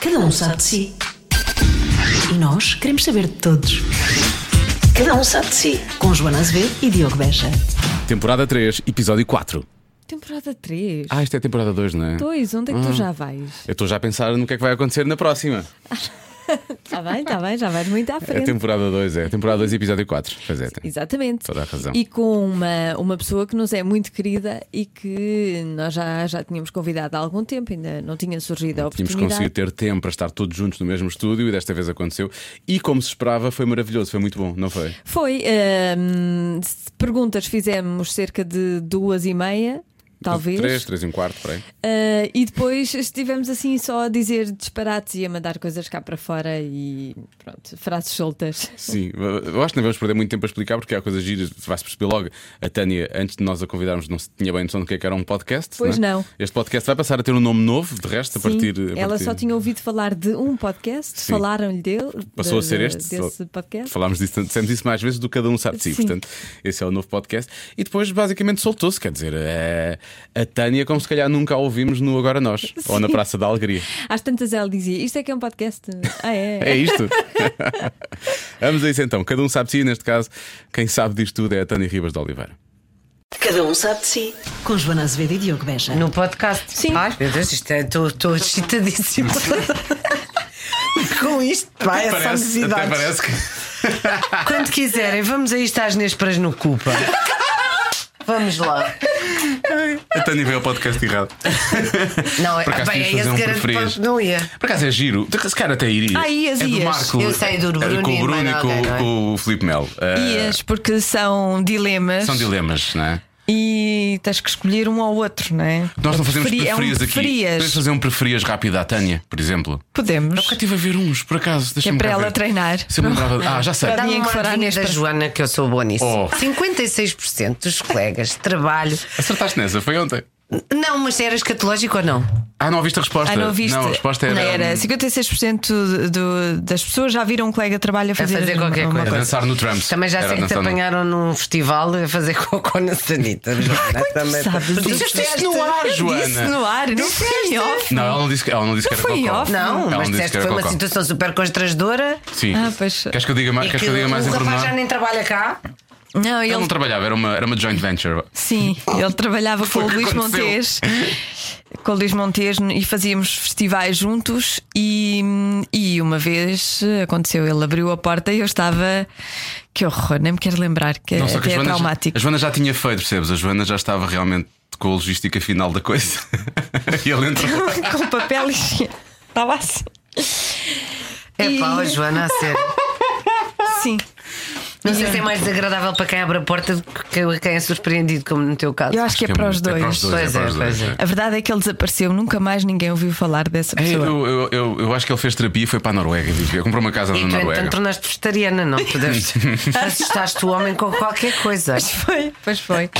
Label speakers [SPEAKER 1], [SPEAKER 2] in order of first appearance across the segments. [SPEAKER 1] Cada um sabe de si. E nós queremos saber de todos. Cada um sabe de si. Com Joana Azevedo e Diogo Beja.
[SPEAKER 2] Temporada 3, episódio 4.
[SPEAKER 3] Temporada 3.
[SPEAKER 2] Ah, isto é temporada 2, não é?
[SPEAKER 3] 2, onde é que tu já vais?
[SPEAKER 2] Eu estou já a pensar no que é que vai acontecer na próxima.
[SPEAKER 3] Está Tá bem, está bem, já vais muito à
[SPEAKER 2] É
[SPEAKER 3] frente.
[SPEAKER 2] temporada 2, é. Temporada 2, episódio 4. Pois é, tem.
[SPEAKER 3] Exatamente.
[SPEAKER 2] Toda a razão.
[SPEAKER 3] E com uma, uma pessoa que nos é muito querida e que nós já, já tínhamos convidado há algum tempo, ainda não tinha surgido a
[SPEAKER 2] Tínhamos
[SPEAKER 3] oportunidade.
[SPEAKER 2] conseguido ter tempo para estar todos juntos no mesmo estúdio e desta vez aconteceu. E como se esperava, foi maravilhoso, foi muito bom, não foi?
[SPEAKER 3] Foi. hum, se- perguntas fizemos cerca de duas e meia, talvez.
[SPEAKER 2] 3, 3 e um quarto, por aí.
[SPEAKER 3] Ah, e depois estivemos assim só a dizer disparates e a mandar coisas cá para fora e pronto, frases soltas.
[SPEAKER 2] Sim, eu acho que não vamos perder muito tempo a explicar porque há coisas giras, vai-se perceber logo. A Tânia, antes de nós a convidarmos, não se tinha bem noção do que, é que era um podcast.
[SPEAKER 3] Pois
[SPEAKER 2] é?
[SPEAKER 3] não.
[SPEAKER 2] Este podcast vai passar a ter um nome novo, de resto, a
[SPEAKER 3] Sim,
[SPEAKER 2] partir. a
[SPEAKER 3] Ela só
[SPEAKER 2] partir-
[SPEAKER 3] tinha ouvido falar de um podcast,
[SPEAKER 2] Sim.
[SPEAKER 3] falaram-lhe dele.
[SPEAKER 2] Passou a
[SPEAKER 3] de-
[SPEAKER 2] ser este.
[SPEAKER 3] Desse podcast.
[SPEAKER 2] Falámos disso, dissemos isso mais vezes do que cada um sabe de si.
[SPEAKER 3] Sim.
[SPEAKER 2] Portanto, esse é o novo podcast. E depois, basicamente, soltou-se. Quer dizer, é, a Tânia, como se calhar nunca a ouvimos no Agora Nós ou na Praça da Alegria.
[SPEAKER 3] Às tantas ela dizia: Isto é que é um podcast. Ah, é.
[SPEAKER 2] É isto. Vamos a isso então. Cada um sabe de si. Neste caso, quem sabe disto tudo é a Tânia Ribas de Oliveira.
[SPEAKER 1] Cada um sabe de si. Com Joana Azevedo e Diogo Beja.
[SPEAKER 4] No podcast?
[SPEAKER 3] Sim.
[SPEAKER 4] Ai, meu Deus, isto é- estou estou excitadíssima. Com isto,
[SPEAKER 3] é
[SPEAKER 4] vai, essa
[SPEAKER 2] até
[SPEAKER 4] necessidade.
[SPEAKER 2] parece que.
[SPEAKER 4] Quando quiserem, vamos a isto às nésperas no Cupa. Vamos lá.
[SPEAKER 2] A Tânia veio ao podcast errado.
[SPEAKER 4] Não, é,
[SPEAKER 2] Por acaso
[SPEAKER 4] bem,
[SPEAKER 2] tínhamos
[SPEAKER 4] é
[SPEAKER 2] de fazer
[SPEAKER 4] esse
[SPEAKER 2] um
[SPEAKER 4] garanto
[SPEAKER 2] preferias.
[SPEAKER 4] que não ia.
[SPEAKER 2] Por acaso é giro. Se calhar até iria.
[SPEAKER 3] Ah, ias,
[SPEAKER 2] é do
[SPEAKER 3] ias.
[SPEAKER 2] Marco.
[SPEAKER 4] Eu sei, do Bruno
[SPEAKER 2] Com o
[SPEAKER 4] e
[SPEAKER 2] Bruno e
[SPEAKER 4] mais
[SPEAKER 2] com,
[SPEAKER 4] alguém, não é?
[SPEAKER 2] com o Filipe Melo. Eh,
[SPEAKER 3] Dias, porque são dilemas,
[SPEAKER 2] são dilemas, não é?
[SPEAKER 3] e tens que escolher um ao outro, não é?
[SPEAKER 2] Nós não fazemos
[SPEAKER 3] Preferi- é um
[SPEAKER 2] preferias aqui.
[SPEAKER 3] preferias.
[SPEAKER 2] Podemos fazer um preferias rápido à Tânia, por exemplo.
[SPEAKER 3] Podemos.
[SPEAKER 2] Eu estive a ver uns, por acaso.
[SPEAKER 3] Que é
[SPEAKER 2] Deixa-me
[SPEAKER 3] para
[SPEAKER 2] cá
[SPEAKER 3] ela
[SPEAKER 2] ver.
[SPEAKER 3] treinar. Tá.
[SPEAKER 2] Se eu me lembrava. Ah, já sei.
[SPEAKER 3] Para
[SPEAKER 4] Dá-me
[SPEAKER 3] Tinha
[SPEAKER 4] uma
[SPEAKER 3] que falar
[SPEAKER 4] adivinha da
[SPEAKER 3] nesta.
[SPEAKER 4] Joana que eu sou boa nisso.
[SPEAKER 2] Oh.
[SPEAKER 4] 56% dos colegas de trabalho.
[SPEAKER 2] Acertaste nessa, foi ontem.
[SPEAKER 4] Não, mas era escatológico ou não?
[SPEAKER 2] Ah, não ouviste a resposta?
[SPEAKER 3] Ah, não viste?
[SPEAKER 2] a resposta era,
[SPEAKER 3] Não, era assim
[SPEAKER 2] hum,
[SPEAKER 3] 56% do- das pessoas já viram um colega de trabalho a
[SPEAKER 4] A
[SPEAKER 3] fazer,
[SPEAKER 4] fazer qualquer
[SPEAKER 3] uma
[SPEAKER 2] a
[SPEAKER 4] coisa.
[SPEAKER 2] dançar no Trumps.
[SPEAKER 4] Também já
[SPEAKER 2] Era
[SPEAKER 4] sei que te
[SPEAKER 2] dançar no-
[SPEAKER 4] apanharam num festival a fazer cocô na sanita. Joana, também.
[SPEAKER 3] sabes?
[SPEAKER 4] Porque
[SPEAKER 3] Disseste
[SPEAKER 4] disseste-
[SPEAKER 2] isto no ar, Joana.
[SPEAKER 3] Disse no ar, não foi em off.
[SPEAKER 2] Não, ela não disse que, ela não disse
[SPEAKER 3] Não
[SPEAKER 2] que
[SPEAKER 3] foi
[SPEAKER 2] era cocó.
[SPEAKER 3] off.
[SPEAKER 4] Não,
[SPEAKER 2] Ela
[SPEAKER 4] mas
[SPEAKER 2] não disse
[SPEAKER 4] disseste
[SPEAKER 2] que
[SPEAKER 4] que
[SPEAKER 2] era
[SPEAKER 4] foi uma
[SPEAKER 2] cocó.
[SPEAKER 4] situação super constrangedora
[SPEAKER 2] Sim.
[SPEAKER 3] Ah, pois.
[SPEAKER 2] Queres que eu diga mais,
[SPEAKER 4] e
[SPEAKER 2] queres que
[SPEAKER 4] o
[SPEAKER 2] eu diga mais em
[SPEAKER 4] rapaz já
[SPEAKER 2] pormenor?
[SPEAKER 4] nem trabalha cá.
[SPEAKER 3] Não,
[SPEAKER 2] Ele
[SPEAKER 3] ele É,
[SPEAKER 2] não trabalhava, era uma, era uma joint venture.
[SPEAKER 3] Sim, ele trabalhava com
[SPEAKER 2] Foi o
[SPEAKER 3] o
[SPEAKER 2] que
[SPEAKER 3] Luís
[SPEAKER 2] aconteceu.
[SPEAKER 3] Montes. Com o Luís Montes e fazíamos festivais juntos e, e uma vez aconteceu, ele abriu a porta e eu estava. Que horror, nem me quero lembrar, que
[SPEAKER 2] Não, só que a
[SPEAKER 3] até é
[SPEAKER 2] Joana, já,
[SPEAKER 3] traumático.
[SPEAKER 2] a Joana já tinha feito, percebes? A Joana já estava realmente com a logística final da coisa. e ele entrou.
[SPEAKER 3] com papel e Estava assim.
[SPEAKER 4] É
[SPEAKER 3] E-
[SPEAKER 4] pá, ó, Joana, a sério.
[SPEAKER 3] Sim.
[SPEAKER 4] Não sei se é mais desagradável para quem abre a porta do que a quem é surpreendido, como no teu caso.
[SPEAKER 3] Eu acho que é para os
[SPEAKER 2] É para os
[SPEAKER 3] dois.
[SPEAKER 2] dois.
[SPEAKER 4] Pois
[SPEAKER 2] é para
[SPEAKER 4] é,
[SPEAKER 2] os dois,
[SPEAKER 4] pois
[SPEAKER 2] é.
[SPEAKER 4] é.
[SPEAKER 3] A verdade é que ele desapareceu, nunca mais ninguém ouviu falar dessa
[SPEAKER 2] É,
[SPEAKER 3] pessoa.
[SPEAKER 2] eu, eu, eu, eu acho que ele fez terapia e foi para a Noruega. viver. Comprou uma casa
[SPEAKER 4] E
[SPEAKER 2] na
[SPEAKER 4] tu
[SPEAKER 2] Noruega.
[SPEAKER 4] então tornaste vegetariana, não? Tu deves assustaste o homem com qualquer coisa.
[SPEAKER 3] Pois foi, pois foi.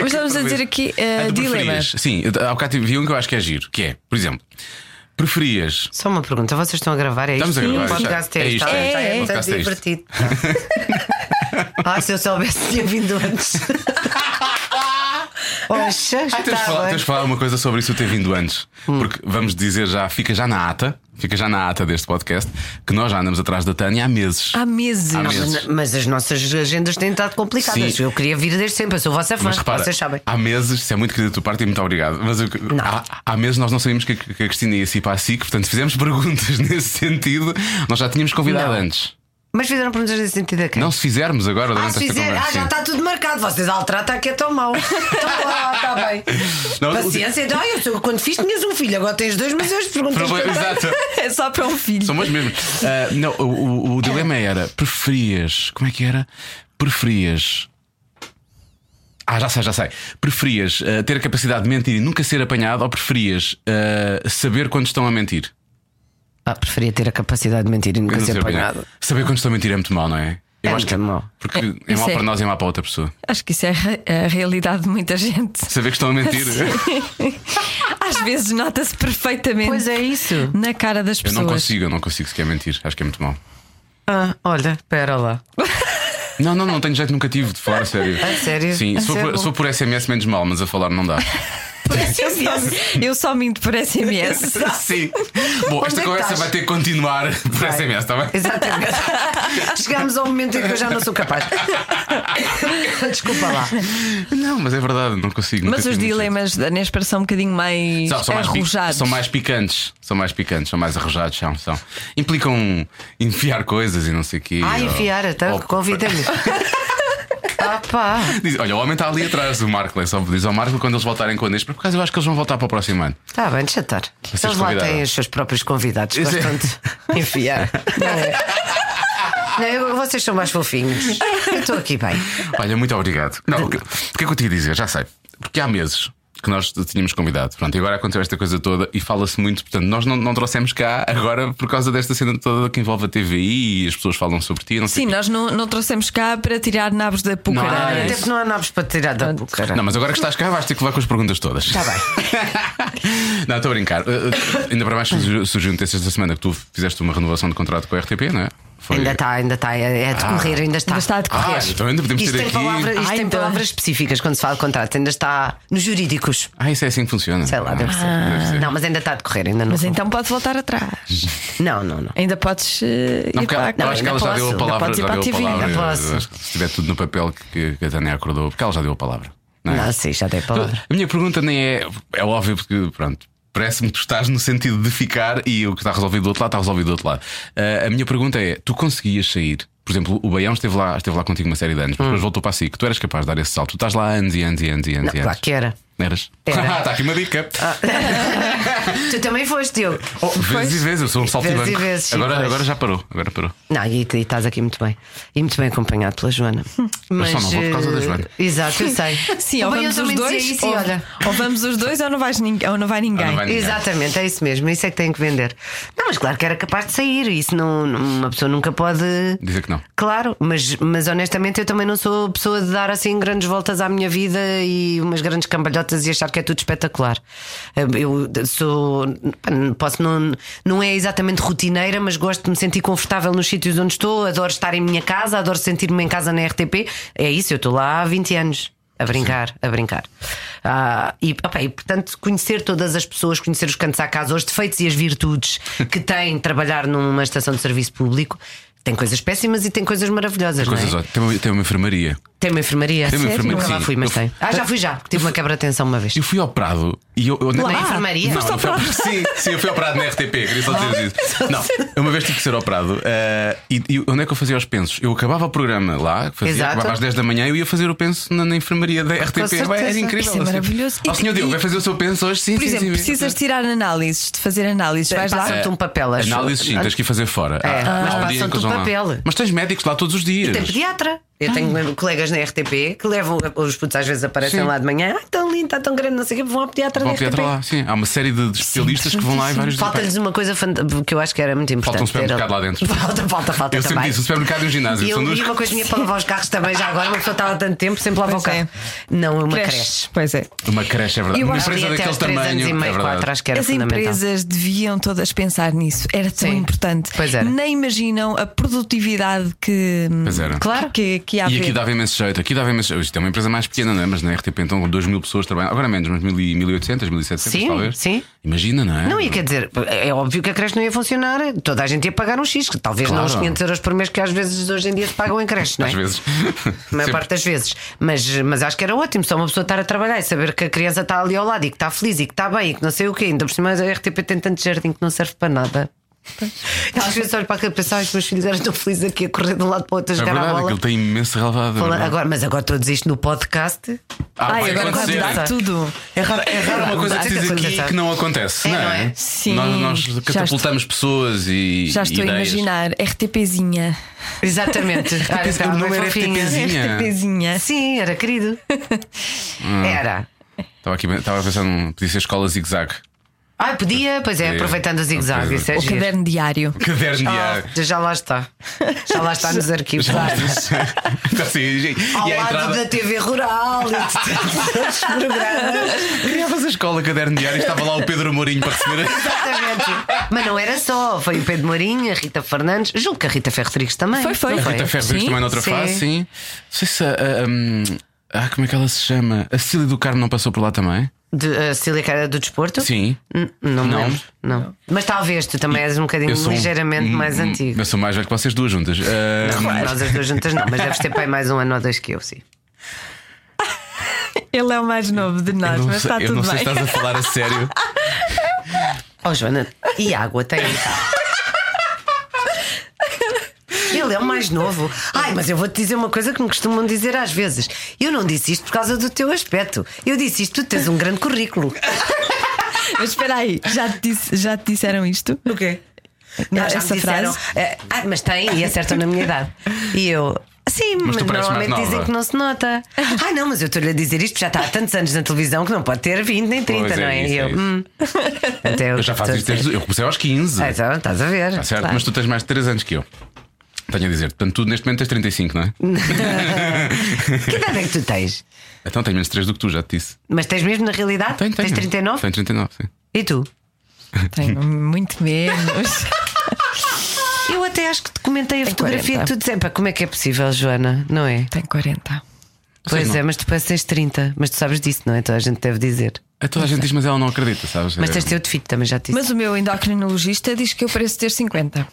[SPEAKER 3] Mas estamos a dizer aqui
[SPEAKER 2] Ah,
[SPEAKER 3] eh,
[SPEAKER 2] tu
[SPEAKER 3] dilema.
[SPEAKER 2] preferias? Sim, eu- há bocado vi um que eu acho que é giro, que é, por exemplo, preferias.
[SPEAKER 4] Só uma pergunta, vocês estão a gravar? É isto?
[SPEAKER 2] Estamos a gravar,
[SPEAKER 4] O podcast
[SPEAKER 2] já-
[SPEAKER 4] é,
[SPEAKER 2] é
[SPEAKER 4] isto.
[SPEAKER 2] isto,
[SPEAKER 3] é isto,
[SPEAKER 4] é,
[SPEAKER 3] o
[SPEAKER 4] muito
[SPEAKER 2] podcast é isto.
[SPEAKER 4] divertido. ah, se eu soubesse, tinha vindo antes. Oxa,
[SPEAKER 2] Ah, tens de falar,
[SPEAKER 4] estava.
[SPEAKER 2] tens de falar uma coisa sobre isso ter vindo antes.
[SPEAKER 3] Hum.
[SPEAKER 2] Porque vamos dizer já, fica já na ata, fica já na ata deste podcast, que nós já andamos atrás da Tânia há meses.
[SPEAKER 3] Há meses.
[SPEAKER 2] Há meses.
[SPEAKER 4] Mas, mas as nossas agendas têm estado complicadas.
[SPEAKER 2] Sim.
[SPEAKER 4] Eu queria vir desde sempre, eu sou vossa fã,
[SPEAKER 2] Mas repara,
[SPEAKER 4] vocês sabem.
[SPEAKER 2] há meses, isso é muito querido da tua parte e muito obrigado. Mas eu- há, há meses nós não sabíamos que, que a Cristina ia se ir para a SIC, portanto, se fizemos perguntas nesse sentido, nós já tínhamos convidado
[SPEAKER 4] Não.
[SPEAKER 2] antes.
[SPEAKER 4] Mas fizeram perguntas nesse sentido a quem?
[SPEAKER 2] Não se fizermos agora
[SPEAKER 4] ah,
[SPEAKER 2] durante
[SPEAKER 4] se
[SPEAKER 2] esta
[SPEAKER 4] fizer,
[SPEAKER 2] conversa.
[SPEAKER 4] ah, já
[SPEAKER 2] sim.
[SPEAKER 4] está tudo marcado. Vocês altratam que é tão mau. Então, lá, está bem.
[SPEAKER 2] Não,
[SPEAKER 4] Paciência, então, ah, eu sou- quando fiz tinhas um filho, agora tens dois, mas eu as perguntas.
[SPEAKER 2] Problema-
[SPEAKER 4] que eu-
[SPEAKER 2] Exato.
[SPEAKER 3] É só para um filho.
[SPEAKER 2] São as mesmo. Ah, não, o, o- o dilema era: preferias. Como é que era? Preferias. Ah, já sei, já sei. Preferias ah, ter a capacidade de mentir e nunca ser apanhado ou preferias ah, saber quando estão a mentir?
[SPEAKER 4] Ah, preferia ter a capacidade de mentir e nunca
[SPEAKER 2] Não
[SPEAKER 4] ser
[SPEAKER 2] ser
[SPEAKER 4] apanhado.
[SPEAKER 2] apanhado. Saber quando estão a mentir é muito mal, não é?
[SPEAKER 4] É
[SPEAKER 2] acho que
[SPEAKER 4] muito mau.
[SPEAKER 2] Porque é,
[SPEAKER 3] É,
[SPEAKER 2] mau
[SPEAKER 3] isso é.
[SPEAKER 2] para nós e é mau para outra pessoa.
[SPEAKER 3] Acho que isso é a a realidade de muita gente.
[SPEAKER 2] Saber que estão a mentir.
[SPEAKER 3] Às vezes nota-se perfeitamente
[SPEAKER 4] Pois é isso.
[SPEAKER 3] na cara das
[SPEAKER 2] Eu
[SPEAKER 3] pessoas.
[SPEAKER 2] não consigo, eu não consigo sequer mentir. Acho que é muito mau.
[SPEAKER 4] Ah, olha, espera lá.
[SPEAKER 2] Não, não, não tenho jeito, nunca tive de falar a sério.
[SPEAKER 4] A sério?
[SPEAKER 2] Sim,
[SPEAKER 4] A
[SPEAKER 2] se for, por,
[SPEAKER 4] sério?
[SPEAKER 2] se for por SMS, menos mal, mas a falar não dá. por
[SPEAKER 3] SMS. Eu só minto por SMS.
[SPEAKER 2] Sim. Bom,
[SPEAKER 4] Onde é
[SPEAKER 2] esta
[SPEAKER 4] que
[SPEAKER 2] conversa
[SPEAKER 4] estás?
[SPEAKER 2] vai ter que continuar por SMS, está tá bem?
[SPEAKER 4] Exatamente. Chegámos ao momento em que eu já não sou capaz. Desculpa lá.
[SPEAKER 2] Não, mas é verdade, não consigo.
[SPEAKER 3] Mas
[SPEAKER 2] nunca tive
[SPEAKER 3] os
[SPEAKER 2] muito jeito.
[SPEAKER 3] dilemas da Nespera são um bocadinho mais
[SPEAKER 2] São, são mais pic-
[SPEAKER 3] arrojados.
[SPEAKER 2] são mais picantes, são mais picantes, são mais arrojados, são, são. Implicam enfiar coisas e não sei o quê.
[SPEAKER 4] Ah,
[SPEAKER 2] ou-
[SPEAKER 4] enfiar, até
[SPEAKER 2] ou-
[SPEAKER 4] convida-me. Ah, pá.
[SPEAKER 2] Diz- olha, o homem está ali atrás do Marco, é só diz ao Marco quando eles voltarem com este, por acaso eu acho que eles vão voltar para o próximo ano.
[SPEAKER 4] Está tá bem, de chatar.
[SPEAKER 2] Vocês
[SPEAKER 4] Eles lá
[SPEAKER 2] convidaram.
[SPEAKER 4] têm os seus próprios convidados,
[SPEAKER 2] Isso é.
[SPEAKER 4] gostam de enfiar. Não é? Não, eu- vocês são mais fofinhos. Eu estou aqui bem.
[SPEAKER 2] Olha, muito obrigado. Não, o que, o que é que eu te ia dizer? Já sei. Porque há meses que nós te tínhamos convidado. Pronto, e agora aconteceu esta coisa toda e fala-se muito. Portanto, nós não, não trouxemos cá agora por causa desta cena toda que envolve a TVI e as pessoas falam sobre ti. Não sei
[SPEAKER 3] Sim,
[SPEAKER 2] o quê.
[SPEAKER 3] nós não, não trouxemos cá para tirar nabos da pucará.
[SPEAKER 2] Ah,
[SPEAKER 4] Olha,
[SPEAKER 2] é
[SPEAKER 4] até
[SPEAKER 2] isso.
[SPEAKER 4] que não há nabos para tirar da boca.
[SPEAKER 2] Não, mas agora que estás cá, vais ter que levar com as perguntas todas.
[SPEAKER 4] Está bem.
[SPEAKER 2] Não, estou a brincar. Uh, uh, ainda para mais surgiu surgiu notícia esta semana que tu fizeste uma renovação de contrato com a RTP, não é? Foi-
[SPEAKER 4] Ainda está, ainda está. É é a decorrer, ainda está.
[SPEAKER 3] Ainda está a
[SPEAKER 2] Ah,
[SPEAKER 3] decorrer.
[SPEAKER 2] então ainda podemos
[SPEAKER 4] Isto
[SPEAKER 2] ter
[SPEAKER 4] tem,
[SPEAKER 2] aqui.
[SPEAKER 4] palavra- isto
[SPEAKER 3] Ai,
[SPEAKER 4] tem
[SPEAKER 3] então.
[SPEAKER 4] palavras específicas quando se fala de contrato, ainda está nos jurídicos.
[SPEAKER 2] Ah, isso é assim que funciona.
[SPEAKER 4] Sei lá, deve ser.
[SPEAKER 2] Deve ser.
[SPEAKER 4] Não, mas ainda está a decorrer, ainda não.
[SPEAKER 3] Mas então podes voltar atrás.
[SPEAKER 4] Não, não, não.
[SPEAKER 3] Ainda podes eh,
[SPEAKER 2] Não,
[SPEAKER 3] ir
[SPEAKER 2] porque ela,
[SPEAKER 3] para
[SPEAKER 2] eu acho que ela já deu a
[SPEAKER 3] Ainda
[SPEAKER 2] palavra.
[SPEAKER 3] podes ir
[SPEAKER 2] Já
[SPEAKER 3] para a
[SPEAKER 2] deu a
[SPEAKER 3] TV.
[SPEAKER 2] palavra.
[SPEAKER 4] Ainda
[SPEAKER 2] eu
[SPEAKER 4] posso.
[SPEAKER 2] acho que Se tiver tudo no papel que, que a Tânia acordou, porque ela já deu a palavra. Não, é?
[SPEAKER 4] Não, sim, já dei a palavra.
[SPEAKER 2] A minha pergunta nem é. É óbvio porque, pronto, parece-me que tu estás no sentido de ficar e o que está resolvido do outro lado está resolvido do outro lado. Ah, a minha pergunta é: tu conseguias sair? Por exemplo, o Baião esteve lá, esteve lá contigo uma série de anos, mas
[SPEAKER 4] Hum.
[SPEAKER 2] depois voltou para a SIC. Tu eras capaz de dar esse salto. Tu estás lá há anos e anos e anos e anos.
[SPEAKER 4] Não,
[SPEAKER 2] e anos.
[SPEAKER 4] claro que era.
[SPEAKER 2] Eras?
[SPEAKER 4] Era. Ah,
[SPEAKER 2] Está aqui uma dica.
[SPEAKER 4] Tu também foste, Diogo.
[SPEAKER 2] Oh, vezes e vezes, eu sou um saltibanco.
[SPEAKER 4] Vezes e vezes, sim,
[SPEAKER 2] agora,
[SPEAKER 4] pois.
[SPEAKER 2] agora já parou. Agora parou.
[SPEAKER 4] Não, e, e estás aqui muito bem. E muito bem acompanhado pela Joana.
[SPEAKER 2] Eu só não vou por causa da
[SPEAKER 4] eh,
[SPEAKER 2] Joana.
[SPEAKER 4] Exato, eu sei.
[SPEAKER 3] Sim,
[SPEAKER 4] Eu
[SPEAKER 3] ou
[SPEAKER 4] bem, eu
[SPEAKER 3] vamos os
[SPEAKER 4] também
[SPEAKER 3] dois,
[SPEAKER 4] dizia Isso, e
[SPEAKER 3] ou,
[SPEAKER 4] olha.
[SPEAKER 3] ou vamos os dois, ou não, vais nin- ou não vai ninguém.
[SPEAKER 2] Ou Ah, não vai ninguém.
[SPEAKER 4] Exatamente, é isso mesmo, isso é que tem que vender. Não, mas claro que era capaz de sair, isso não, uma pessoa nunca pode.
[SPEAKER 2] Dizer que não.
[SPEAKER 4] Claro, mas, mas honestamente eu também não sou pessoa de dar assim grandes voltas à minha vida e umas grandes cambalhotas e achar que é tudo espetacular. Eu sou. Posso não. Não é exatamente rotineira, mas gosto de me sentir confortável nos sítios onde estou, adoro estar em minha casa, adoro sentir-me em casa na RTP. É isso, eu estou lá há 20 anos. A brincar, a brincar. Ah, e, opa, e, portanto, conhecer todas as pessoas, conhecer os cantos à casa, os defeitos e as virtudes que tem trabalhar numa estação de serviço público. Tem coisas péssimas e tem coisas maravilhosas,
[SPEAKER 2] Coisas
[SPEAKER 4] não é?
[SPEAKER 2] ótimas. tem, uma- tem uma enfermaria.
[SPEAKER 4] Tem uma enfermaria.
[SPEAKER 2] Tem uma
[SPEAKER 4] Sério?
[SPEAKER 2] enfermaria,
[SPEAKER 4] Nunca lá
[SPEAKER 2] sim.
[SPEAKER 4] fui, mas
[SPEAKER 2] Eu-
[SPEAKER 4] tem. Ah, já fui já, porque tive uma quebra de tensão uma vez.
[SPEAKER 2] Eu fui ao Prado e eu. eu
[SPEAKER 4] Na
[SPEAKER 2] não-
[SPEAKER 4] enfermaria?
[SPEAKER 2] Não, não foi ao- sim, sim, eu fui ao Prado na RTP, queria só dizer isso. Não, eu uma vez tive que ser ao Prado eh, e, e onde é que eu fazia os pensos? Eu acabava o programa lá, que fazia,
[SPEAKER 4] Exato.
[SPEAKER 2] acabava às 10 da manhã e eu ia fazer o penso na, na enfermaria da RTP.
[SPEAKER 4] certeza.
[SPEAKER 2] Vai, era incrível. assim.
[SPEAKER 3] Isso é maravilhoso.
[SPEAKER 2] Ó senhor
[SPEAKER 3] E-
[SPEAKER 2] Diogo,
[SPEAKER 3] e-
[SPEAKER 2] vai fazer o seu penso hoje? Sim,
[SPEAKER 3] Por
[SPEAKER 2] sim,
[SPEAKER 3] exemplo,
[SPEAKER 2] sim.
[SPEAKER 3] precisas tirar análises, de fazer análises, vais lá.
[SPEAKER 4] Passa-te um papel, acho.
[SPEAKER 2] Análises, Eh, sim, tens que ir fazer fora.
[SPEAKER 4] É,
[SPEAKER 2] Há-
[SPEAKER 4] mas
[SPEAKER 2] há um dia em que
[SPEAKER 4] passam-te
[SPEAKER 2] eles vão
[SPEAKER 4] o
[SPEAKER 2] lá.
[SPEAKER 4] papel.
[SPEAKER 2] Mas tens médicos lá todos os dias.
[SPEAKER 4] Tem pediatra. Eu tenho colegas na RTP que levam os putos às vezes aparecem
[SPEAKER 2] Ah. Sim.
[SPEAKER 4] lá de manhã. Ah, tão lindo, está tão grande, não sei o quê, vão ao pediatra
[SPEAKER 2] Vão
[SPEAKER 4] da
[SPEAKER 2] ao pediatra
[SPEAKER 4] RTP.
[SPEAKER 2] lá, sim. Há uma série de de especialistas que vão lá e vários
[SPEAKER 4] Falta-lhes uma coisa fant- que eu acho que era muito importante.
[SPEAKER 2] Falta um supermercado
[SPEAKER 4] Era-
[SPEAKER 2] lá dentro.
[SPEAKER 4] Falta, falta, falta
[SPEAKER 2] Eu sempre
[SPEAKER 4] também.
[SPEAKER 2] disse, um supermercado e um ginásio.
[SPEAKER 4] E, eu,
[SPEAKER 2] São duas
[SPEAKER 4] e uma coisa minha para lavar os carros também, já agora, uma pessoa estava há tanto tempo, sempre lava o
[SPEAKER 3] Pois é.
[SPEAKER 4] carro. Não, é uma creche.
[SPEAKER 3] Pois é.
[SPEAKER 2] Uma creche, é verdade.
[SPEAKER 3] Eu
[SPEAKER 2] Uma
[SPEAKER 3] acho que
[SPEAKER 2] empresa
[SPEAKER 4] Ali até
[SPEAKER 2] daquele
[SPEAKER 4] aos três anos
[SPEAKER 2] tamanho.
[SPEAKER 4] e meio,
[SPEAKER 2] é verdade.
[SPEAKER 4] quatro, acho que era
[SPEAKER 3] As
[SPEAKER 4] fundamental.
[SPEAKER 3] empresas deviam todas pensar nisso. Era tão
[SPEAKER 4] Sim.
[SPEAKER 3] importante.
[SPEAKER 4] Pois era.
[SPEAKER 3] Nem imaginam a produtividade que.
[SPEAKER 2] Pois era.
[SPEAKER 3] Claro. Que, que há a
[SPEAKER 2] E aqui
[SPEAKER 3] ver.
[SPEAKER 2] dava imenso jeito, aqui dava imenso jeito. Isto é uma empresa mais pequena, não é? Mas na RTP então 2 mil pessoas trabalham, agora menos, mas 1.000 e 1.800, 1.700
[SPEAKER 4] Sim,
[SPEAKER 2] talvez.
[SPEAKER 4] sim.
[SPEAKER 2] Imagina, não é?
[SPEAKER 4] Não, e quer dizer, é óbvio que a creche não ia funcionar, toda a gente ia pagar um X, que talvez não os
[SPEAKER 2] Claro.
[SPEAKER 4] 500 euros por mês que às vezes hoje em dia se pagam em creche, não é?
[SPEAKER 2] Às vezes.
[SPEAKER 4] A maior
[SPEAKER 2] Sempre.
[SPEAKER 4] parte das vezes. Mas, mas acho que era ótimo só uma pessoa estar a trabalhar e saber que a criança está ali ao lado e que está feliz e que está bem e que não sei o quê. Ainda por cima a RTP tem tanto jardim que não serve para nada. Às vezes olho para aquilo e penso, "Ai, os meus filhos eram tão felizes aqui a correr de um lado para o outro a
[SPEAKER 2] É
[SPEAKER 4] jogar à
[SPEAKER 2] verdade,
[SPEAKER 4] bola.
[SPEAKER 2] aquilo tem imenso relevado. é
[SPEAKER 4] Fala-
[SPEAKER 2] verdade.
[SPEAKER 4] agora, mas agora todos isto no podcast.
[SPEAKER 2] Ah,
[SPEAKER 3] Ai,
[SPEAKER 2] vai
[SPEAKER 3] agora vai
[SPEAKER 2] acontecer.
[SPEAKER 3] mudar tudo.
[SPEAKER 2] É raro, é raro uma coisa que
[SPEAKER 4] Tem
[SPEAKER 2] dizes
[SPEAKER 4] que
[SPEAKER 2] aqui
[SPEAKER 4] acontecer.
[SPEAKER 2] que não acontece,
[SPEAKER 4] É,
[SPEAKER 2] não
[SPEAKER 4] não
[SPEAKER 2] é?
[SPEAKER 4] é?
[SPEAKER 3] Sim.
[SPEAKER 2] Nós, nós
[SPEAKER 3] Já
[SPEAKER 2] catapultamos pessoas e.
[SPEAKER 3] Já estou
[SPEAKER 2] e
[SPEAKER 3] a
[SPEAKER 2] ideias.
[SPEAKER 3] imaginar. RTPzinha.
[SPEAKER 4] Exatamente. Olha,
[SPEAKER 2] O é
[SPEAKER 4] estava
[SPEAKER 2] nome
[SPEAKER 4] bem
[SPEAKER 2] era
[SPEAKER 4] fofinha.
[SPEAKER 2] RTPzinha. Zinha.
[SPEAKER 3] RTPzinha.
[SPEAKER 4] Sim, era querido.
[SPEAKER 2] Hum.
[SPEAKER 4] Era.
[SPEAKER 2] Estava, aqui, estava a pensar num. Podia ser escola zigue-zague.
[SPEAKER 4] Ah, podia, pois é,
[SPEAKER 2] Podia.
[SPEAKER 4] aproveitando o zigue-zague.
[SPEAKER 2] Pois é.
[SPEAKER 4] Isso é
[SPEAKER 3] O
[SPEAKER 4] giro.
[SPEAKER 3] caderno diário.
[SPEAKER 2] Caderno de ar.
[SPEAKER 4] Ah, já lá está. Já lá está nos arquivos.
[SPEAKER 2] é Já Assim, e-
[SPEAKER 4] Ao
[SPEAKER 2] e à
[SPEAKER 4] lado
[SPEAKER 2] entrada.
[SPEAKER 4] da TV Rural e de tantos programas.
[SPEAKER 2] Criavas a escola caderno diário e estava lá o Pedro Mourinho para receber.
[SPEAKER 4] Exatamente. Mas não era só. Foi o Pedro Mourinho, a Rita Fernandes. Julgo que a Rita Ferro Rodrigues também.
[SPEAKER 3] Foi, foi.
[SPEAKER 4] Não
[SPEAKER 2] A Rita Ferro Rodrigues
[SPEAKER 3] Sim,
[SPEAKER 2] também noutra
[SPEAKER 4] sim.
[SPEAKER 2] fase, sim. Não sei se a, a, um, Ah, como é que ela se chama? A Cecília do Carmo não passou por lá também?
[SPEAKER 4] De, a Cecília que era do desporto?
[SPEAKER 2] Sim.
[SPEAKER 4] N- Não me
[SPEAKER 2] Não.
[SPEAKER 4] lembro. Não. Mas talvez tu também és um bocadinho
[SPEAKER 2] Eu sou um-
[SPEAKER 4] ligeiramente
[SPEAKER 2] um-
[SPEAKER 4] mais
[SPEAKER 2] um-
[SPEAKER 4] antigo.
[SPEAKER 2] Eu sou mais velho que vocês duas juntas. Ah,
[SPEAKER 4] Nós as duas juntas não, mas deves ter pai mais um ano ou dois que eu, sim.
[SPEAKER 3] Ele é o mais novo de nós,
[SPEAKER 2] não
[SPEAKER 3] mas
[SPEAKER 2] sei,
[SPEAKER 3] está
[SPEAKER 2] eu não
[SPEAKER 3] tudo
[SPEAKER 2] sei
[SPEAKER 3] bem.
[SPEAKER 2] se estás a falar a sério.
[SPEAKER 4] Oh, Joana, e água tem em casa? Ele é o mais novo. Ai, mas eu vou-te dizer uma coisa que me costumam dizer às vezes. Eu não disse isto por causa do teu aspecto. Eu disse isto, tu tens um grande currículo.
[SPEAKER 3] Mas espera aí, já te, disse- já te disseram isto?
[SPEAKER 4] O quê?
[SPEAKER 3] Não,
[SPEAKER 4] já
[SPEAKER 3] essa
[SPEAKER 4] me disseram,
[SPEAKER 3] frase.
[SPEAKER 4] eh, ah, mas tem, e acertam na minha idade. E eu. Sim,
[SPEAKER 2] Mas
[SPEAKER 4] mas,
[SPEAKER 2] tu pareces mais
[SPEAKER 4] normalmente
[SPEAKER 2] nova.
[SPEAKER 4] dizem que não se nota. Ai não, mas eu estou-lhe a dizer isto porque já está há tantos anos na televisão que não pode ter 20 nem 30,
[SPEAKER 2] Pois é,
[SPEAKER 4] não é?
[SPEAKER 2] isso,
[SPEAKER 4] e eu.
[SPEAKER 2] é isso.
[SPEAKER 4] hum. Até
[SPEAKER 2] Eu já faço isto desde. Eu comecei aos 15.
[SPEAKER 4] Ah, então, estás a ver.
[SPEAKER 2] Está certo,
[SPEAKER 4] Claro.
[SPEAKER 2] mas tu tens mais de 3 anos que eu. Tenho a dizer, portanto, tu neste momento tens 35, não é?
[SPEAKER 4] Que idade é que tu tens?
[SPEAKER 2] Então tenho menos 3 do que tu, já te disse.
[SPEAKER 4] Mas tens mesmo na realidade?
[SPEAKER 2] Tenho, tenho.
[SPEAKER 4] Tens 39?
[SPEAKER 2] Tenho 39, sim.
[SPEAKER 4] E tu?
[SPEAKER 3] Tenho muito menos.
[SPEAKER 4] Eu até acho que te comentei a fotografia
[SPEAKER 3] 40.
[SPEAKER 4] que tu dizes. Pá, como é que é possível, Joana? Não é?
[SPEAKER 3] Tenho 40.
[SPEAKER 4] Pois
[SPEAKER 2] não.
[SPEAKER 4] é, mas tu parece que tens 30. Mas tu sabes disso, não é? Então a gente deve dizer.
[SPEAKER 2] A toda a gente diz, mas ela não acredita, sabes?
[SPEAKER 4] Mas
[SPEAKER 2] É-
[SPEAKER 4] tens teu de filho também, já te disse.
[SPEAKER 3] Mas o meu endocrinologista diz que eu pareço ter 50.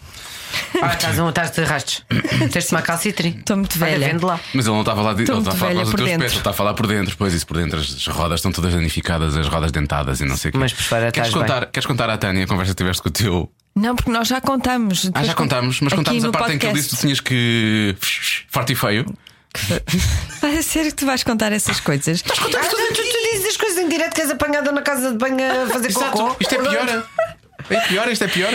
[SPEAKER 4] Ah, estás, um, estás de rastos. Tens de tomar calcitri.
[SPEAKER 3] Estou muito
[SPEAKER 4] Olha,
[SPEAKER 3] velha.
[SPEAKER 4] vende lá.
[SPEAKER 2] Mas ele não estava lá de, ele
[SPEAKER 3] Estou
[SPEAKER 2] estava a
[SPEAKER 3] muito
[SPEAKER 2] falar por causa
[SPEAKER 3] velha
[SPEAKER 2] do
[SPEAKER 3] por
[SPEAKER 2] teu
[SPEAKER 3] dentro.
[SPEAKER 2] aspecto, ele está a falar por dentro, pois isso por dentro as rodas estão todas danificadas, as rodas dentadas e não sei o quê.
[SPEAKER 4] Mas por fora
[SPEAKER 2] queres
[SPEAKER 4] estás
[SPEAKER 2] contar, queres contar à Tânia a conversa que tiveste com o teu.
[SPEAKER 3] Não, porque nós já contamos.
[SPEAKER 2] Ah,
[SPEAKER 3] Depois
[SPEAKER 2] já
[SPEAKER 3] con-
[SPEAKER 2] contámos, mas
[SPEAKER 3] aqui
[SPEAKER 2] contámos a
[SPEAKER 3] no
[SPEAKER 2] parte em que ele disse que tu
[SPEAKER 3] podcast.
[SPEAKER 2] tinhas que. forte e feio.
[SPEAKER 3] Vai ser que tu vais contar essas coisas.
[SPEAKER 4] Ah, tu, tu dizes as coisas em direto que és apanhada na casa de banho a fazer cocô.
[SPEAKER 2] Exato, isto é pior. É pior, isto é pior.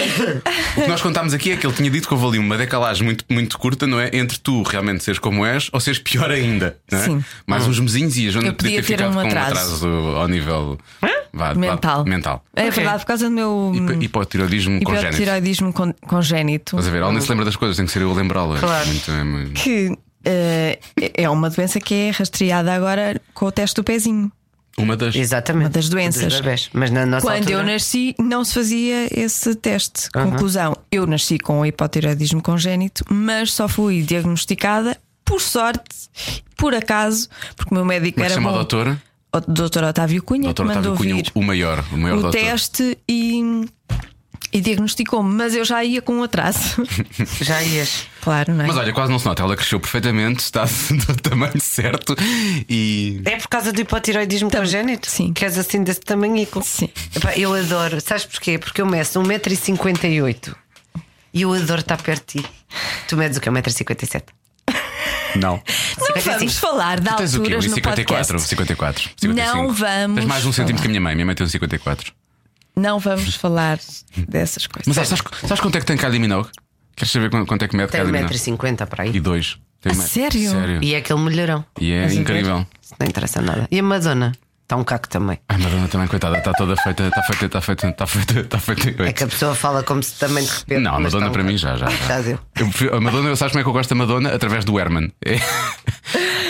[SPEAKER 2] O que nós contámos aqui é que ele tinha dito que houve ali uma decalagem muito, muito curta, não é? Entre tu realmente seres como és ou seres pior ainda. Não é?
[SPEAKER 3] Sim. Hum.
[SPEAKER 2] Mais uns mesinhos e a Joana
[SPEAKER 3] Eu
[SPEAKER 2] podia ter
[SPEAKER 3] podia ter
[SPEAKER 2] ficado
[SPEAKER 3] um
[SPEAKER 2] com um
[SPEAKER 3] atraso.
[SPEAKER 2] atraso ao nível vá- vá-
[SPEAKER 3] Mental.
[SPEAKER 2] mental.
[SPEAKER 3] É verdade, por causa do meu
[SPEAKER 2] Hipo-
[SPEAKER 3] hum,
[SPEAKER 2] Hipotiroidismo congénito.
[SPEAKER 3] hipotiroidismo con- congénito,
[SPEAKER 2] Estás a ver? Ela nem se lembra das coisas, tem que ser eu a lembrá-las.
[SPEAKER 4] Claro.
[SPEAKER 2] Muito, é, muito-
[SPEAKER 3] que eh, é uma doença que é rastreada agora com o teste do pezinho.
[SPEAKER 2] Uma das.
[SPEAKER 4] Exatamente.
[SPEAKER 3] Uma das doenças.
[SPEAKER 4] Dos bebés. Mas né? na nossa
[SPEAKER 3] Quando eu
[SPEAKER 4] altura,
[SPEAKER 3] nasci, não se fazia esse teste. Conclusão: eu nasci com hipotireoidismo congénito, mas só fui diagnosticada por sorte, por acaso, porque o meu médico
[SPEAKER 2] Como é que se
[SPEAKER 3] era
[SPEAKER 2] chama a
[SPEAKER 3] bom.
[SPEAKER 2] doutora?
[SPEAKER 3] O doutor Otávio Cunha,
[SPEAKER 2] Doutor
[SPEAKER 3] que
[SPEAKER 2] Otávio
[SPEAKER 3] mandou
[SPEAKER 2] Cunha,
[SPEAKER 3] vir
[SPEAKER 2] o maior. O maior
[SPEAKER 3] o
[SPEAKER 2] doutor.
[SPEAKER 3] um teste e, e diagnosticou-me, mas eu já ia com um atraso.
[SPEAKER 4] já ias.
[SPEAKER 3] claro, não é?
[SPEAKER 2] Mas olha, quase não se nota. Ela cresceu perfeitamente, está do tamanho certo e.
[SPEAKER 4] É por causa do hipotiroidismo congénito?
[SPEAKER 3] sim.
[SPEAKER 4] Que és assim desse tamanhico.
[SPEAKER 3] Sim.
[SPEAKER 4] Epá, eu adoro. Sabes porquê? Porque eu meço 1,58m. E eu adoro estar perto de ti. Tu medes o quê? 1,57m.
[SPEAKER 2] Não.
[SPEAKER 3] Não
[SPEAKER 4] 55.
[SPEAKER 3] vamos falar de
[SPEAKER 2] Tens o quê? Um
[SPEAKER 3] alturas
[SPEAKER 2] Uns
[SPEAKER 3] no
[SPEAKER 2] 54,
[SPEAKER 3] podcast.
[SPEAKER 2] 54, 55.
[SPEAKER 3] Não vamos
[SPEAKER 2] Tens mais um centímetro
[SPEAKER 3] falar.
[SPEAKER 2] que a minha mãe. Minha mãe tem um 54.
[SPEAKER 3] Não vamos falar dessas coisas.
[SPEAKER 2] Hum. Mas sabes, sabes quanto é que tem Kylie Minogue? Queres saber quanto quanto é que mede
[SPEAKER 4] Tenho
[SPEAKER 2] Kylie
[SPEAKER 3] um
[SPEAKER 2] Minogue?
[SPEAKER 4] 1,50m para aí.
[SPEAKER 2] E dois. Tem
[SPEAKER 3] A
[SPEAKER 2] mais-
[SPEAKER 3] sério? um
[SPEAKER 2] Sério.
[SPEAKER 4] E é aquele mulherão.
[SPEAKER 2] E é
[SPEAKER 4] Mas a
[SPEAKER 2] incrível.
[SPEAKER 4] ver, Isso não interessa nada. E a Madonna? Está um caco também.
[SPEAKER 2] A Madonna também, coitada, está toda feita, está feita, está feita, está feita, está feita.
[SPEAKER 4] É que a pessoa fala como se também de repente.
[SPEAKER 2] Não, a
[SPEAKER 4] mas
[SPEAKER 2] Madonna
[SPEAKER 4] tá um
[SPEAKER 2] para
[SPEAKER 4] caco.
[SPEAKER 2] mim já, já. já.
[SPEAKER 4] Já deu.
[SPEAKER 2] Eu prefiro- a Madonna, sabes como é que eu gosto da Madonna? Através do Herman. É,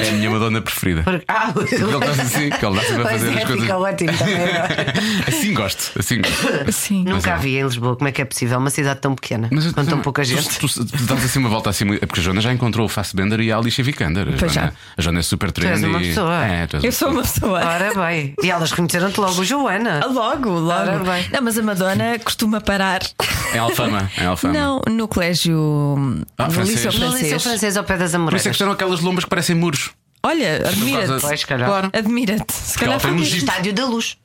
[SPEAKER 2] é a minha Madonna preferida.
[SPEAKER 4] Porque- Ah,
[SPEAKER 2] Ele gosta assim, que ele dá sempre a
[SPEAKER 4] Pois
[SPEAKER 2] fazer
[SPEAKER 4] é,
[SPEAKER 2] as coisas.
[SPEAKER 4] Fica ótimo também. agora.
[SPEAKER 2] Assim gosto, assim gosto.
[SPEAKER 3] Sim.
[SPEAKER 4] Nunca
[SPEAKER 2] é.
[SPEAKER 4] a vi em Lisboa. Como é que é possível? Uma cidade tão pequena,
[SPEAKER 2] eu-
[SPEAKER 4] com tão pouca
[SPEAKER 2] tu-
[SPEAKER 4] gente.
[SPEAKER 2] Tu, tu dás assim uma volta assim, muito- é porque a Joana já encontrou o Fassbender e a Alicia Vikander. A
[SPEAKER 3] Pois
[SPEAKER 2] Joana,
[SPEAKER 3] já.
[SPEAKER 2] a Joana é super trendy.
[SPEAKER 4] és uma pessoa.
[SPEAKER 2] É, tu és
[SPEAKER 3] Eu sou uma pessoa. Ah,
[SPEAKER 4] Ora bem. E elas reconheceram-te logo, Joana.
[SPEAKER 3] Logo, logo.
[SPEAKER 4] Ora bem.
[SPEAKER 3] Não, mas a Madonna costuma parar.
[SPEAKER 2] Em É Alfama, em Alfama.
[SPEAKER 3] Não, no colégio.
[SPEAKER 2] Ah,
[SPEAKER 3] no
[SPEAKER 2] francês.
[SPEAKER 3] Liceu
[SPEAKER 2] No
[SPEAKER 4] Não, isso é
[SPEAKER 3] francês.
[SPEAKER 4] francês ao pé das
[SPEAKER 2] Por isso é que
[SPEAKER 4] Amoreiras.
[SPEAKER 2] estão aquelas lombas que parecem muros.
[SPEAKER 3] Olha, admira-te.
[SPEAKER 4] Pois, calhar.
[SPEAKER 2] Claro.
[SPEAKER 3] Admira-te. Se calhar
[SPEAKER 2] ela tem
[SPEAKER 3] foi
[SPEAKER 2] um
[SPEAKER 3] nisso.
[SPEAKER 2] jeep.
[SPEAKER 4] Estádio da Luz.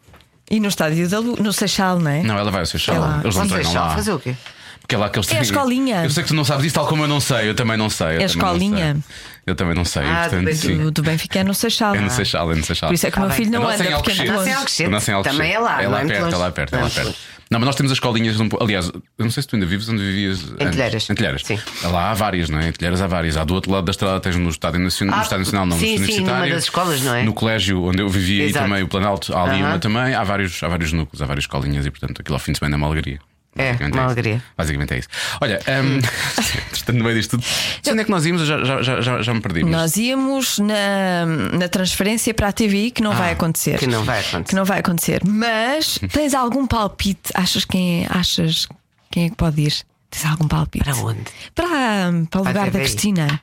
[SPEAKER 3] E no estádio da Luz, no Seixal, não é?
[SPEAKER 2] Não, ela vai ao Seixal.
[SPEAKER 3] Ela-
[SPEAKER 2] Eles não
[SPEAKER 4] Vamos
[SPEAKER 2] treinam
[SPEAKER 4] deixar
[SPEAKER 2] lá.
[SPEAKER 4] fazer o quê?
[SPEAKER 2] Porque é lá que eles
[SPEAKER 3] É a
[SPEAKER 2] treinam.
[SPEAKER 3] escolinha.
[SPEAKER 2] Eu sei que tu não sabes disso, tal como eu não sei. Eu também não sei. eu
[SPEAKER 3] É
[SPEAKER 2] também
[SPEAKER 3] a
[SPEAKER 2] não
[SPEAKER 3] escolinha.
[SPEAKER 2] sei. Eu também não sei.
[SPEAKER 4] Ah,
[SPEAKER 2] portanto,
[SPEAKER 4] bem,
[SPEAKER 2] sim.
[SPEAKER 3] Do, do Benfica é no Seixal.
[SPEAKER 2] É no Seixal, é no Seixal.
[SPEAKER 3] Por isso é que o
[SPEAKER 4] Tá
[SPEAKER 3] meu
[SPEAKER 4] bem. Tá
[SPEAKER 3] filho não
[SPEAKER 2] A nossa
[SPEAKER 3] anda,
[SPEAKER 2] em
[SPEAKER 3] porque é
[SPEAKER 2] Alcochete.
[SPEAKER 3] muito
[SPEAKER 4] A nossa em
[SPEAKER 3] longe.
[SPEAKER 4] Alcochete.
[SPEAKER 2] A nossa em Alcochete.
[SPEAKER 4] Também é lá,
[SPEAKER 2] É
[SPEAKER 4] não
[SPEAKER 2] lá
[SPEAKER 4] é muito
[SPEAKER 2] perto, é
[SPEAKER 4] longe.
[SPEAKER 2] lá perto, é lá
[SPEAKER 4] Não é muito
[SPEAKER 2] perto. Não, mas nós temos as colinhas. de um po- Aliás, eu não sei se tu ainda vives onde vivias. antes.
[SPEAKER 4] Telheiras.
[SPEAKER 2] Em Telheiras.
[SPEAKER 4] Sim.
[SPEAKER 2] Lá há várias, não é? Em Telheiras há várias. Há do outro lado da estrada, tens no Estádio Nacional,
[SPEAKER 4] Ah,
[SPEAKER 2] no Estádio Nacional não, no
[SPEAKER 4] sim, sim,
[SPEAKER 2] Universitário.
[SPEAKER 4] numa das escolas, não é?
[SPEAKER 2] No colégio onde eu vivia e
[SPEAKER 4] Exato.
[SPEAKER 2] também o Planalto, há ali
[SPEAKER 4] Aham.
[SPEAKER 2] uma também. Há vários, há vários núcleos, há várias colinhas e, portanto, aquilo ao fim de semana é uma alegria.
[SPEAKER 4] É,
[SPEAKER 2] Basicamente
[SPEAKER 4] uma
[SPEAKER 2] isso.
[SPEAKER 4] alegria.
[SPEAKER 2] Basicamente é isso. Olha, hum, estando no meio disto tudo, se onde é que nós íamos? Eu já, já, já- já, já me perdi. mas-
[SPEAKER 3] Nós íamos na, na transferência para a TVI, que não vai acontecer.
[SPEAKER 4] Ah, Que não vai acontecer.
[SPEAKER 3] Que não vai acontecer. Mas tens algum palpite? Achas quem é, achas quem é que pode ir? Tens algum palpite?
[SPEAKER 4] Para onde?
[SPEAKER 3] Para, para o
[SPEAKER 4] Para a
[SPEAKER 3] lugar da
[SPEAKER 4] TVI.
[SPEAKER 3] Cristina.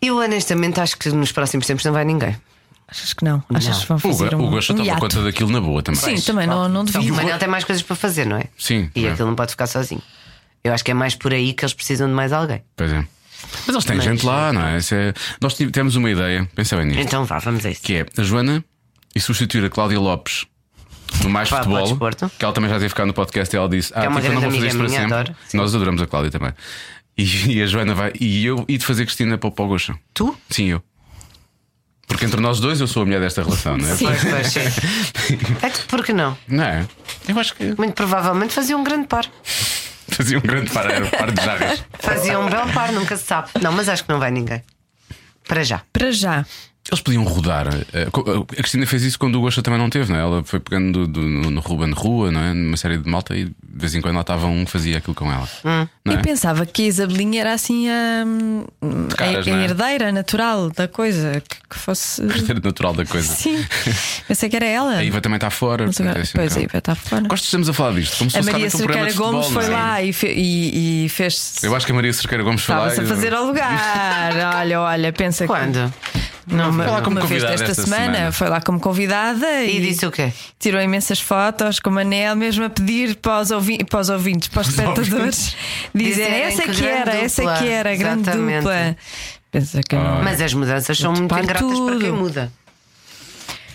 [SPEAKER 4] Eu honestamente acho que nos próximos tempos não vai ninguém.
[SPEAKER 3] Achas que não? Achas que vão
[SPEAKER 2] O
[SPEAKER 3] fazer
[SPEAKER 2] Hugo,
[SPEAKER 3] um.
[SPEAKER 2] o Hugo está
[SPEAKER 3] um
[SPEAKER 2] a tomar
[SPEAKER 3] hiato?
[SPEAKER 2] conta daquilo na boa também.
[SPEAKER 3] Sim, também não, não
[SPEAKER 4] Só que
[SPEAKER 3] devia.
[SPEAKER 4] o Manel tem mais coisas para fazer, não é?
[SPEAKER 2] Sim,
[SPEAKER 4] E
[SPEAKER 2] é.
[SPEAKER 4] aquilo não pode ficar sozinho. Eu acho que é mais por aí que eles precisam de mais alguém.
[SPEAKER 2] Pois é. Mas eles têm
[SPEAKER 4] Mas-
[SPEAKER 2] gente lá, não é? Isso é- Nós tive- temos uma ideia, pensa bem nisto,
[SPEAKER 4] Então vá, vamos a isso.
[SPEAKER 2] que é a Joana e substituir a Cláudia Lopes no mais
[SPEAKER 4] Para- para o
[SPEAKER 2] futebol,
[SPEAKER 4] desporto.
[SPEAKER 2] que ela também já teve cá no podcast e ela disse: Ah,
[SPEAKER 4] é uma
[SPEAKER 2] tipo, eu não vou fazer
[SPEAKER 4] grande
[SPEAKER 2] isto para
[SPEAKER 4] amiga minha,
[SPEAKER 2] sempre.
[SPEAKER 4] adoro. Sim.
[SPEAKER 2] Nós adoramos a Cláudia também. E, e a Joana vai, e eu, e de fazer Cristina para o Pogocha.
[SPEAKER 4] Tu?
[SPEAKER 2] Sim, eu. Porque entre nós dois eu sou a mulher desta relação, não é?
[SPEAKER 3] Sim.
[SPEAKER 4] Pois, pois, sim. É que por que não?
[SPEAKER 2] Não é? Eu acho que
[SPEAKER 4] Muito provavelmente fazia um grande par.
[SPEAKER 2] fazia um grande par, era um par de jarras.
[SPEAKER 4] Fazia um belo par, nunca se sabe. Não, mas acho que não vai ninguém. Para já.
[SPEAKER 3] Para já.
[SPEAKER 2] Eles podiam rodar. eh, co- A Cristina fez isso quando o Gosta também não teve, não é? Ela foi pegando do, do, no no Ruben Rua, não é? Numa série de malta e de vez em quando lá estava um que fazia aquilo com ela.
[SPEAKER 4] Hum.
[SPEAKER 2] Não
[SPEAKER 3] Eu
[SPEAKER 2] é?
[SPEAKER 3] pensava que a Isabelinha era assim a, a-
[SPEAKER 2] caras,
[SPEAKER 3] a
[SPEAKER 2] não é?
[SPEAKER 3] herdeira natural da coisa, que, que fosse.
[SPEAKER 2] Era natural da coisa.
[SPEAKER 3] Sim, pensei que era ela.
[SPEAKER 2] A Iva também está fora.
[SPEAKER 3] Mas agora-
[SPEAKER 2] portanto, é assim um
[SPEAKER 3] pois aí,
[SPEAKER 2] bocado.
[SPEAKER 3] vai estar fora.
[SPEAKER 2] Gosto de estarmos a falar disto. Como se
[SPEAKER 3] A
[SPEAKER 2] fosse
[SPEAKER 3] Maria
[SPEAKER 2] realmente um programa
[SPEAKER 3] Cerqueira
[SPEAKER 2] de futebol,
[SPEAKER 3] Gomes foi
[SPEAKER 2] não é?
[SPEAKER 3] lá e, fe- e, e fez.
[SPEAKER 2] Eu acho que a Maria Cerqueira Gomes foi lá.
[SPEAKER 3] Estava-se a
[SPEAKER 2] e-
[SPEAKER 3] fazer ao lugar. olha, olha, pensa que-
[SPEAKER 4] Quando?
[SPEAKER 3] Não,
[SPEAKER 4] Não,
[SPEAKER 3] uma,
[SPEAKER 2] lá como
[SPEAKER 3] uma vez
[SPEAKER 2] convidada
[SPEAKER 3] desta
[SPEAKER 2] esta
[SPEAKER 3] semana,
[SPEAKER 2] semana.
[SPEAKER 3] foi lá como convidada e,
[SPEAKER 4] E disse o quê?
[SPEAKER 3] tirou imensas fotos com o Manel, mesmo a pedir para os, ouvi- para os ouvintes, para os espectadores, dizer
[SPEAKER 4] Dizerem
[SPEAKER 3] essa
[SPEAKER 4] que
[SPEAKER 3] que era,
[SPEAKER 4] grande
[SPEAKER 3] essa
[SPEAKER 4] dupla.
[SPEAKER 3] que era, a grande
[SPEAKER 4] Exatamente.
[SPEAKER 3] dupla. Pensa que não.
[SPEAKER 4] Mas as mudanças são muito
[SPEAKER 3] Para
[SPEAKER 4] ingratas para quem
[SPEAKER 3] tudo.
[SPEAKER 4] muda.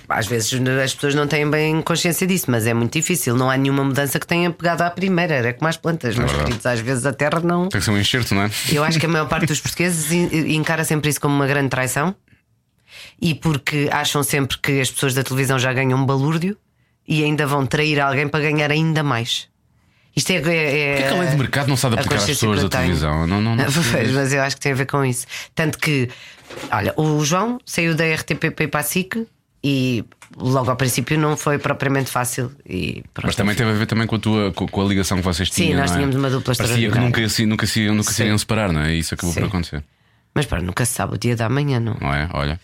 [SPEAKER 4] Às vezes as pessoas não têm bem consciência disso, mas é muito difícil. Não há nenhuma mudança que tenha pegado à primeira. Era como as plantas, meus
[SPEAKER 2] verdade.
[SPEAKER 4] queridos. Às vezes a terra não.
[SPEAKER 2] Tem que ser um enxerto, não é?
[SPEAKER 4] Eu acho que a maior parte dos portugueses en- eh, encara sempre isso como uma grande traição e porque acham sempre que as pessoas da televisão já ganham um balúrdio e ainda vão trair alguém para ganhar ainda mais. Isto é. é, é
[SPEAKER 2] Porque é que a lei de mercado não sabe
[SPEAKER 4] a
[SPEAKER 2] aplicar às
[SPEAKER 4] consciência
[SPEAKER 2] pessoas
[SPEAKER 4] que
[SPEAKER 2] da
[SPEAKER 4] eu tenho.
[SPEAKER 2] televisão? Não, não, não.
[SPEAKER 4] Pois, mas eu acho que tem a ver com isso. Tanto que, olha, o João saiu da RTP para a SIC e logo ao princípio não foi propriamente fácil. E pronto.
[SPEAKER 2] Mas também teve a ver também com a tua com, com a ligação que vocês
[SPEAKER 4] Sim,
[SPEAKER 2] tinham.
[SPEAKER 4] nós
[SPEAKER 2] não é?
[SPEAKER 4] tínhamos uma dupla
[SPEAKER 2] Parecia que
[SPEAKER 4] extraordinária.
[SPEAKER 2] nunca, se- nunca, se, nunca se
[SPEAKER 4] Sim.
[SPEAKER 2] iam separar, não é? E isso acabou por
[SPEAKER 4] Sim.
[SPEAKER 2] acontecer,
[SPEAKER 4] Mas pronto, nunca se sabe o dia da manhã, não?
[SPEAKER 2] não é? Olha.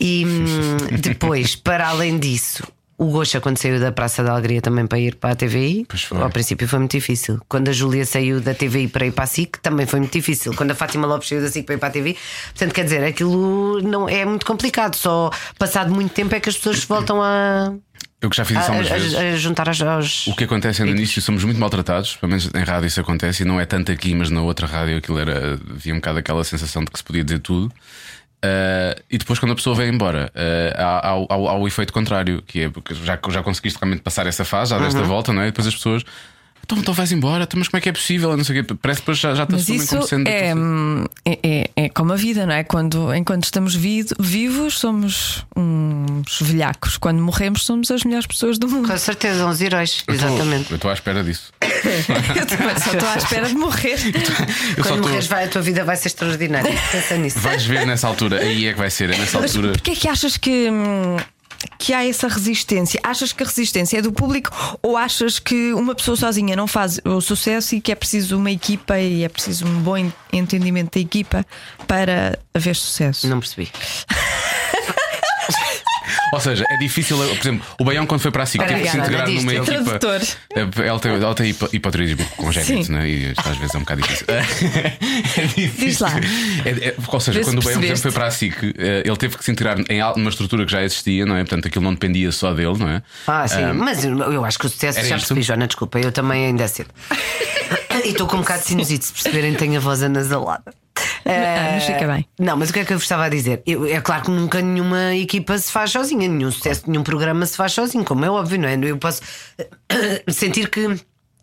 [SPEAKER 4] E hum, depois, para além disso, o Gocha, quando saiu da Praça da Alegria também para ir para a TVI,
[SPEAKER 2] Pois foi.
[SPEAKER 4] ao princípio foi muito difícil. Quando a Júlia saiu da TVI para ir para a SIC, também foi muito difícil. Quando a Fátima Lopes saiu da SIC para ir para a TV, portanto, quer dizer, aquilo não é muito complicado. Só passado muito tempo é que as pessoas voltam a,
[SPEAKER 2] Eu que já fiz
[SPEAKER 4] a,
[SPEAKER 3] Ah,
[SPEAKER 2] isso algumas
[SPEAKER 4] a-
[SPEAKER 2] vezes.
[SPEAKER 4] a juntar aos. aos-
[SPEAKER 2] O que acontece é no início somos muito maltratados, pelo menos em rádio isso acontece, e não é tanto aqui, mas na outra rádio aquilo era. havia um bocado aquela sensação de que se podia dizer tudo. Ah, e depois, quando a pessoa vai embora, ah, há, há, o- há o- há o efeito contrário, que é porque já, já conseguiste realmente passar essa fase, já
[SPEAKER 3] Uhum.
[SPEAKER 2] desta volta, não é? E depois as pessoas. Então, então vais embora, então, mas como é que é possível? Eu Não sei o quê. Parece que depois já, já te
[SPEAKER 3] Mas
[SPEAKER 2] assumem
[SPEAKER 3] isso
[SPEAKER 2] como sendo.
[SPEAKER 3] é, hum, é, é- é como a vida, não é? Quando, enquanto estamos vi- vivos, somos uns velhacos. Quando morremos, somos as melhores pessoas do mundo.
[SPEAKER 4] Com certeza, uns heróis,
[SPEAKER 2] Eu estou-
[SPEAKER 4] exatamente.
[SPEAKER 2] Eu estou à espera disso.
[SPEAKER 3] Eu também só estou à espera de
[SPEAKER 2] Eu
[SPEAKER 3] morrer.
[SPEAKER 2] só
[SPEAKER 4] Quando
[SPEAKER 2] estou-
[SPEAKER 4] morreres, vai, a tua vida vai ser extraordinária. Pensa nisso.
[SPEAKER 2] Vais ver nessa altura, aí é que vai ser, é nessa
[SPEAKER 3] Mas
[SPEAKER 2] altura.
[SPEAKER 3] porquê é que achas que, hum, que há essa resistência? Achas que a resistência é do público ou achas que uma pessoa sozinha não faz o sucesso e que é preciso uma equipa e é preciso um bom en- entendimento da equipa para haver sucesso?
[SPEAKER 4] Não percebi.
[SPEAKER 2] Ou seja, é difícil, por exemplo, o Baião quando foi para a SIC
[SPEAKER 4] Espera
[SPEAKER 2] teve que se
[SPEAKER 4] aí,
[SPEAKER 2] integrar
[SPEAKER 4] Ana, diz
[SPEAKER 2] numa
[SPEAKER 4] tu.
[SPEAKER 2] equipa.
[SPEAKER 3] é Tradutor.
[SPEAKER 2] Eh, Ela tem, ela tem hipo- hipotiroidismo congénito,
[SPEAKER 3] Sim.
[SPEAKER 2] né? e isto às vezes é um bocado difícil. é difícil.
[SPEAKER 3] Diz lá.
[SPEAKER 2] É- é- ou seja,
[SPEAKER 3] Vê se
[SPEAKER 2] quando o Baião por exemplo,
[SPEAKER 3] percebeste.
[SPEAKER 2] foi para a SIC, eh, ele teve que se integrar em al- numa estrutura que já existia, não é? Portanto, aquilo não dependia só dele, não é?
[SPEAKER 4] Ah, sim, mas eu, eu acho que o sucesso
[SPEAKER 2] era
[SPEAKER 4] já
[SPEAKER 2] isto?
[SPEAKER 4] percebi, Joana, desculpa, eu também ainda é cedo. e estou com um bocado de sinusite, se perceberem, tenho a voz anasalada.
[SPEAKER 3] Ah, mas fica bem.
[SPEAKER 4] Não, mas o que é que eu vos estava a dizer? Eu- é claro que nunca nenhuma equipa se faz sozinha, nenhum sucesso, nenhum programa se faz sozinho, como é óbvio, não é? Eu posso eh, sentir que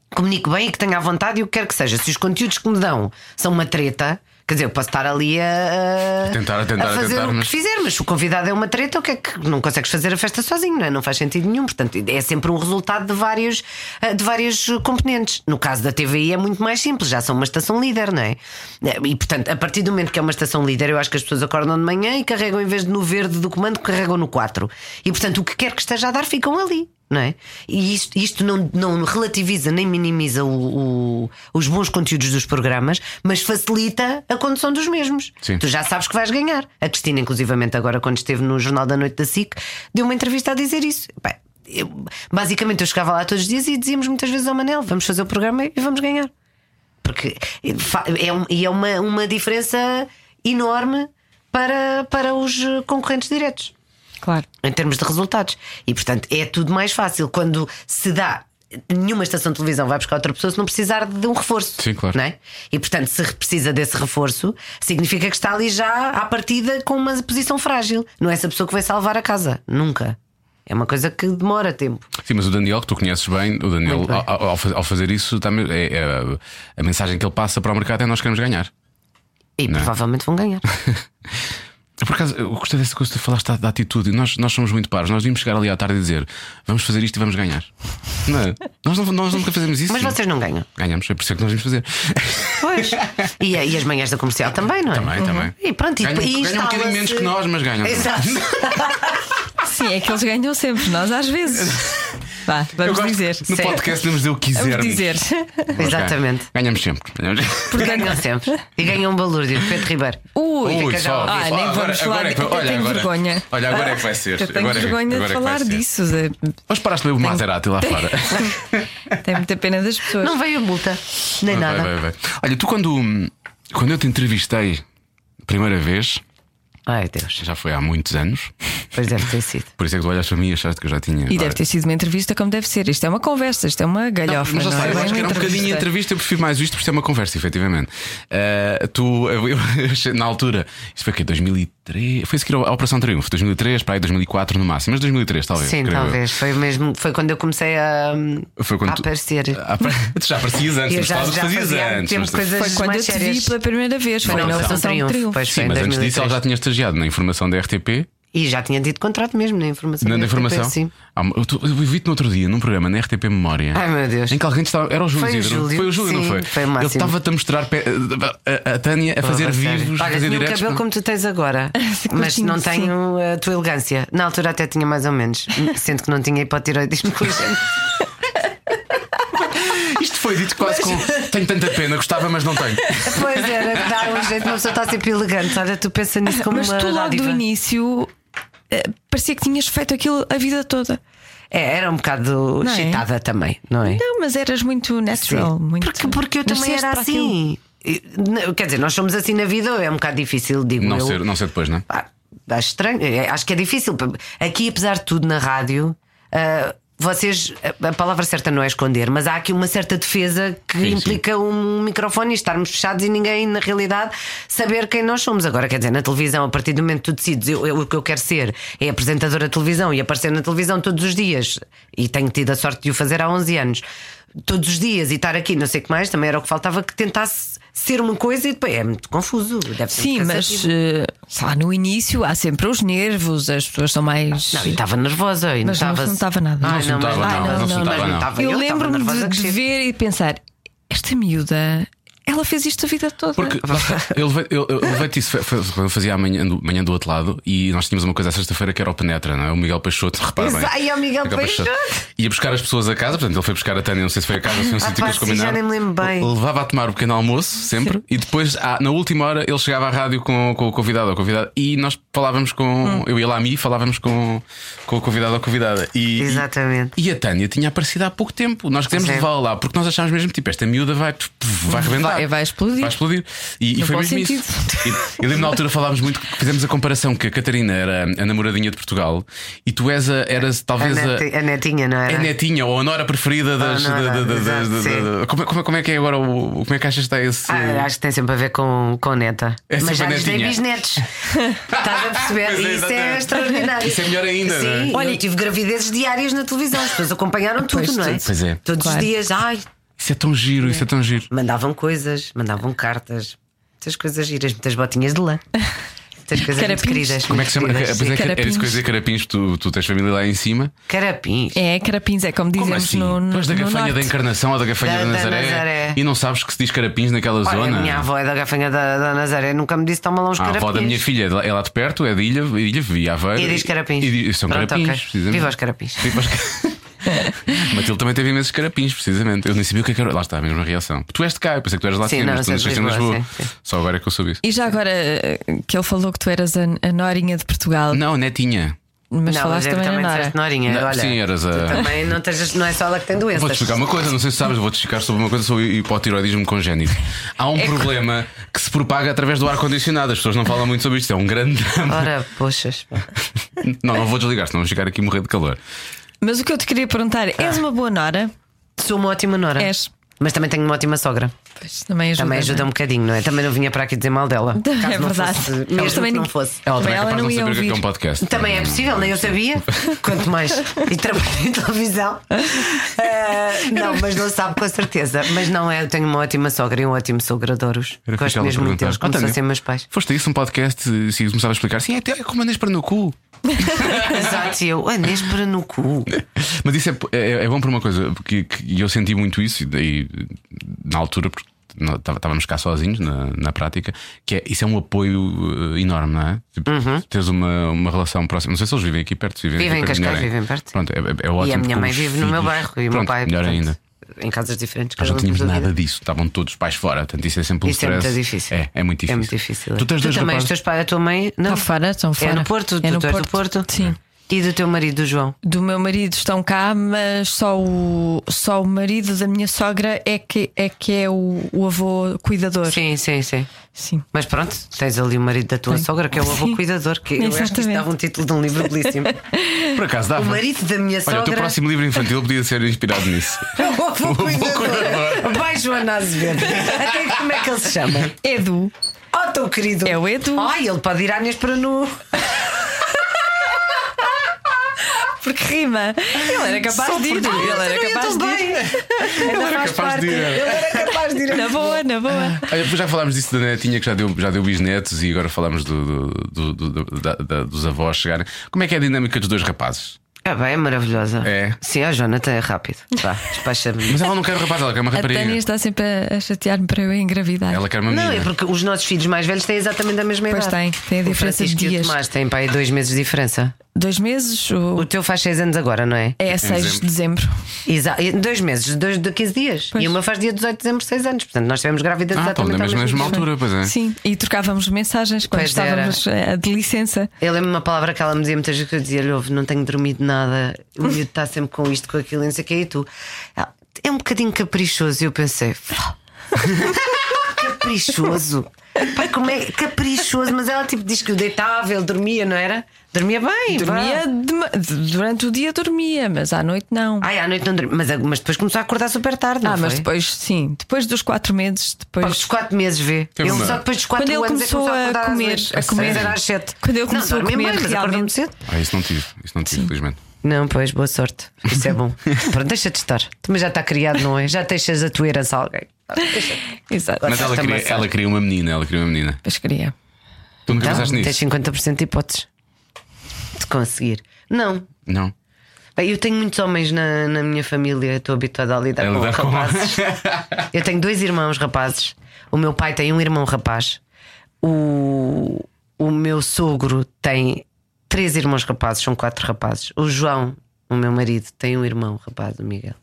[SPEAKER 4] comunico bem e que tenho à vontade e o que quer que seja. Se os conteúdos que me dão são uma treta. Quer dizer, eu posso estar ali a, a-
[SPEAKER 2] A tentar, a tentar, a
[SPEAKER 4] fazer
[SPEAKER 2] tentar,
[SPEAKER 4] o que
[SPEAKER 2] mas-
[SPEAKER 4] fizer, mas se o convidado é uma treta, o que é que não consegues fazer a festa sozinho, não é? Não faz sentido nenhum. Portanto, é sempre um resultado de vários, eh, de vários componentes. No caso da TVI é muito mais simples, já são uma estação líder, não é? E portanto, a partir do momento que é uma estação líder, eu acho que as pessoas acordam de manhã e carregam em vez de no verde do comando, carregam no 4. E portanto, o que quer que esteja a dar, ficam ali. Não é? E isto, isto não, não relativiza nem minimiza o- o- os bons conteúdos dos programas, mas facilita a condução dos mesmos.
[SPEAKER 2] Sim.
[SPEAKER 4] Tu já sabes que vais ganhar. A Cristina, inclusivamente, agora, quando esteve no Jornal da Noite da SIC, deu uma entrevista a dizer isso. Pá, eu- basicamente, eu chegava lá todos os dias e dizíamos muitas vezes ao Manel: vamos fazer o programa e vamos ganhar. eh, Porque fa- é, um- e é uma, uma diferença enorme para, para os eh, concorrentes diretos
[SPEAKER 3] Claro.
[SPEAKER 4] em termos de resultados. E portanto é tudo mais fácil quando se dá. Nenhuma estação de televisão vai buscar outra pessoa se não precisar de um reforço.
[SPEAKER 2] Sim, claro.
[SPEAKER 4] Não é? E portanto, se precisa desse reforço, significa que está ali já à partida com uma posição frágil. Não é essa pessoa que vai salvar a casa. Nunca. É uma coisa que demora tempo.
[SPEAKER 2] Sim, mas o Daniel, que tu conheces bem, o Daniel,
[SPEAKER 4] Muito bem.
[SPEAKER 2] Ao, ao faz- ao fazer isso, também é, é- a mensagem que ele passa para o mercado é nós queremos ganhar.
[SPEAKER 4] E
[SPEAKER 2] é?
[SPEAKER 4] provavelmente vão ganhar.
[SPEAKER 2] Por acaso, eu gostei dessa coisa que tu falaste da, da atitude. Nós, nós somos muito pares. Nós vimos chegar ali à tarde e dizer vamos fazer isto e vamos ganhar. Não é? nós, não- nós nunca fazemos isso.
[SPEAKER 4] Mas vocês não ganham.
[SPEAKER 2] Ganhamos, é por isso que nós vimos fazer.
[SPEAKER 4] Pois. E, eh, e as manhãs da comercial também, não é?
[SPEAKER 2] Também, também.
[SPEAKER 3] tipo,
[SPEAKER 4] E pronto, e,
[SPEAKER 2] tá Ganham-
[SPEAKER 4] e
[SPEAKER 2] ganham um bocadinho
[SPEAKER 4] instala-se-
[SPEAKER 2] menos que nós, mas ganham.
[SPEAKER 4] Exato.
[SPEAKER 3] Sim, é que eles ganham sempre, nós às vezes. Vá,
[SPEAKER 2] Eu
[SPEAKER 3] vamos
[SPEAKER 2] gosto que
[SPEAKER 3] dizer.
[SPEAKER 2] No
[SPEAKER 4] Sim.
[SPEAKER 2] podcast podemos dizer o que
[SPEAKER 3] Vamos
[SPEAKER 2] quisermos.
[SPEAKER 3] dizer.
[SPEAKER 2] Mas ganha-
[SPEAKER 4] Exatamente.
[SPEAKER 2] Ganhamos sempre.
[SPEAKER 4] Porque ganham sempre. E ganham um balúrdio, Pedro Ribeiro.
[SPEAKER 3] Ui,
[SPEAKER 2] Ui,
[SPEAKER 4] já
[SPEAKER 2] só.
[SPEAKER 4] ouvi.
[SPEAKER 3] Ah, nem
[SPEAKER 2] agora-
[SPEAKER 3] vamos falar
[SPEAKER 2] agora é que-
[SPEAKER 3] de- eu
[SPEAKER 2] olha,
[SPEAKER 3] tenho
[SPEAKER 2] agora-
[SPEAKER 3] vergonha.
[SPEAKER 2] Olha, agora é que vai ser.
[SPEAKER 3] Eu tenho
[SPEAKER 2] Agora é que-
[SPEAKER 3] vergonha
[SPEAKER 2] agora
[SPEAKER 3] de
[SPEAKER 2] é que vai
[SPEAKER 3] falar
[SPEAKER 2] ser.
[SPEAKER 3] disso.
[SPEAKER 2] Mas paraste de ler o Maserati lá fora.
[SPEAKER 3] Tem muita pena das pessoas.
[SPEAKER 4] Não veio a multa, nem
[SPEAKER 2] Vai,
[SPEAKER 4] nada.
[SPEAKER 2] vai, vai. Olha, tu quando, quando eu te entrevistei a primeira vez,
[SPEAKER 4] Ai Deus,
[SPEAKER 2] já foi há muitos anos,
[SPEAKER 4] pois deve ter sido.
[SPEAKER 2] por isso é que tu olhaste para mim e achaste que eu já tinha.
[SPEAKER 3] E deve ter sido uma entrevista como deve ser. Isto é uma conversa, isto é uma galhofa.
[SPEAKER 2] Mas já
[SPEAKER 3] não é
[SPEAKER 2] sei, eu
[SPEAKER 3] bem
[SPEAKER 2] acho que era
[SPEAKER 3] uma
[SPEAKER 2] um bocadinho
[SPEAKER 3] entrevista.
[SPEAKER 2] entrevista, eu prefiro mais isto por ser uma conversa, efetivamente. Ah, tu, eu- eu achei- na altura, isto foi o quê? 2003? Foi a seguir à Operação Triunfo, 2003 para aí 2004 no máximo, mas 2003 talvez.
[SPEAKER 4] Sim,
[SPEAKER 2] creio eu.
[SPEAKER 4] talvez. Foi mesmo, foi quando eu comecei a, hum,
[SPEAKER 2] Foi quando
[SPEAKER 4] a
[SPEAKER 2] tu-
[SPEAKER 4] aparecer.
[SPEAKER 2] Ah, pá, Tu já aparecias antes,
[SPEAKER 4] Eu
[SPEAKER 2] mas
[SPEAKER 4] já,
[SPEAKER 2] falas o que
[SPEAKER 4] já
[SPEAKER 2] fazias
[SPEAKER 4] fazia
[SPEAKER 2] antes.
[SPEAKER 4] tempo
[SPEAKER 2] mas-
[SPEAKER 4] coisas
[SPEAKER 3] Foi quando eu
[SPEAKER 4] mais
[SPEAKER 3] te
[SPEAKER 4] sérias.
[SPEAKER 3] vi pela primeira vez. Foi
[SPEAKER 4] Foi
[SPEAKER 3] na
[SPEAKER 4] na
[SPEAKER 3] Operação
[SPEAKER 4] Operação
[SPEAKER 3] Triunfo.
[SPEAKER 4] Triunfo, pois
[SPEAKER 2] Sim,
[SPEAKER 4] foi em
[SPEAKER 2] mas antes disso
[SPEAKER 4] 2003.
[SPEAKER 2] ela já tinha estagiado na informação da RTP.
[SPEAKER 4] E já tinha dito contrato mesmo na informação.
[SPEAKER 2] Na, na
[SPEAKER 4] da RTP,
[SPEAKER 2] informação?
[SPEAKER 4] Sim.
[SPEAKER 2] Ah, eu tu- eu vi-te no outro dia num programa na RTP Memória.
[SPEAKER 4] assim, Ai, meu Deus.
[SPEAKER 2] Em que alguém estava. Era o Júlio
[SPEAKER 4] Foi o
[SPEAKER 2] Isidro.
[SPEAKER 4] Júlio,
[SPEAKER 2] Foi o Júlio, não
[SPEAKER 4] sim,
[SPEAKER 2] foi?
[SPEAKER 4] foi o
[SPEAKER 2] Ele
[SPEAKER 4] máximo.
[SPEAKER 2] estava-te a mostrar pe- a, a- a Tânia a fazer
[SPEAKER 4] Porra, sério.
[SPEAKER 2] vivos, a
[SPEAKER 4] Olha,
[SPEAKER 2] fazer
[SPEAKER 4] tinha o
[SPEAKER 2] diretos.
[SPEAKER 4] cabelo como tu tens agora, mas
[SPEAKER 3] curtinho,
[SPEAKER 4] não
[SPEAKER 3] sim.
[SPEAKER 4] tenho a tua elegância. Na altura até tinha mais ou menos, sendo que não tinha hipotiroidismo congénito.
[SPEAKER 2] Isto foi dito quase com. Tenho tanta pena, gostava, mas não tenho.
[SPEAKER 4] Pois era, dá um jeito, uma pessoa está sempre elegante. Olha, tu pensa nisso como
[SPEAKER 3] Mas
[SPEAKER 4] uma
[SPEAKER 3] tu logo do
[SPEAKER 4] dádiva.
[SPEAKER 3] início eh, parecia que tinhas feito aquilo a vida toda.
[SPEAKER 4] É, era um bocado
[SPEAKER 3] Não é?
[SPEAKER 4] excitada também, não é?
[SPEAKER 3] Não, mas eras muito natural.
[SPEAKER 4] Sim.
[SPEAKER 3] Muito...
[SPEAKER 4] porque, porque eu também
[SPEAKER 3] nasceste
[SPEAKER 4] era
[SPEAKER 3] para aquilo.
[SPEAKER 4] assim. E, n- Quer dizer, nós somos assim na vida, é um bocado difícil, digo
[SPEAKER 2] Não
[SPEAKER 4] eu.
[SPEAKER 2] ser, não ser depois, não é?
[SPEAKER 4] Pá, acho estranho, é, acho que é difícil. Aqui, apesar de tudo, na rádio. ah, vocês, a a palavra certa não é esconder, mas há aqui uma certa defesa que
[SPEAKER 2] Sim, sim.
[SPEAKER 4] implica um microfone e estarmos fechados e ninguém, na realidade, saber quem nós somos. Agora, quer dizer, na televisão, a partir do momento que tu decides, eu, eu- o que eu quero ser é apresentadora de televisão e aparecer na televisão todos os dias, e tenho tido a sorte de o fazer há 11 anos, todos os dias e estar aqui, não sei o que mais, também era o que faltava que tentasse ser uma coisa e depois é muito confuso. Deve ser
[SPEAKER 3] Sim,
[SPEAKER 4] muito
[SPEAKER 3] mas
[SPEAKER 4] cansativo.
[SPEAKER 3] eh, sei lá, no início há sempre os nervos, as pessoas são mais.
[SPEAKER 4] Não, e estava nervosa. E
[SPEAKER 3] Mas não
[SPEAKER 4] estava...
[SPEAKER 3] se notava nada.
[SPEAKER 4] Ai,
[SPEAKER 2] Não se notava,
[SPEAKER 4] mas-
[SPEAKER 2] não,
[SPEAKER 4] Ai,
[SPEAKER 2] não se notava,
[SPEAKER 4] mas
[SPEAKER 2] não.
[SPEAKER 4] notava.
[SPEAKER 3] eu
[SPEAKER 4] Eu
[SPEAKER 3] lembro-me
[SPEAKER 4] estava nervosa
[SPEAKER 3] de,
[SPEAKER 4] que
[SPEAKER 3] de
[SPEAKER 4] chega.
[SPEAKER 3] ver e de pensar: esta miúda, ela fez isto a vida toda.
[SPEAKER 2] Porque lá está, eu levei- eu- eu levei-te isso, foi- foi- quando eu fazia amanhã do, manhã do outro lado, e nós tínhamos uma coisa à sexta-feira que era o Penetra, não é? O Miguel Peixoto, repara bem.
[SPEAKER 4] Exato, e é o Miguel Peixoto.
[SPEAKER 2] Ia buscar as pessoas a casa, portanto ele foi buscar a Tânia, não sei se foi a casa, se foi um
[SPEAKER 4] Ah,
[SPEAKER 2] sítio que
[SPEAKER 4] pá,
[SPEAKER 2] eles
[SPEAKER 4] sim, já
[SPEAKER 2] combinaram.
[SPEAKER 4] nem me lembro bem.
[SPEAKER 2] Le- Levava a tomar o pequeno almoço, sempre, e depois, à- na última hora, ele chegava à rádio com, com o convidado ou convidada, e nós falávamos com.
[SPEAKER 4] Hum.
[SPEAKER 2] Eu ia lá a mim e falávamos com, com o convidado ou convidada. E,
[SPEAKER 4] Exatamente.
[SPEAKER 2] E, e a Tânia tinha aparecido há pouco tempo, nós queremos
[SPEAKER 4] Pois é.
[SPEAKER 2] levá-la lá, porque nós achámos mesmo, tipo, esta miúda vai, vai arrebentar.
[SPEAKER 3] Vai- vai explodir.
[SPEAKER 2] Vai explodir. E, e
[SPEAKER 3] No
[SPEAKER 2] foi
[SPEAKER 3] bom
[SPEAKER 2] mesmo
[SPEAKER 3] sentido.
[SPEAKER 2] isso. E, eu lembro na altura falámos muito, que fizemos a comparação que a Catarina era a namoradinha de Portugal e tu és a, eras
[SPEAKER 4] A,
[SPEAKER 2] talvez a.
[SPEAKER 4] neti- a netinha, não era?
[SPEAKER 2] a netinha ou a Nora preferida das.
[SPEAKER 4] A Nora,
[SPEAKER 2] da- da- da-
[SPEAKER 4] exato,
[SPEAKER 2] da- da-
[SPEAKER 4] sim.
[SPEAKER 2] da- como, é- como é- como é que é agora? O, como é que achas que está esse.
[SPEAKER 4] Ah, acho que tem sempre a ver com, com neta.
[SPEAKER 2] É sempre
[SPEAKER 4] Mas já
[SPEAKER 2] a
[SPEAKER 4] lhes dei
[SPEAKER 2] netinha.
[SPEAKER 4] bisnetos. Estás a perceber?
[SPEAKER 2] Pois é,
[SPEAKER 4] E isso é
[SPEAKER 2] exatamente.
[SPEAKER 4] extraordinário.
[SPEAKER 2] Isso é melhor ainda, não é?
[SPEAKER 4] Sim,
[SPEAKER 3] Olha,
[SPEAKER 4] eu tive gravidezes diárias na televisão. As pessoas acompanharam tudo,
[SPEAKER 3] Pois,
[SPEAKER 4] não é?
[SPEAKER 3] tudo.
[SPEAKER 2] Pois é.
[SPEAKER 4] Todos
[SPEAKER 3] Claro.
[SPEAKER 4] os dias, ai,
[SPEAKER 2] Isso é tão giro, isso é tão giro.
[SPEAKER 4] mandavam coisas, mandavam cartas, muitas coisas giras, muitas botinhas de lã. Muitas coisas
[SPEAKER 3] Carapinhos.
[SPEAKER 4] muito queridas.
[SPEAKER 2] Como é
[SPEAKER 4] muito
[SPEAKER 2] que se chama?
[SPEAKER 4] queridas,
[SPEAKER 2] Pois é,
[SPEAKER 4] sim.
[SPEAKER 2] que- era
[SPEAKER 3] Carapinhos.
[SPEAKER 2] isso que eu ia dizer, carapinhos, tu, tu tens família lá em cima.
[SPEAKER 4] Carapins.
[SPEAKER 3] É, carapins, é como
[SPEAKER 2] Como
[SPEAKER 3] dizemos
[SPEAKER 2] assim?
[SPEAKER 3] no, no,
[SPEAKER 2] Depois da
[SPEAKER 3] no
[SPEAKER 2] gafanha da
[SPEAKER 3] norte.
[SPEAKER 2] encarnação ou da gafanha da,
[SPEAKER 4] Da- da
[SPEAKER 2] Nazaré,
[SPEAKER 4] Nazaré.
[SPEAKER 2] E não sabes que se diz carapins naquela
[SPEAKER 4] Olha,
[SPEAKER 2] zona.
[SPEAKER 4] a minha avó é da gafanha da, da Nazaré, nunca me disse tão mal uns
[SPEAKER 2] A
[SPEAKER 4] carapinhos.
[SPEAKER 2] avó da minha filha é de lá- é lá de perto, é de Ilha, Ilha via Aveiro.
[SPEAKER 4] E diz carapins.
[SPEAKER 2] E, diz- são
[SPEAKER 4] Pronto,
[SPEAKER 2] carapins,
[SPEAKER 4] ok.
[SPEAKER 2] precisamente.
[SPEAKER 4] Viva os carapins.
[SPEAKER 2] Viva os carapins. Matilde também teve imensos carapins, precisamente. Eu nem sabia o que é que era. Lá está a mesma reação. Tu és de cá, eu pensei que tu eras lá de
[SPEAKER 4] Sim,
[SPEAKER 2] cima,
[SPEAKER 4] não,
[SPEAKER 2] mas tu
[SPEAKER 4] eu sou
[SPEAKER 2] nasceste
[SPEAKER 4] de
[SPEAKER 2] em Lisboa.
[SPEAKER 4] Lisboa, sim, sim.
[SPEAKER 2] Só agora é que eu soube isso.
[SPEAKER 3] E já agora eh, que ele falou que tu eras a, a Norinha de Portugal,
[SPEAKER 2] Não, netinha.
[SPEAKER 3] Mas
[SPEAKER 4] não,
[SPEAKER 3] falaste
[SPEAKER 4] mas é que
[SPEAKER 3] também, na Nara.
[SPEAKER 4] disseste Norinha.
[SPEAKER 2] Não,
[SPEAKER 4] olha,
[SPEAKER 2] sim, eras a-
[SPEAKER 4] tu Também não, tens, não é só ela que tem doenças.
[SPEAKER 2] Vou-te explicar uma coisa, não sei se sabes, vou-te explicar sobre uma coisa sobre hipotiroidismo congénito. Há
[SPEAKER 4] É
[SPEAKER 2] um problema que se propaga através do ar-condicionado, as pessoas não falam muito sobre isto, é um grande drama.
[SPEAKER 4] Ora, poxas. pá.
[SPEAKER 2] Não, não vou desligar, senão vou chegar aqui a morrer de calor.
[SPEAKER 3] Mas o que eu te queria perguntar,
[SPEAKER 4] Ah.
[SPEAKER 3] és uma boa Nora?
[SPEAKER 4] Sou uma ótima Nora.
[SPEAKER 3] És.
[SPEAKER 4] Mas também tenho uma ótima sogra.
[SPEAKER 3] Pois, também ajuda.
[SPEAKER 4] Também
[SPEAKER 3] não é?
[SPEAKER 4] ajuda um bocadinho, não é? Também não vinha para aqui dizer mal dela.
[SPEAKER 3] É
[SPEAKER 4] Caso não
[SPEAKER 3] verdade.
[SPEAKER 4] fosse-
[SPEAKER 3] Mas
[SPEAKER 4] mesmo
[SPEAKER 3] também
[SPEAKER 4] que não
[SPEAKER 3] ninguém-
[SPEAKER 4] fosse.
[SPEAKER 2] Ela também
[SPEAKER 3] Também
[SPEAKER 2] é capaz de
[SPEAKER 3] ela
[SPEAKER 2] não
[SPEAKER 3] não ia
[SPEAKER 2] saber o que é que é um
[SPEAKER 3] ouvir.
[SPEAKER 2] podcast.
[SPEAKER 4] Também é possível, nem eu sabia. Quanto mais. E trabalho em televisão. Ah, não, mas não sabe com certeza. Mas não é, eu tenho uma ótima sogra e um ótimo sogro, adoro-os.
[SPEAKER 2] Era o que
[SPEAKER 4] Gosto
[SPEAKER 2] ela
[SPEAKER 4] mesmo muito
[SPEAKER 2] perguntava.
[SPEAKER 4] deles, como
[SPEAKER 2] Oh,
[SPEAKER 4] se
[SPEAKER 2] Tânia,
[SPEAKER 4] fossem meus pais.
[SPEAKER 2] Foste a isso um podcast e se começava a explicar Sim, é até como andas para no cu
[SPEAKER 4] Exato, e eu, anês para no cu.
[SPEAKER 2] Mas isso é, é, é bom para uma coisa porque, que- E eu senti muito isso E daí, na altura, porque nó- tava- estávamos cá sozinhos na, na prática Que é, isso é um apoio eh, enorme, não é? Tipo, Teres uma, uma relação próxima Não sei se eles vivem aqui perto se vivem,
[SPEAKER 4] Uhum. Vivem em
[SPEAKER 2] aqui perto,
[SPEAKER 4] Cascais,
[SPEAKER 2] melhor ainda.
[SPEAKER 4] vivem perto.
[SPEAKER 2] Pronto, é, é- é ótimo
[SPEAKER 4] e a minha
[SPEAKER 2] com
[SPEAKER 4] mãe
[SPEAKER 2] os
[SPEAKER 4] vive no meu
[SPEAKER 2] filhos.
[SPEAKER 4] bairro e o meu
[SPEAKER 2] Pronto,
[SPEAKER 4] pai.
[SPEAKER 2] Melhor
[SPEAKER 4] portanto,
[SPEAKER 2] ainda
[SPEAKER 4] Em casas diferentes.
[SPEAKER 2] Nós
[SPEAKER 4] cada
[SPEAKER 2] não
[SPEAKER 4] um
[SPEAKER 2] tínhamos
[SPEAKER 4] com a sua
[SPEAKER 2] nada
[SPEAKER 4] vida.
[SPEAKER 2] disso, estavam todos os pais fora, portanto isso é sempre um
[SPEAKER 4] Isso é muito
[SPEAKER 2] stress.
[SPEAKER 4] difícil.
[SPEAKER 2] É, é muito difícil.
[SPEAKER 4] É muito difícil.
[SPEAKER 2] Tu tens dois
[SPEAKER 4] também, os
[SPEAKER 2] rapazes.
[SPEAKER 4] teus pais, a tua mãe. Não,
[SPEAKER 3] Estão Tá fora, estão fora.
[SPEAKER 4] É no Porto, tu,
[SPEAKER 3] É no
[SPEAKER 4] tu és do
[SPEAKER 3] Porto.
[SPEAKER 4] Porto.
[SPEAKER 3] Sim.
[SPEAKER 4] E do teu marido, do João.
[SPEAKER 3] Do meu marido estão cá, mas só o, só o marido da minha sogra é que é, que é o, o avô cuidador.
[SPEAKER 4] Sim, sim, sim.
[SPEAKER 3] Sim.
[SPEAKER 4] Mas pronto, tens ali o marido da tua sogra, que é o avô
[SPEAKER 3] Sim.
[SPEAKER 4] cuidador, que eu acho que isto
[SPEAKER 3] Exatamente.
[SPEAKER 4] dava um título de um livro belíssimo.
[SPEAKER 2] Por acaso dava.
[SPEAKER 4] o marido da minha
[SPEAKER 2] Olha,
[SPEAKER 4] sogra.
[SPEAKER 2] o teu próximo livro infantil podia ser inspirado nisso.
[SPEAKER 4] é o avô
[SPEAKER 2] cuidador.
[SPEAKER 4] cuidador. Vai, Joana Azevedo. Até como é que ele se chama?
[SPEAKER 3] Edu
[SPEAKER 4] Oh, teu querido.
[SPEAKER 3] é o Edu,
[SPEAKER 4] Ai, ele pode ir à Inês para nu.
[SPEAKER 3] porque rima. Ele era capaz
[SPEAKER 4] Só
[SPEAKER 3] de ir. então
[SPEAKER 4] por- Ah,
[SPEAKER 3] Ele
[SPEAKER 4] eu
[SPEAKER 3] era
[SPEAKER 4] também, eu
[SPEAKER 3] capaz de
[SPEAKER 4] também.
[SPEAKER 3] ir.
[SPEAKER 4] Ele
[SPEAKER 2] era capaz
[SPEAKER 4] faz
[SPEAKER 2] de
[SPEAKER 4] parte.
[SPEAKER 2] ir.
[SPEAKER 4] Ele era É capaz de ir.
[SPEAKER 3] Na boa, na boa.
[SPEAKER 2] Olha, depois já falámos disso da netinha que já deu, já deu bisnetos e agora falámos do- do- do- do- da- da- dos avós chegarem. Como é que é a dinâmica dos dois rapazes?
[SPEAKER 4] Ah, bem, é maravilhosa.
[SPEAKER 2] É.
[SPEAKER 4] Sim, a Joana tem é rápido. Vá, despacha-me.
[SPEAKER 2] Mas ela não quer um rapaz, ela quer uma
[SPEAKER 3] A Tânia
[SPEAKER 2] rapariga.
[SPEAKER 3] está sempre a, a chatear-me para eu engravidar.
[SPEAKER 2] Ela quer uma
[SPEAKER 4] Não, é
[SPEAKER 2] menina.
[SPEAKER 4] porque os nossos filhos mais velhos têm exatamente a mesma
[SPEAKER 3] Pois têm,
[SPEAKER 4] idade.
[SPEAKER 3] têm a
[SPEAKER 4] O
[SPEAKER 3] diferença de
[SPEAKER 4] Francisco e o
[SPEAKER 3] dias.
[SPEAKER 4] Tomás têm para aí dois meses de diferença.
[SPEAKER 3] Dois meses? O,
[SPEAKER 4] O teu faz seis anos agora, não é?
[SPEAKER 3] é 6 de dezembro.
[SPEAKER 4] Exato, dois meses, dois de 15 dias.
[SPEAKER 3] Pois.
[SPEAKER 4] E uma faz dia 18 de dezembro, 6 anos. Portanto, nós estivemos grávidas
[SPEAKER 2] Ah, estão
[SPEAKER 4] exatamente
[SPEAKER 2] da
[SPEAKER 4] ao
[SPEAKER 2] mesma,
[SPEAKER 4] mesmo
[SPEAKER 2] mesma
[SPEAKER 4] tempo.
[SPEAKER 2] altura, pois é.
[SPEAKER 3] Sim, e trocávamos mensagens quando
[SPEAKER 4] Pois
[SPEAKER 3] estávamos eh, de licença.
[SPEAKER 4] Eu lembro uma palavra que ela me dizia muitas vezes que eu dizia-lhe: ouve, não tenho dormido nada, o miúdo está sempre com isto, com aquilo, não sei o que e tu. "Ah, É um bocadinho caprichoso. E eu pensei: "Fá." caprichoso? Pai, como é caprichoso? Mas ela tipo diz que o deitava, ele dormia, não era? Dormia bem, vá.
[SPEAKER 3] Dormia de ma- de- durante o dia dormia, mas à noite não.
[SPEAKER 4] Ai, à noite não dormia. Mas, mas depois começou a acordar super tarde, não
[SPEAKER 3] ah, mas
[SPEAKER 4] foi?
[SPEAKER 3] depois sim, depois dos quatro meses,
[SPEAKER 4] Pá,
[SPEAKER 3] depois
[SPEAKER 4] Dos 4 meses vê.
[SPEAKER 2] Teve
[SPEAKER 4] Ele
[SPEAKER 2] uma-
[SPEAKER 4] só depois dos 4
[SPEAKER 3] Quando ele
[SPEAKER 4] anos
[SPEAKER 3] começou
[SPEAKER 4] é que
[SPEAKER 3] a
[SPEAKER 4] acordar às
[SPEAKER 3] comer,
[SPEAKER 4] oito.
[SPEAKER 3] a
[SPEAKER 4] A
[SPEAKER 3] comer.
[SPEAKER 4] sério? às 7.
[SPEAKER 3] Quando ele começou a
[SPEAKER 4] é
[SPEAKER 3] comer, realmente.
[SPEAKER 4] cedo.
[SPEAKER 2] Ah, isso não tive, isso não tive, felizmente.
[SPEAKER 4] Não, pois, boa sorte. Isso é bom. Pronto, deixa-te estar. Também já está criado, não é? Já deixas a tua herança a alguém.
[SPEAKER 3] Exato.
[SPEAKER 2] Mas ela
[SPEAKER 4] Também
[SPEAKER 2] queria,
[SPEAKER 4] sabe.
[SPEAKER 2] ela queria uma menina, ela queria uma menina.
[SPEAKER 3] Depois queria.
[SPEAKER 2] Tu nunca pensaste
[SPEAKER 4] Então,
[SPEAKER 2] nisso?
[SPEAKER 4] tens 50% de hipóteses de conseguir. Não.
[SPEAKER 2] Não.
[SPEAKER 4] Bem, eu tenho muitos homens na, na minha família, estou habituada a lidar
[SPEAKER 2] A
[SPEAKER 4] com
[SPEAKER 2] lidar com-
[SPEAKER 4] rapazes. eu tenho dois irmãos rapazes. O meu pai tem um irmão rapaz. O, o meu sogro tem três irmãos rapazes, são quatro rapazes. O João, o meu marido, tem um irmão rapaz, o Miguel.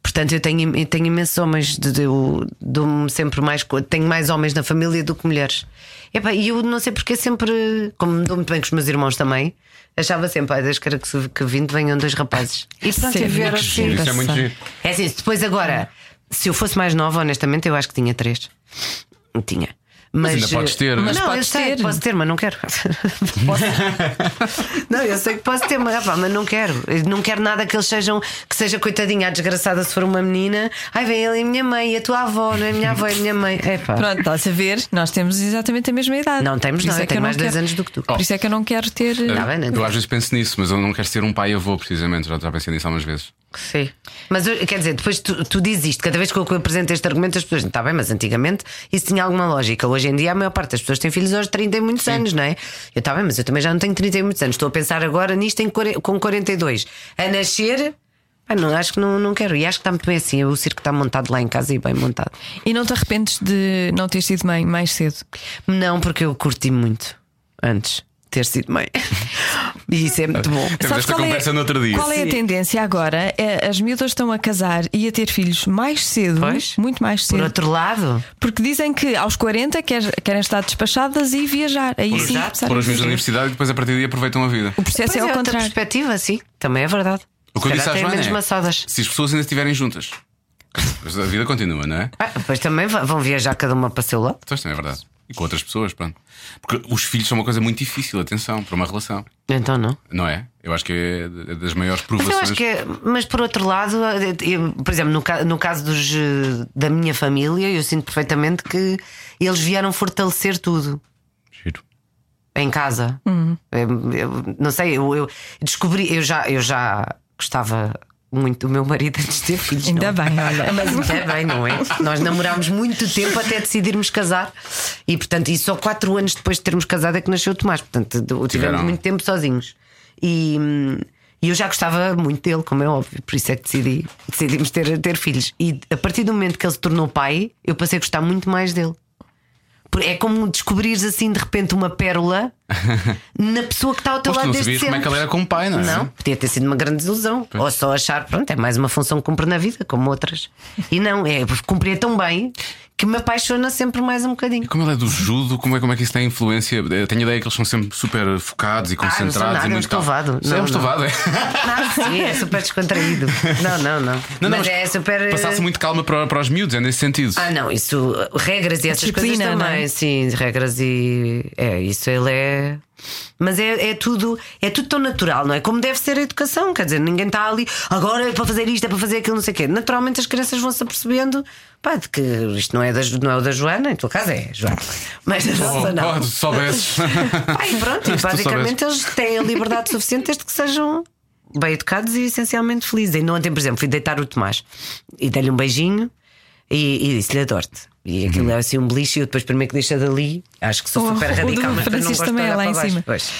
[SPEAKER 4] Portanto, eu tenho, im- eu tenho imensos homens, de, de, eu dou-me sempre mais. co- Tenho mais homens na família do que mulheres. Epá, E eu não sei porque é sempre, como me dou muito bem com os meus irmãos também, achava sempre, ai, Deus queira que, se- que vindo venham dois rapazes. E pronto,
[SPEAKER 3] Sério?
[SPEAKER 4] e vieram
[SPEAKER 3] Que
[SPEAKER 4] sim.
[SPEAKER 2] Isso é muito giro.
[SPEAKER 4] É assim, depois agora, se eu fosse mais nova, honestamente, eu acho que tinha três. Tinha. Mas,
[SPEAKER 2] ainda podes ter. né? Mas
[SPEAKER 4] não, eu
[SPEAKER 3] podes
[SPEAKER 4] sei,
[SPEAKER 3] ter.
[SPEAKER 4] posso ter, mas não quero. Posso- não, eu sei que posso ter, mas, epá, mas não quero. Eu Não quero nada que eles sejam, que seja coitadinha, a desgraçada se for uma menina. Ai, vem ali a minha mãe, a tua avó, não é a minha avó, é a minha mãe. Epá.
[SPEAKER 3] Pronto, estás a ver, nós temos exatamente a mesma idade.
[SPEAKER 4] Não temos,
[SPEAKER 3] Por
[SPEAKER 4] não,
[SPEAKER 3] isso
[SPEAKER 4] eu
[SPEAKER 3] é que
[SPEAKER 4] tenho
[SPEAKER 3] não
[SPEAKER 4] mais dois
[SPEAKER 3] quero-
[SPEAKER 4] anos do que tu.
[SPEAKER 3] Por isso é que eu não quero ter.
[SPEAKER 4] Tá bem, não
[SPEAKER 2] eu
[SPEAKER 4] tem.
[SPEAKER 2] às vezes penso nisso, mas eu não quero ser um pai e avô, precisamente. Já, já pensei nisso algumas vezes.
[SPEAKER 4] Sim. Mas eu- quer dizer, depois tu, tu dizes isto, cada vez que eu que eu apresento este argumento, as pessoas está bem, mas antigamente isso tinha alguma lógica. Hoje em dia a maior parte das pessoas têm filhos aos 30 e muitos anos, não é? Eu está bem, mas eu também já não tenho 30 e muitos anos. Estou a pensar agora nisto em, quare- com 42. A nascer, pá, não, acho que não, não quero. E acho que está muito bem assim. O circo está montado lá em casa e bem montado.
[SPEAKER 3] E não te arrependes de não ter sido mãe mais cedo?
[SPEAKER 4] Não, porque eu curti muito antes. ter sido mãe. E isso é muito bom.
[SPEAKER 2] Temos esta conversa no outro dia.
[SPEAKER 3] qual é a
[SPEAKER 4] Sim.
[SPEAKER 3] tendência agora? É, as miúdas estão a casar e a ter filhos mais cedo,
[SPEAKER 4] Pois.
[SPEAKER 3] muito mais
[SPEAKER 4] Por
[SPEAKER 3] cedo.
[SPEAKER 4] outro lado,
[SPEAKER 3] Porque dizem que aos 40 quer- querem estar despachadas e viajar. Aí sim,
[SPEAKER 4] exato,
[SPEAKER 3] apesar
[SPEAKER 2] Pôr os
[SPEAKER 3] de-
[SPEAKER 2] meus na universidade e depois a partir daí aproveitam a vida.
[SPEAKER 3] o processo
[SPEAKER 4] pois
[SPEAKER 3] é ao
[SPEAKER 4] outra
[SPEAKER 3] contrário.
[SPEAKER 4] perspectiva, sim, também é verdade.
[SPEAKER 2] O que eu
[SPEAKER 4] Se
[SPEAKER 2] disse
[SPEAKER 4] calhar
[SPEAKER 2] à
[SPEAKER 4] têm
[SPEAKER 2] Joana
[SPEAKER 4] menos
[SPEAKER 2] é,
[SPEAKER 4] maçadas.
[SPEAKER 2] Se as pessoas ainda estiverem juntas, mas a vida continua, não é?
[SPEAKER 4] Ah, pois também va- vão viajar cada uma para o seu lado.
[SPEAKER 2] Então isto também é verdade. E com outras pessoas, pronto. Porque os filhos são uma coisa muito difícil, atenção, para uma relação,
[SPEAKER 4] Então não.
[SPEAKER 2] não é? Eu acho que é das maiores
[SPEAKER 4] Mas eu
[SPEAKER 2] provações.
[SPEAKER 4] acho que, é- mas por outro lado, eh, eu- por exemplo, no, ca- no caso dos, eh, da minha família, eu sinto perfeitamente que eles vieram fortalecer tudo
[SPEAKER 2] Giro.
[SPEAKER 4] em casa. Eu- eu não sei, eu, eu descobri, eu já, eu já gostava muito do meu marido antes de ter filhos.
[SPEAKER 3] Ainda
[SPEAKER 4] não é?
[SPEAKER 3] bem, olha.
[SPEAKER 4] Mas ainda bem, não é? Nós namorámos muito tempo até decidirmos casar e, portanto, e só quatro anos depois de termos casado é que nasceu o Tomás. Portanto, tivemos
[SPEAKER 2] Tiveram.
[SPEAKER 4] muito tempo sozinhos. E, hum, e eu já gostava muito dele, como é óbvio, por isso é que decidi, decidimos ter, ter filhos. E a partir do momento que ele se tornou pai, eu passei a gostar muito mais dele. Por- É como descobrires assim de repente uma pérola na pessoa que está ao teu
[SPEAKER 2] Pois tu
[SPEAKER 4] lado
[SPEAKER 2] não
[SPEAKER 4] desde
[SPEAKER 2] sabias como é que
[SPEAKER 4] sempre.
[SPEAKER 2] ele era como pai, não é?
[SPEAKER 4] Não, podia ter sido uma grande desilusão. Ou só achar, pronto, é mais uma função que cumpre na vida, como outras. E não, é porque cumpria tão bem que me apaixona sempre mais um bocadinho.
[SPEAKER 2] E como ele é do judo, como é, como é que isso tem influência? Eu tenho a ideia que eles são sempre super focados e
[SPEAKER 4] não são
[SPEAKER 2] concentrados
[SPEAKER 4] nada,
[SPEAKER 2] e
[SPEAKER 4] é um
[SPEAKER 2] muito calmos.
[SPEAKER 4] estovado.
[SPEAKER 2] Isso É
[SPEAKER 4] Não,
[SPEAKER 2] um estovado, é.
[SPEAKER 4] Não, sim, é super descontraído. Não, não, não.
[SPEAKER 2] Não, não,
[SPEAKER 4] mas, é super.
[SPEAKER 2] Passar-se muito calma para, para os miúdos, é nesse sentido.
[SPEAKER 4] Ah, não, isso, uh, regras e essas coisas
[SPEAKER 3] disciplina, não é?
[SPEAKER 4] também, sim, regras e. É, isso ele é. Mas é, é tudo é tudo tão natural, não é? Como deve ser a educação, quer dizer, ninguém está ali agora é para fazer isto, é para fazer aquilo, não sei o quê. Naturalmente as crianças vão se apercebendo pá, de que isto não é, da, Jo- não é o da Joana, em tua casa é, Joana. Mas na
[SPEAKER 2] Oh,
[SPEAKER 4] nossa não.
[SPEAKER 2] oh, se soubesses.
[SPEAKER 4] Pá, e pronto,
[SPEAKER 2] Se
[SPEAKER 4] e
[SPEAKER 2] tu
[SPEAKER 4] basicamente é eles têm a liberdade suficiente desde que sejam bem educados e essencialmente felizes. Ainda ontem, por exemplo, fui deitar o Tomás e dei-lhe um beijinho e, e disse-lhe adoro-te. E aquilo
[SPEAKER 2] Uhum.
[SPEAKER 4] é assim um beliche e eu depois primeiro que deixa dali Acho que sou
[SPEAKER 3] Oh,
[SPEAKER 4] super
[SPEAKER 3] o do
[SPEAKER 4] radical Mas depois não
[SPEAKER 3] Francisco
[SPEAKER 4] gosto
[SPEAKER 3] também
[SPEAKER 4] de
[SPEAKER 3] é
[SPEAKER 4] olhar
[SPEAKER 3] lá
[SPEAKER 4] para
[SPEAKER 3] em
[SPEAKER 4] baixo.
[SPEAKER 3] cima.
[SPEAKER 4] Pois.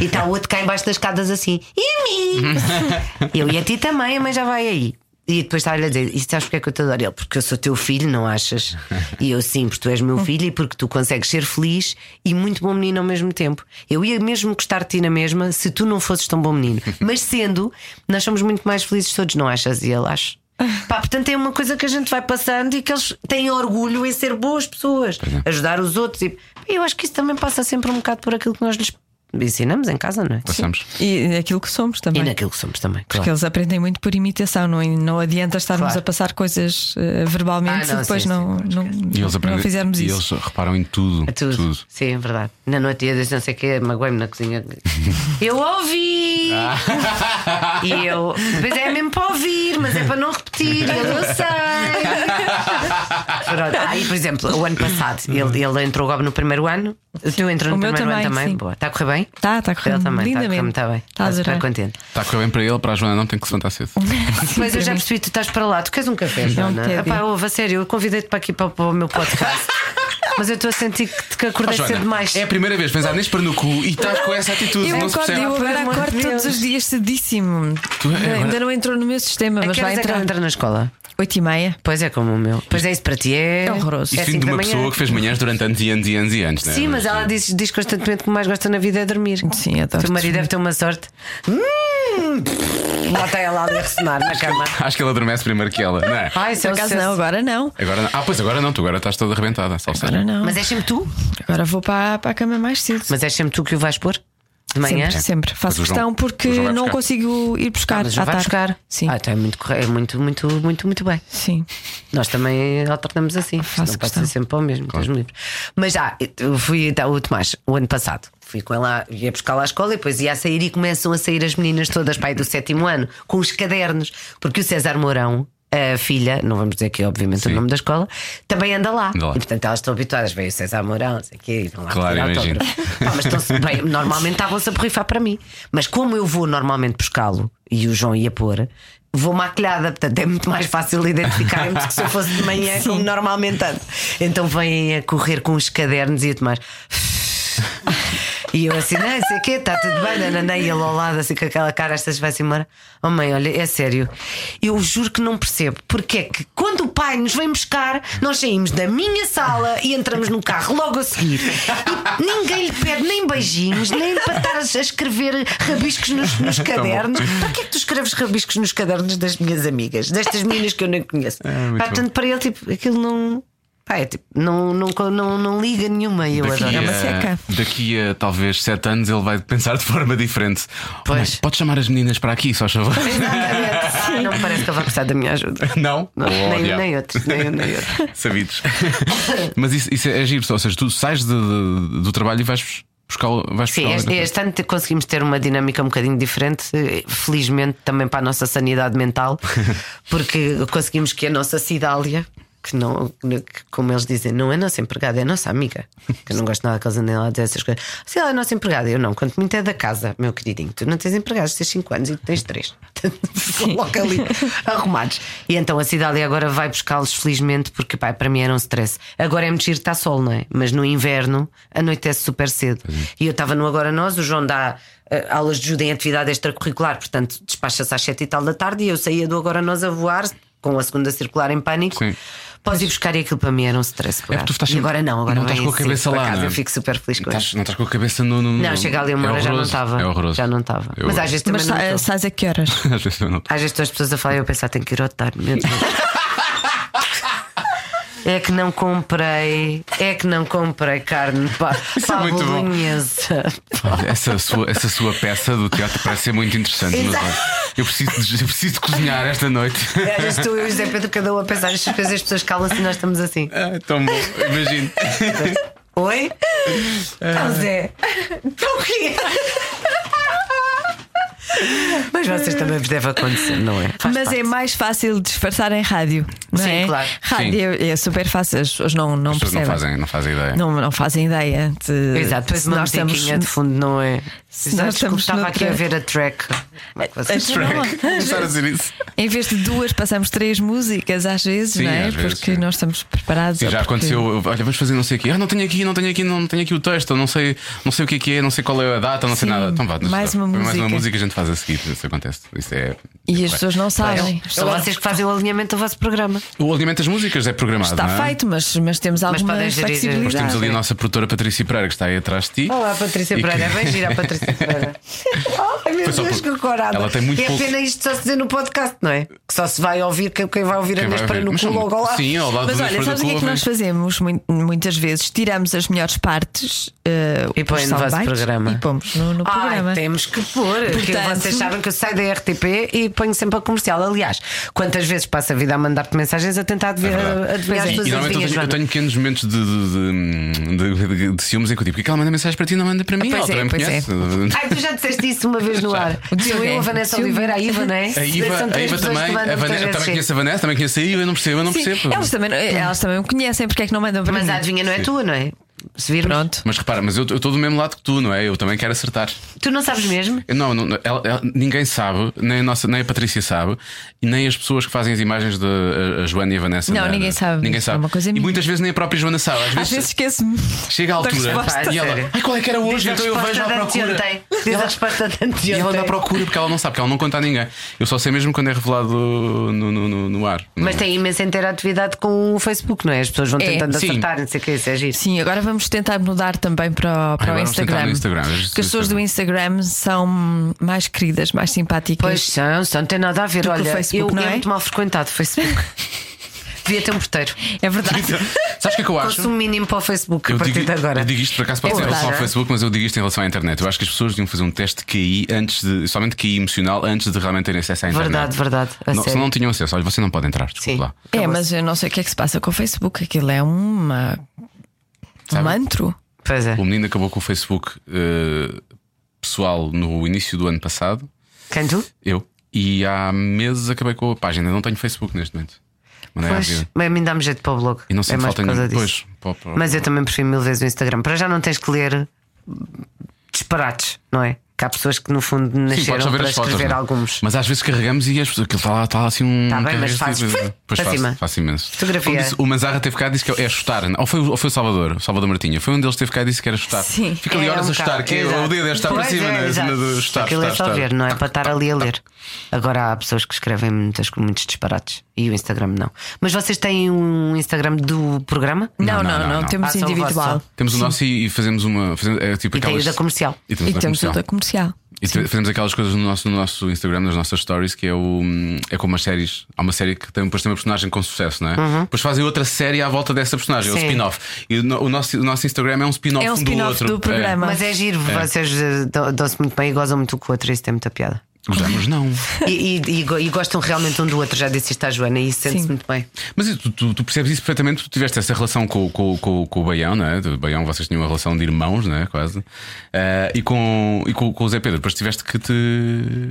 [SPEAKER 4] E está o outro cá embaixo das escadas assim E a mim Eu e a ti também, a mãe já vai aí e depois está-lhe a dizer, e sabes porque é que eu te adoro? Ele, porque eu sou teu filho, não achas? E eu, sim, porque tu és meu filho e porque tu consegues ser feliz e muito bom menino ao mesmo tempo. Eu ia mesmo gostar de ti na mesma se tu não fosses tão bom menino. Mas sendo, nós somos muito mais felizes todos, não achas? E ele, acho. Pá, portanto, é uma coisa que a gente vai passando e que eles têm orgulho em ser boas pessoas, ajudar os outros. E eu acho que isso também passa sempre um bocado por aquilo que nós lhes ensinamos em casa, não é?
[SPEAKER 2] Passamos.
[SPEAKER 3] E aquilo que somos
[SPEAKER 4] E
[SPEAKER 3] também.
[SPEAKER 4] naquilo que somos também, claro.
[SPEAKER 3] Porque eles aprendem muito por imitação, não, não adianta estarmos
[SPEAKER 4] Claro.
[SPEAKER 3] a passar coisas eh, verbalmente
[SPEAKER 4] Ah,
[SPEAKER 3] se
[SPEAKER 4] não,
[SPEAKER 3] depois
[SPEAKER 4] sim, sim,
[SPEAKER 3] não,
[SPEAKER 4] claro,
[SPEAKER 3] não,
[SPEAKER 2] E eles aprendem.
[SPEAKER 3] não fizermos
[SPEAKER 2] e
[SPEAKER 3] isso.
[SPEAKER 2] eles reparam em tudo.
[SPEAKER 4] É tudo.
[SPEAKER 2] tudo.
[SPEAKER 4] Sim, é verdade. Na noite ia dizer não sei o que, magoei-me na cozinha. Eu ouvi!
[SPEAKER 3] Ah.
[SPEAKER 4] e eu, pois é mesmo para ouvir, mas é para não repetir, eu não sei. Pronto. Ah, e por exemplo, o ano passado, ele, ele entrou agora no primeiro ano. O teu entrou
[SPEAKER 3] Hum.
[SPEAKER 4] no
[SPEAKER 3] O meu
[SPEAKER 4] primeiro ano
[SPEAKER 3] também,
[SPEAKER 4] também.
[SPEAKER 3] sim.
[SPEAKER 4] Boa. Está a correr bem?
[SPEAKER 3] Tá, tá a correr
[SPEAKER 4] Ele também, está a correr
[SPEAKER 3] lindamente.
[SPEAKER 4] muito bem.
[SPEAKER 3] Tá a
[SPEAKER 4] Está super
[SPEAKER 3] adorar.
[SPEAKER 4] contente.
[SPEAKER 2] Está a correr bem para ele, para a Joana não tem que se levantar cedo.
[SPEAKER 3] Tipo,
[SPEAKER 4] Mas eu já percebi, tu estás para lá, tu queres um café, Joana?
[SPEAKER 3] tédio.
[SPEAKER 4] Epá, ouve, a sério, eu convidei-te para aqui para, para o meu podcast. Mas eu estou a sentir que, que
[SPEAKER 2] Oh,
[SPEAKER 4] acordei
[SPEAKER 2] Joana,
[SPEAKER 4] cedo demais.
[SPEAKER 2] É a primeira vez, mas há Nespera no cu e estás com essa atitude.
[SPEAKER 3] Eu
[SPEAKER 2] não se
[SPEAKER 3] acordo,
[SPEAKER 2] percebe.
[SPEAKER 3] eu agora
[SPEAKER 4] Pelo amor
[SPEAKER 3] acordo
[SPEAKER 4] de
[SPEAKER 3] todos
[SPEAKER 4] Deus.
[SPEAKER 3] os dias cedíssimo.
[SPEAKER 2] Tu- é,
[SPEAKER 3] Ainda-
[SPEAKER 2] agora-
[SPEAKER 3] Ainda não entrou no meu sistema,
[SPEAKER 4] A
[SPEAKER 3] mas
[SPEAKER 4] que
[SPEAKER 3] vai
[SPEAKER 4] horas é que ela
[SPEAKER 3] entrar.
[SPEAKER 4] entra na escola?
[SPEAKER 3] 8 e meia.
[SPEAKER 4] Pois é, como o meu. Pois é, isso para ti é,
[SPEAKER 3] É horroroso.
[SPEAKER 4] É
[SPEAKER 2] Isso vindo
[SPEAKER 4] cinco
[SPEAKER 2] de
[SPEAKER 4] da
[SPEAKER 2] uma
[SPEAKER 4] manhã.
[SPEAKER 2] pessoa que fez manhãs durante anos e anos e anos e anos, não é?
[SPEAKER 4] Sim, mas ela diz, diz constantemente que o mais gosta na vida é dormir.
[SPEAKER 3] Sim, adoro
[SPEAKER 4] O teu marido é
[SPEAKER 3] dormir.
[SPEAKER 4] deve ter uma sorte. Hum! Lá está ela ali a ressonar na cama.
[SPEAKER 2] Acho que ele adormece primeiro que ela, não é?
[SPEAKER 4] Ai,
[SPEAKER 3] Por
[SPEAKER 4] seu
[SPEAKER 3] acaso não, agora não.
[SPEAKER 2] Agora não. Ah, pois agora não, tu agora estás toda arrebentada, só
[SPEAKER 3] Agora
[SPEAKER 2] seja.
[SPEAKER 3] não.
[SPEAKER 4] Mas é- és sempre tu?
[SPEAKER 3] Agora vou para, para a cama mais cedo.
[SPEAKER 4] Mas és sempre tu que o vais pôr? De manhã?
[SPEAKER 3] Sempre, sempre. Faço
[SPEAKER 2] o João-
[SPEAKER 3] questão
[SPEAKER 2] o João
[SPEAKER 3] porque
[SPEAKER 2] vai
[SPEAKER 3] não
[SPEAKER 2] buscar.
[SPEAKER 3] consigo ir buscar.
[SPEAKER 4] Ah, Mas já
[SPEAKER 3] à
[SPEAKER 4] vai
[SPEAKER 3] tarde.
[SPEAKER 4] buscar.
[SPEAKER 3] Sim,
[SPEAKER 4] Ah, então é muito, corre- é muito, muito, muito, muito bem.
[SPEAKER 3] sim.
[SPEAKER 4] Nós também alternamos assim.
[SPEAKER 3] Ah, Faço
[SPEAKER 4] não pode
[SPEAKER 3] questão.
[SPEAKER 4] ser sempre ao mesmo, Deus me livre. Mas já, eu fui então, o Tomás, o ano passado. Fui com ela, ia buscá-la à escola e depois ia a sair e começam a sair as meninas todas, pai do sétimo ano, com os cadernos. Porque o César Mourão. A filha, não vamos dizer aqui, obviamente, o nome da escola, também anda lá.
[SPEAKER 2] Anda lá.
[SPEAKER 4] E portanto elas estão habituadas, veio o César Mourão, não sei o quê, e vão lá
[SPEAKER 2] Claro,
[SPEAKER 4] pedir
[SPEAKER 2] imagino.
[SPEAKER 4] autógrafo. Pá, mas estão-se bem, normalmente estavam-se a borrifar para mim. Mas como eu vou normalmente buscá-lo e o João ia pôr, vou maquilhada, portanto é muito mais fácil identificar-me do que se eu fosse de manhã, como normalmente ando. Então vêm a correr com os cadernos e a tomar. E eu assim, não sei o quê, está tudo bem, nananã, e ele ao lado, assim com aquela cara, estas vai-se embora. Oh mãe, olha, é sério, eu juro que não percebo porque é que quando pai nos vem buscar, nós saímos da minha sala e entramos no carro logo a seguir. E ninguém lhe pede nem beijinhos, nem para estar a a escrever rabiscos nos,
[SPEAKER 2] Tá
[SPEAKER 4] nos cadernos. para que é que tu escreves rabiscos nos cadernos das minhas amigas, destas meninas que eu nem conheço?
[SPEAKER 2] É, muito
[SPEAKER 4] Pá, Portanto, para ele, tipo, aquilo não. pá, é tipo, não, não, não, não liga nenhuma. Eu
[SPEAKER 2] Daqui
[SPEAKER 4] adoro.
[SPEAKER 2] a,
[SPEAKER 3] é uma seca.
[SPEAKER 2] daqui a talvez 7 anos ele vai pensar de forma diferente. Oh, mãe,
[SPEAKER 4] Pois.
[SPEAKER 2] pode chamar as meninas para aqui, só favor.
[SPEAKER 4] Exatamente. Não me parece que ele vai precisar da minha ajuda.
[SPEAKER 2] Não?
[SPEAKER 4] Não,
[SPEAKER 2] Oh,
[SPEAKER 4] nem, um,
[SPEAKER 2] diabo.
[SPEAKER 4] nem outro, nem eu, nem outro.
[SPEAKER 2] Sabidos. Mas isso, isso é giro, ou seja, tu sais de- de- do trabalho e vais buscar. Vais
[SPEAKER 4] Sim,
[SPEAKER 2] buscar
[SPEAKER 4] este, este ano te- conseguimos ter uma dinâmica um bocadinho diferente, eh, felizmente também para a nossa sanidade mental, porque conseguimos que a nossa Cidália, que não, que, como eles dizem, não é nossa empregada, é nossa amiga, que eu não gosto nada que eles andem lá a dizer essas coisas. Se ela é nossa empregada, eu não, quanto muito é da casa, meu queridinho, tu não tens empregados, tens 5 anos e tu tens 3. Coloca ali arrumados. E então a Cidália agora vai buscá-los, felizmente, porque pá, para mim era um stress. Agora é muito giro, está sol, não é? Mas no inverno anoitece super cedo.
[SPEAKER 2] é.
[SPEAKER 4] E eu estava no Agora Nós, o João dá eh, aulas de judo em atividade extracurricular, portanto despacha-se às 7 e tal da tarde e eu saía do Agora Nós a voar. Com a segunda circular em pânico,
[SPEAKER 2] Sim.
[SPEAKER 4] podes ir buscar e aquilo para mim era um stress.
[SPEAKER 2] porque tu estás
[SPEAKER 4] e agora
[SPEAKER 2] sempre-
[SPEAKER 4] não, agora
[SPEAKER 2] não
[SPEAKER 4] vai
[SPEAKER 2] estás com a
[SPEAKER 4] assim,
[SPEAKER 2] cabeça
[SPEAKER 4] por
[SPEAKER 2] lá,
[SPEAKER 4] acaso
[SPEAKER 2] não é?
[SPEAKER 4] Eu fico super feliz com
[SPEAKER 2] Estás-
[SPEAKER 4] isso.
[SPEAKER 2] não estás com a cabeça no. no-
[SPEAKER 4] Não, chega ali uma
[SPEAKER 2] é
[SPEAKER 4] hora já não
[SPEAKER 2] horroroso,
[SPEAKER 4] estava.
[SPEAKER 2] É horroroso.
[SPEAKER 4] Já não estava.
[SPEAKER 2] É
[SPEAKER 4] Mas
[SPEAKER 2] horroroso.
[SPEAKER 4] às vezes também
[SPEAKER 3] Mas tá,
[SPEAKER 4] não.
[SPEAKER 3] sa-
[SPEAKER 4] estou.
[SPEAKER 3] sais a que horas?
[SPEAKER 2] Às vezes eu não
[SPEAKER 4] Às vezes estão as pessoas a falar e eu pensar, tenho que ir ao otário. meu Deus. É que não comprei, é que não comprei carne para,
[SPEAKER 2] Isso é
[SPEAKER 4] para a
[SPEAKER 2] muito bom.
[SPEAKER 4] bolonhesa.
[SPEAKER 2] Olha, Essa sua, essa sua peça do teatro parece ser muito interessante. Mas
[SPEAKER 4] Exato.
[SPEAKER 2] olha, eu preciso, de- eu preciso de cozinhar esta noite.
[SPEAKER 4] É, Às vezes tu e o José Pedro, cada um a pensar nestas coisas, as pessoas calam-se e nós estamos assim.
[SPEAKER 2] Ah, tão bom, imagino.
[SPEAKER 4] Oi?
[SPEAKER 2] Ah.
[SPEAKER 4] Então, Zé, então o quê? Mas vocês também vos deve acontecer, não é? Faz
[SPEAKER 3] Mas
[SPEAKER 4] parte.
[SPEAKER 3] é mais fácil disfarçar em rádio. Não
[SPEAKER 4] Sim,
[SPEAKER 3] é?
[SPEAKER 4] claro.
[SPEAKER 3] Rádio é super fácil, as pessoas não, não
[SPEAKER 2] As pessoas não
[SPEAKER 3] percebem.
[SPEAKER 2] fazem, não fazem ideia.
[SPEAKER 3] Não, não fazem ideia de.
[SPEAKER 4] Exato, depois
[SPEAKER 3] se
[SPEAKER 4] uma
[SPEAKER 3] nós
[SPEAKER 4] musiquinha
[SPEAKER 3] estamos.
[SPEAKER 4] de fundo, não é?
[SPEAKER 3] Se
[SPEAKER 4] Exato,
[SPEAKER 3] nós
[SPEAKER 4] desculpa,
[SPEAKER 3] estamos
[SPEAKER 4] estava
[SPEAKER 3] no
[SPEAKER 4] aqui a
[SPEAKER 3] track.
[SPEAKER 4] ver a track. Como é que vocês-
[SPEAKER 3] Então não,
[SPEAKER 2] Começar a dizer isso.
[SPEAKER 3] Em vez de duas, passamos três músicas às vezes,
[SPEAKER 2] Sim,
[SPEAKER 3] não é?
[SPEAKER 2] às vezes,
[SPEAKER 3] porque
[SPEAKER 2] sim.
[SPEAKER 3] não estamos preparados.
[SPEAKER 2] Sim,
[SPEAKER 3] ou
[SPEAKER 2] já
[SPEAKER 3] É porque-
[SPEAKER 2] aconteceu, eu- olha, vamos fazer não sei o quê. Ah, não tenho aqui, não tenho aqui, não tenho aqui o texto, não sei, não sei o que é que é, não sei qual é a data, não sei
[SPEAKER 3] Sim,
[SPEAKER 2] nada. Então vá, deixa
[SPEAKER 3] mais
[SPEAKER 2] lá.
[SPEAKER 3] uma
[SPEAKER 2] Põe mais uma
[SPEAKER 3] música.
[SPEAKER 2] música a gente faz a seguir, isso acontece. Isso é.
[SPEAKER 3] E as pessoas não sabem.
[SPEAKER 4] São
[SPEAKER 2] Então,
[SPEAKER 4] vocês que fazem o alinhamento do vosso programa.
[SPEAKER 2] O alimento das músicas é programado.
[SPEAKER 3] Está
[SPEAKER 2] não é?
[SPEAKER 3] feito, mas, mas temos alguma
[SPEAKER 4] podem gerir-
[SPEAKER 2] eh, Nós temos
[SPEAKER 3] flexibilidade.
[SPEAKER 2] ali a nossa produtora Patrícia Pereira que está aí atrás de ti.
[SPEAKER 4] Olá, Patrícia
[SPEAKER 2] E que-
[SPEAKER 4] Pereira. Bem gira, Patrícia Pereira. Ai, meu
[SPEAKER 2] Foi só
[SPEAKER 4] Deus,
[SPEAKER 2] porque
[SPEAKER 4] que corada.
[SPEAKER 2] ela tem muito
[SPEAKER 4] é
[SPEAKER 2] pouco-
[SPEAKER 4] pena isto só se dizer no podcast, não é? Que só se vai ouvir quem quem vai ouvir
[SPEAKER 2] Quem
[SPEAKER 4] a
[SPEAKER 2] vai
[SPEAKER 4] Nespera
[SPEAKER 2] ouvir?
[SPEAKER 4] no
[SPEAKER 2] Mas
[SPEAKER 4] cu
[SPEAKER 2] são-
[SPEAKER 4] logo ao lado.
[SPEAKER 2] Sim, ao lado
[SPEAKER 3] Mas
[SPEAKER 2] do
[SPEAKER 3] olha,
[SPEAKER 2] Nespera
[SPEAKER 3] sabes o que é
[SPEAKER 2] do
[SPEAKER 3] que
[SPEAKER 2] Cu,
[SPEAKER 3] nós fazemos mu- muitas vezes? Tiramos as melhores partes eh,
[SPEAKER 4] E põe
[SPEAKER 3] os
[SPEAKER 4] no vosso
[SPEAKER 3] soundbites
[SPEAKER 4] programa.
[SPEAKER 3] E pomos no, no
[SPEAKER 4] Ai,
[SPEAKER 3] programa.
[SPEAKER 4] temos que pôr. que
[SPEAKER 3] Portanto-
[SPEAKER 4] vocês sabem que eu saio da RTP e ponho sempre a comercial. Aliás, quantas vezes passo a vida a mandar-te mensagens a tentar
[SPEAKER 2] É
[SPEAKER 4] adivinhar,
[SPEAKER 2] verdade.
[SPEAKER 4] adivinhar
[SPEAKER 2] E-
[SPEAKER 4] as
[SPEAKER 2] e
[SPEAKER 4] tuas
[SPEAKER 2] normalmente eu
[SPEAKER 4] adivinhas,
[SPEAKER 2] tenho, eu
[SPEAKER 4] Joana?
[SPEAKER 2] tenho pequenos momentos de, de, de- de- de- de ciúmes em que eu digo: porque é que ela manda mensagem para ti e não manda para mim? ela
[SPEAKER 3] Pois é,
[SPEAKER 2] também me
[SPEAKER 3] pois é.
[SPEAKER 2] conhece.
[SPEAKER 4] Ai, tu já disseste isso uma vez no ar.
[SPEAKER 3] O Diogo
[SPEAKER 4] Sou eu,
[SPEAKER 3] é.
[SPEAKER 4] a Vanessa
[SPEAKER 3] Ciúme.
[SPEAKER 4] Oliveira, a Iva, não é?
[SPEAKER 2] A Iva,
[SPEAKER 4] São
[SPEAKER 2] a
[SPEAKER 4] três
[SPEAKER 2] Iva
[SPEAKER 4] pessoas
[SPEAKER 2] tambes-
[SPEAKER 4] que
[SPEAKER 2] a
[SPEAKER 4] mandam
[SPEAKER 2] Vane-
[SPEAKER 4] muitas
[SPEAKER 2] também
[SPEAKER 4] vezes
[SPEAKER 2] conheço a Vanessa, também conheço a Iva, eu não percebo, eu não
[SPEAKER 3] Sim,
[SPEAKER 2] percebo.
[SPEAKER 3] elas também, não- eh, elas também me conhecem, porque é que não mandam para
[SPEAKER 4] Mas
[SPEAKER 3] mim?
[SPEAKER 4] a adivinha não é tua, não é? Se virmos.
[SPEAKER 3] Pronto.
[SPEAKER 2] Mas repara, mas eu eu estou do mesmo lado que tu, não é? Eu também quero acertar.
[SPEAKER 4] Tu não sabes mesmo?
[SPEAKER 2] Eu Não, não- não, ela- ela- ninguém sabe, nem a, nossa, nem a Patrícia sabe, e nem as pessoas que fazem as imagens de eh, a, a Joana e a Vanessa.
[SPEAKER 3] Não,
[SPEAKER 2] na- na-
[SPEAKER 3] ninguém sabe.
[SPEAKER 2] Ninguém
[SPEAKER 3] Isso
[SPEAKER 2] sabe.
[SPEAKER 3] é uma coisa
[SPEAKER 2] e
[SPEAKER 3] minha.
[SPEAKER 2] muitas vezes nem a própria Joana sabe. Às,
[SPEAKER 3] Às vezes esqueço-me.
[SPEAKER 2] chega à
[SPEAKER 3] da
[SPEAKER 2] altura
[SPEAKER 3] resposta.
[SPEAKER 2] e ela,
[SPEAKER 4] Sério?
[SPEAKER 2] ai, qual é que era hoje?
[SPEAKER 4] Diz a
[SPEAKER 2] Então eu vejo à
[SPEAKER 4] resposta de
[SPEAKER 2] procura.
[SPEAKER 4] anteontem. Diz a resposta de anteontem.
[SPEAKER 2] E ela anda à procura porque ela não sabe, porque ela não conta a ninguém. Eu só sei mesmo quando é revelado no, no, no- no ar.
[SPEAKER 4] Mas tem imensa interatividade com o Facebook, não é? As pessoas vão
[SPEAKER 3] É.
[SPEAKER 4] tentando
[SPEAKER 2] Sim.
[SPEAKER 4] acertar, não sei o que, isso é giro.
[SPEAKER 3] Sim, agora vamos tentar mudar também para, o- para o
[SPEAKER 2] agora vamos tentar
[SPEAKER 3] Instagram.
[SPEAKER 2] no Instagram.
[SPEAKER 3] Porque as pessoas do Instagram são mais queridas, mais simpáticas.
[SPEAKER 4] Pois são, são, não tem nada a ver.
[SPEAKER 3] Do que o
[SPEAKER 4] Olha,
[SPEAKER 3] Facebook,
[SPEAKER 4] eu
[SPEAKER 3] não
[SPEAKER 4] é?
[SPEAKER 3] é?
[SPEAKER 4] muito mal frequentado o Facebook. Devia ter um porteiro.
[SPEAKER 3] É verdade.
[SPEAKER 2] Sabes o que é que eu acho?
[SPEAKER 4] Consumo mínimo para o Facebook
[SPEAKER 2] Eu
[SPEAKER 4] a partir
[SPEAKER 2] digo,
[SPEAKER 4] de é agora.
[SPEAKER 2] eu digo isto por acaso pode
[SPEAKER 4] É
[SPEAKER 2] ser em relação ao
[SPEAKER 4] verdade, é?
[SPEAKER 2] Facebook, mas eu digo isto em relação à internet. Eu acho que as pessoas deviam fazer um teste de QI antes de, somente QI emocional, antes de realmente terem acesso à internet.
[SPEAKER 4] Verdade, verdade, a
[SPEAKER 2] Não, se
[SPEAKER 4] sério.
[SPEAKER 2] não tinham acesso, olha, você não pode entrar, desculpa lá.
[SPEAKER 4] Sim.
[SPEAKER 3] É, mas eu não sei o que é que se passa com o Facebook. Aquilo é uma. Um antro.
[SPEAKER 4] Pois é.
[SPEAKER 2] O menino acabou com o Facebook eh, pessoal no início do ano passado,
[SPEAKER 4] Quem tu?
[SPEAKER 2] eu, e há meses acabei com a página. Não tenho Facebook neste momento. Mandei à
[SPEAKER 4] Pois,
[SPEAKER 2] vida.
[SPEAKER 4] mas a mim dá-me jeito para o blog.
[SPEAKER 2] E não
[SPEAKER 4] é
[SPEAKER 2] sinto
[SPEAKER 4] mais
[SPEAKER 2] falta
[SPEAKER 4] por causa
[SPEAKER 2] nenhuma.
[SPEAKER 4] disso.
[SPEAKER 2] Pois, pá, pá.
[SPEAKER 4] Mas eu também prefiro mil vezes o Instagram. Para já não tens que ler disparates, não é? que há pessoas que no fundo nasceram
[SPEAKER 2] só ver
[SPEAKER 4] para
[SPEAKER 2] as fotos,
[SPEAKER 4] escrever
[SPEAKER 2] não é?
[SPEAKER 4] alguns.
[SPEAKER 2] Mas às vezes carregamos e as pessoas- aquilo está lá, está lá assim um.
[SPEAKER 4] Tá bem, mas
[SPEAKER 2] carrega-se
[SPEAKER 4] fazes-
[SPEAKER 2] e-
[SPEAKER 4] fui,
[SPEAKER 2] Pois
[SPEAKER 4] para
[SPEAKER 2] faço,
[SPEAKER 4] cima.
[SPEAKER 2] faço imenso.
[SPEAKER 4] Fotografia.
[SPEAKER 2] Como disse, o Manzarra teve cá e disse que é chutar. Ou foi, ou foi o Salvador, o Salvador Martinha. Foi um deles que teve cá e disse que era chutar.
[SPEAKER 3] Sim.
[SPEAKER 2] Fica ali
[SPEAKER 4] É,
[SPEAKER 2] horas
[SPEAKER 4] um
[SPEAKER 2] a chutar,
[SPEAKER 4] bocado,
[SPEAKER 2] que é-
[SPEAKER 4] exato.
[SPEAKER 2] o dedo é chutar para
[SPEAKER 4] Pois
[SPEAKER 2] cima,
[SPEAKER 4] é,
[SPEAKER 2] não é?
[SPEAKER 4] exato.
[SPEAKER 2] Cena do chutar,
[SPEAKER 4] Aquilo é
[SPEAKER 2] chutar,
[SPEAKER 4] só
[SPEAKER 2] chutar.
[SPEAKER 4] ver, não é para estar ali a ler. Agora há pessoas que escrevem muitas, muitos disparates e o Instagram não. Mas vocês têm um Instagram do programa?
[SPEAKER 3] Não, não,
[SPEAKER 2] não,
[SPEAKER 3] não,
[SPEAKER 2] não, não.
[SPEAKER 3] temos
[SPEAKER 4] Ah, são
[SPEAKER 3] individual.
[SPEAKER 4] vossos.
[SPEAKER 2] Temos o nosso e, e fazemos uma. Fazemos, é, tipo
[SPEAKER 4] E tem o
[SPEAKER 2] aquelas-
[SPEAKER 4] da comercial.
[SPEAKER 2] E temos,
[SPEAKER 3] E
[SPEAKER 2] o da
[SPEAKER 3] temos o
[SPEAKER 2] comercial.
[SPEAKER 3] da comercial.
[SPEAKER 2] E te- fazemos aquelas coisas no nosso, no nosso Instagram, nas nossas stories, que é, o, é como as séries. Há uma série que tem, depois tem uma personagem com sucesso, não é? Depois fazem outra série à volta dessa personagem, é um
[SPEAKER 4] Uhum. Sim.
[SPEAKER 2] spin-off. E no- o, nosso, o nosso Instagram é um spin-off
[SPEAKER 3] É um
[SPEAKER 2] do
[SPEAKER 3] spin-off
[SPEAKER 2] outro.
[SPEAKER 3] do programa.
[SPEAKER 4] Mas é giro, vocês eh, dão- dão-se muito bem e gozam muito com o outro, isso tem muita piada.
[SPEAKER 2] É. Os damos não.
[SPEAKER 4] E, e- e go- e gostam realmente um do outro, já disse isto à Joana, e isso sente-se
[SPEAKER 3] Sim.
[SPEAKER 4] muito bem.
[SPEAKER 2] Mas tu, tu- tu percebes isso perfeitamente, tu tiveste essa relação com, com, com, com o Baião, não é? Do Baião, vocês tinham uma relação de irmãos, não é? Quase. Ah, e com, e com, com o Zé Pedro, depois tiveste que te.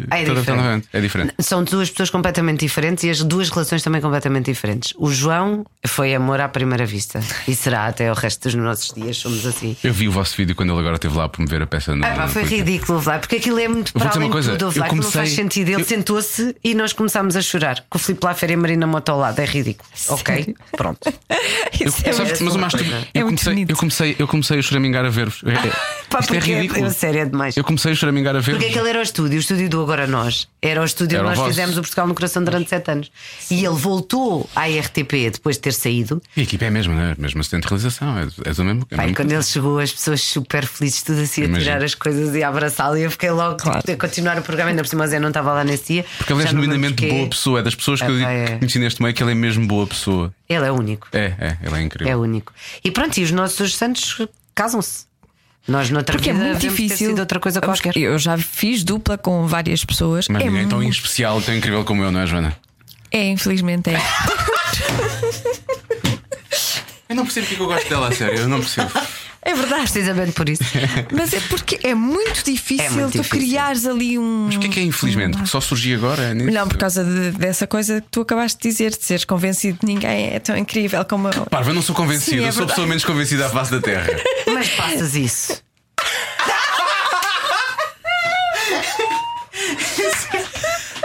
[SPEAKER 4] Ah, é
[SPEAKER 2] te adaptar
[SPEAKER 4] diferente.
[SPEAKER 2] novamente. É diferente.
[SPEAKER 4] São duas pessoas completamente diferentes e as duas relações também completamente diferentes. O João foi amor à primeira vista e será até o resto dos nossos dias, somos assim.
[SPEAKER 2] Eu vi o vosso vídeo quando ele agora esteve lá a promover a peça no.
[SPEAKER 4] Ah, pá, foi
[SPEAKER 2] no-
[SPEAKER 4] ridículo, Vlad, porque aquilo é muito para
[SPEAKER 2] dizer uma
[SPEAKER 4] além de
[SPEAKER 2] coisa,
[SPEAKER 4] tudo,
[SPEAKER 2] eu
[SPEAKER 4] Vlad, aquilo não faz
[SPEAKER 2] comecei-
[SPEAKER 4] sentido. Ele
[SPEAKER 2] eu-
[SPEAKER 4] sentou-se e nós começámos a chorar. Com o Filipe Laffer e a Marina Mota ao lado, é ridículo. Ok, pronto.
[SPEAKER 2] Eu,
[SPEAKER 3] Isso é
[SPEAKER 2] sabes,
[SPEAKER 4] muito
[SPEAKER 2] mas o
[SPEAKER 4] bom.
[SPEAKER 2] mais estúpido,
[SPEAKER 4] É
[SPEAKER 2] eu,
[SPEAKER 3] muito
[SPEAKER 2] comecei,
[SPEAKER 3] bonito.
[SPEAKER 2] eu, comecei, eu comecei a choramingar a ver-vos. É- é-
[SPEAKER 4] Pá,
[SPEAKER 2] Isto é
[SPEAKER 4] porque
[SPEAKER 2] ridículo.
[SPEAKER 4] é sério, é demais.
[SPEAKER 2] Eu comecei a choramingar a ver-vos.
[SPEAKER 4] Porque é aquele era o estúdio, o estúdio do Agora Nós. Era o estúdio
[SPEAKER 2] Era o
[SPEAKER 4] onde nós
[SPEAKER 2] vosso.
[SPEAKER 4] fizemos o Portugal no Coração durante sete anos. E ele voltou à RTP depois de ter saído.
[SPEAKER 2] E a equipa é a mesma, não é? Mesmo assistente de realização, é, é do mesmo. É
[SPEAKER 4] Pai,
[SPEAKER 2] mesmo-
[SPEAKER 4] quando ele chegou, as pessoas super felizes, tudo assim, a
[SPEAKER 2] Imagino.
[SPEAKER 4] tirar as coisas e a abraçá-lo. E eu fiquei logo tipo, a continuar o programa, ainda por cima o Zé não estava lá nesse dia.
[SPEAKER 2] Porque ele é
[SPEAKER 4] Já não me lembro
[SPEAKER 2] genuinamente
[SPEAKER 4] porquê.
[SPEAKER 2] boa pessoa. É das pessoas que
[SPEAKER 4] É,
[SPEAKER 2] eu digo
[SPEAKER 4] pá, é.
[SPEAKER 2] que conheci neste meio que ele é mesmo boa pessoa.
[SPEAKER 4] Ele é único.
[SPEAKER 2] É, é, ele é
[SPEAKER 4] É
[SPEAKER 2] incrível.
[SPEAKER 4] único. E pronto, e os nossos santos casam-se. Nós noutra
[SPEAKER 3] Porque é
[SPEAKER 4] vida
[SPEAKER 3] muito
[SPEAKER 4] devemos ter
[SPEAKER 3] difícil.
[SPEAKER 4] sido outra coisa qualquer.
[SPEAKER 3] Eu já fiz dupla com várias pessoas.
[SPEAKER 2] Mas
[SPEAKER 3] é,
[SPEAKER 2] ninguém então tão
[SPEAKER 3] mu-
[SPEAKER 2] especial, tão incrível como eu, não é, Joana?
[SPEAKER 3] é, infelizmente é.
[SPEAKER 2] Eu não percebo porque eu gosto dela, a sério. Eu não percebo.
[SPEAKER 3] É verdade.
[SPEAKER 4] Precisamente por isso.
[SPEAKER 3] Mas é porque é muito difícil
[SPEAKER 4] É muito
[SPEAKER 3] tu
[SPEAKER 4] difícil.
[SPEAKER 3] criares ali um.
[SPEAKER 2] Mas o que é que é infelizmente? Porque só surgiu agora? é nisso?
[SPEAKER 3] Não, por causa de- dessa coisa que tu acabaste de dizer, de seres convencido de ninguém é tão incrível como eu.
[SPEAKER 2] Parva, eu não sou convencido.
[SPEAKER 3] Sim, é
[SPEAKER 2] eu sou a
[SPEAKER 3] verdade.
[SPEAKER 2] pessoa menos convencida à face da Terra.
[SPEAKER 4] Mas passas isso.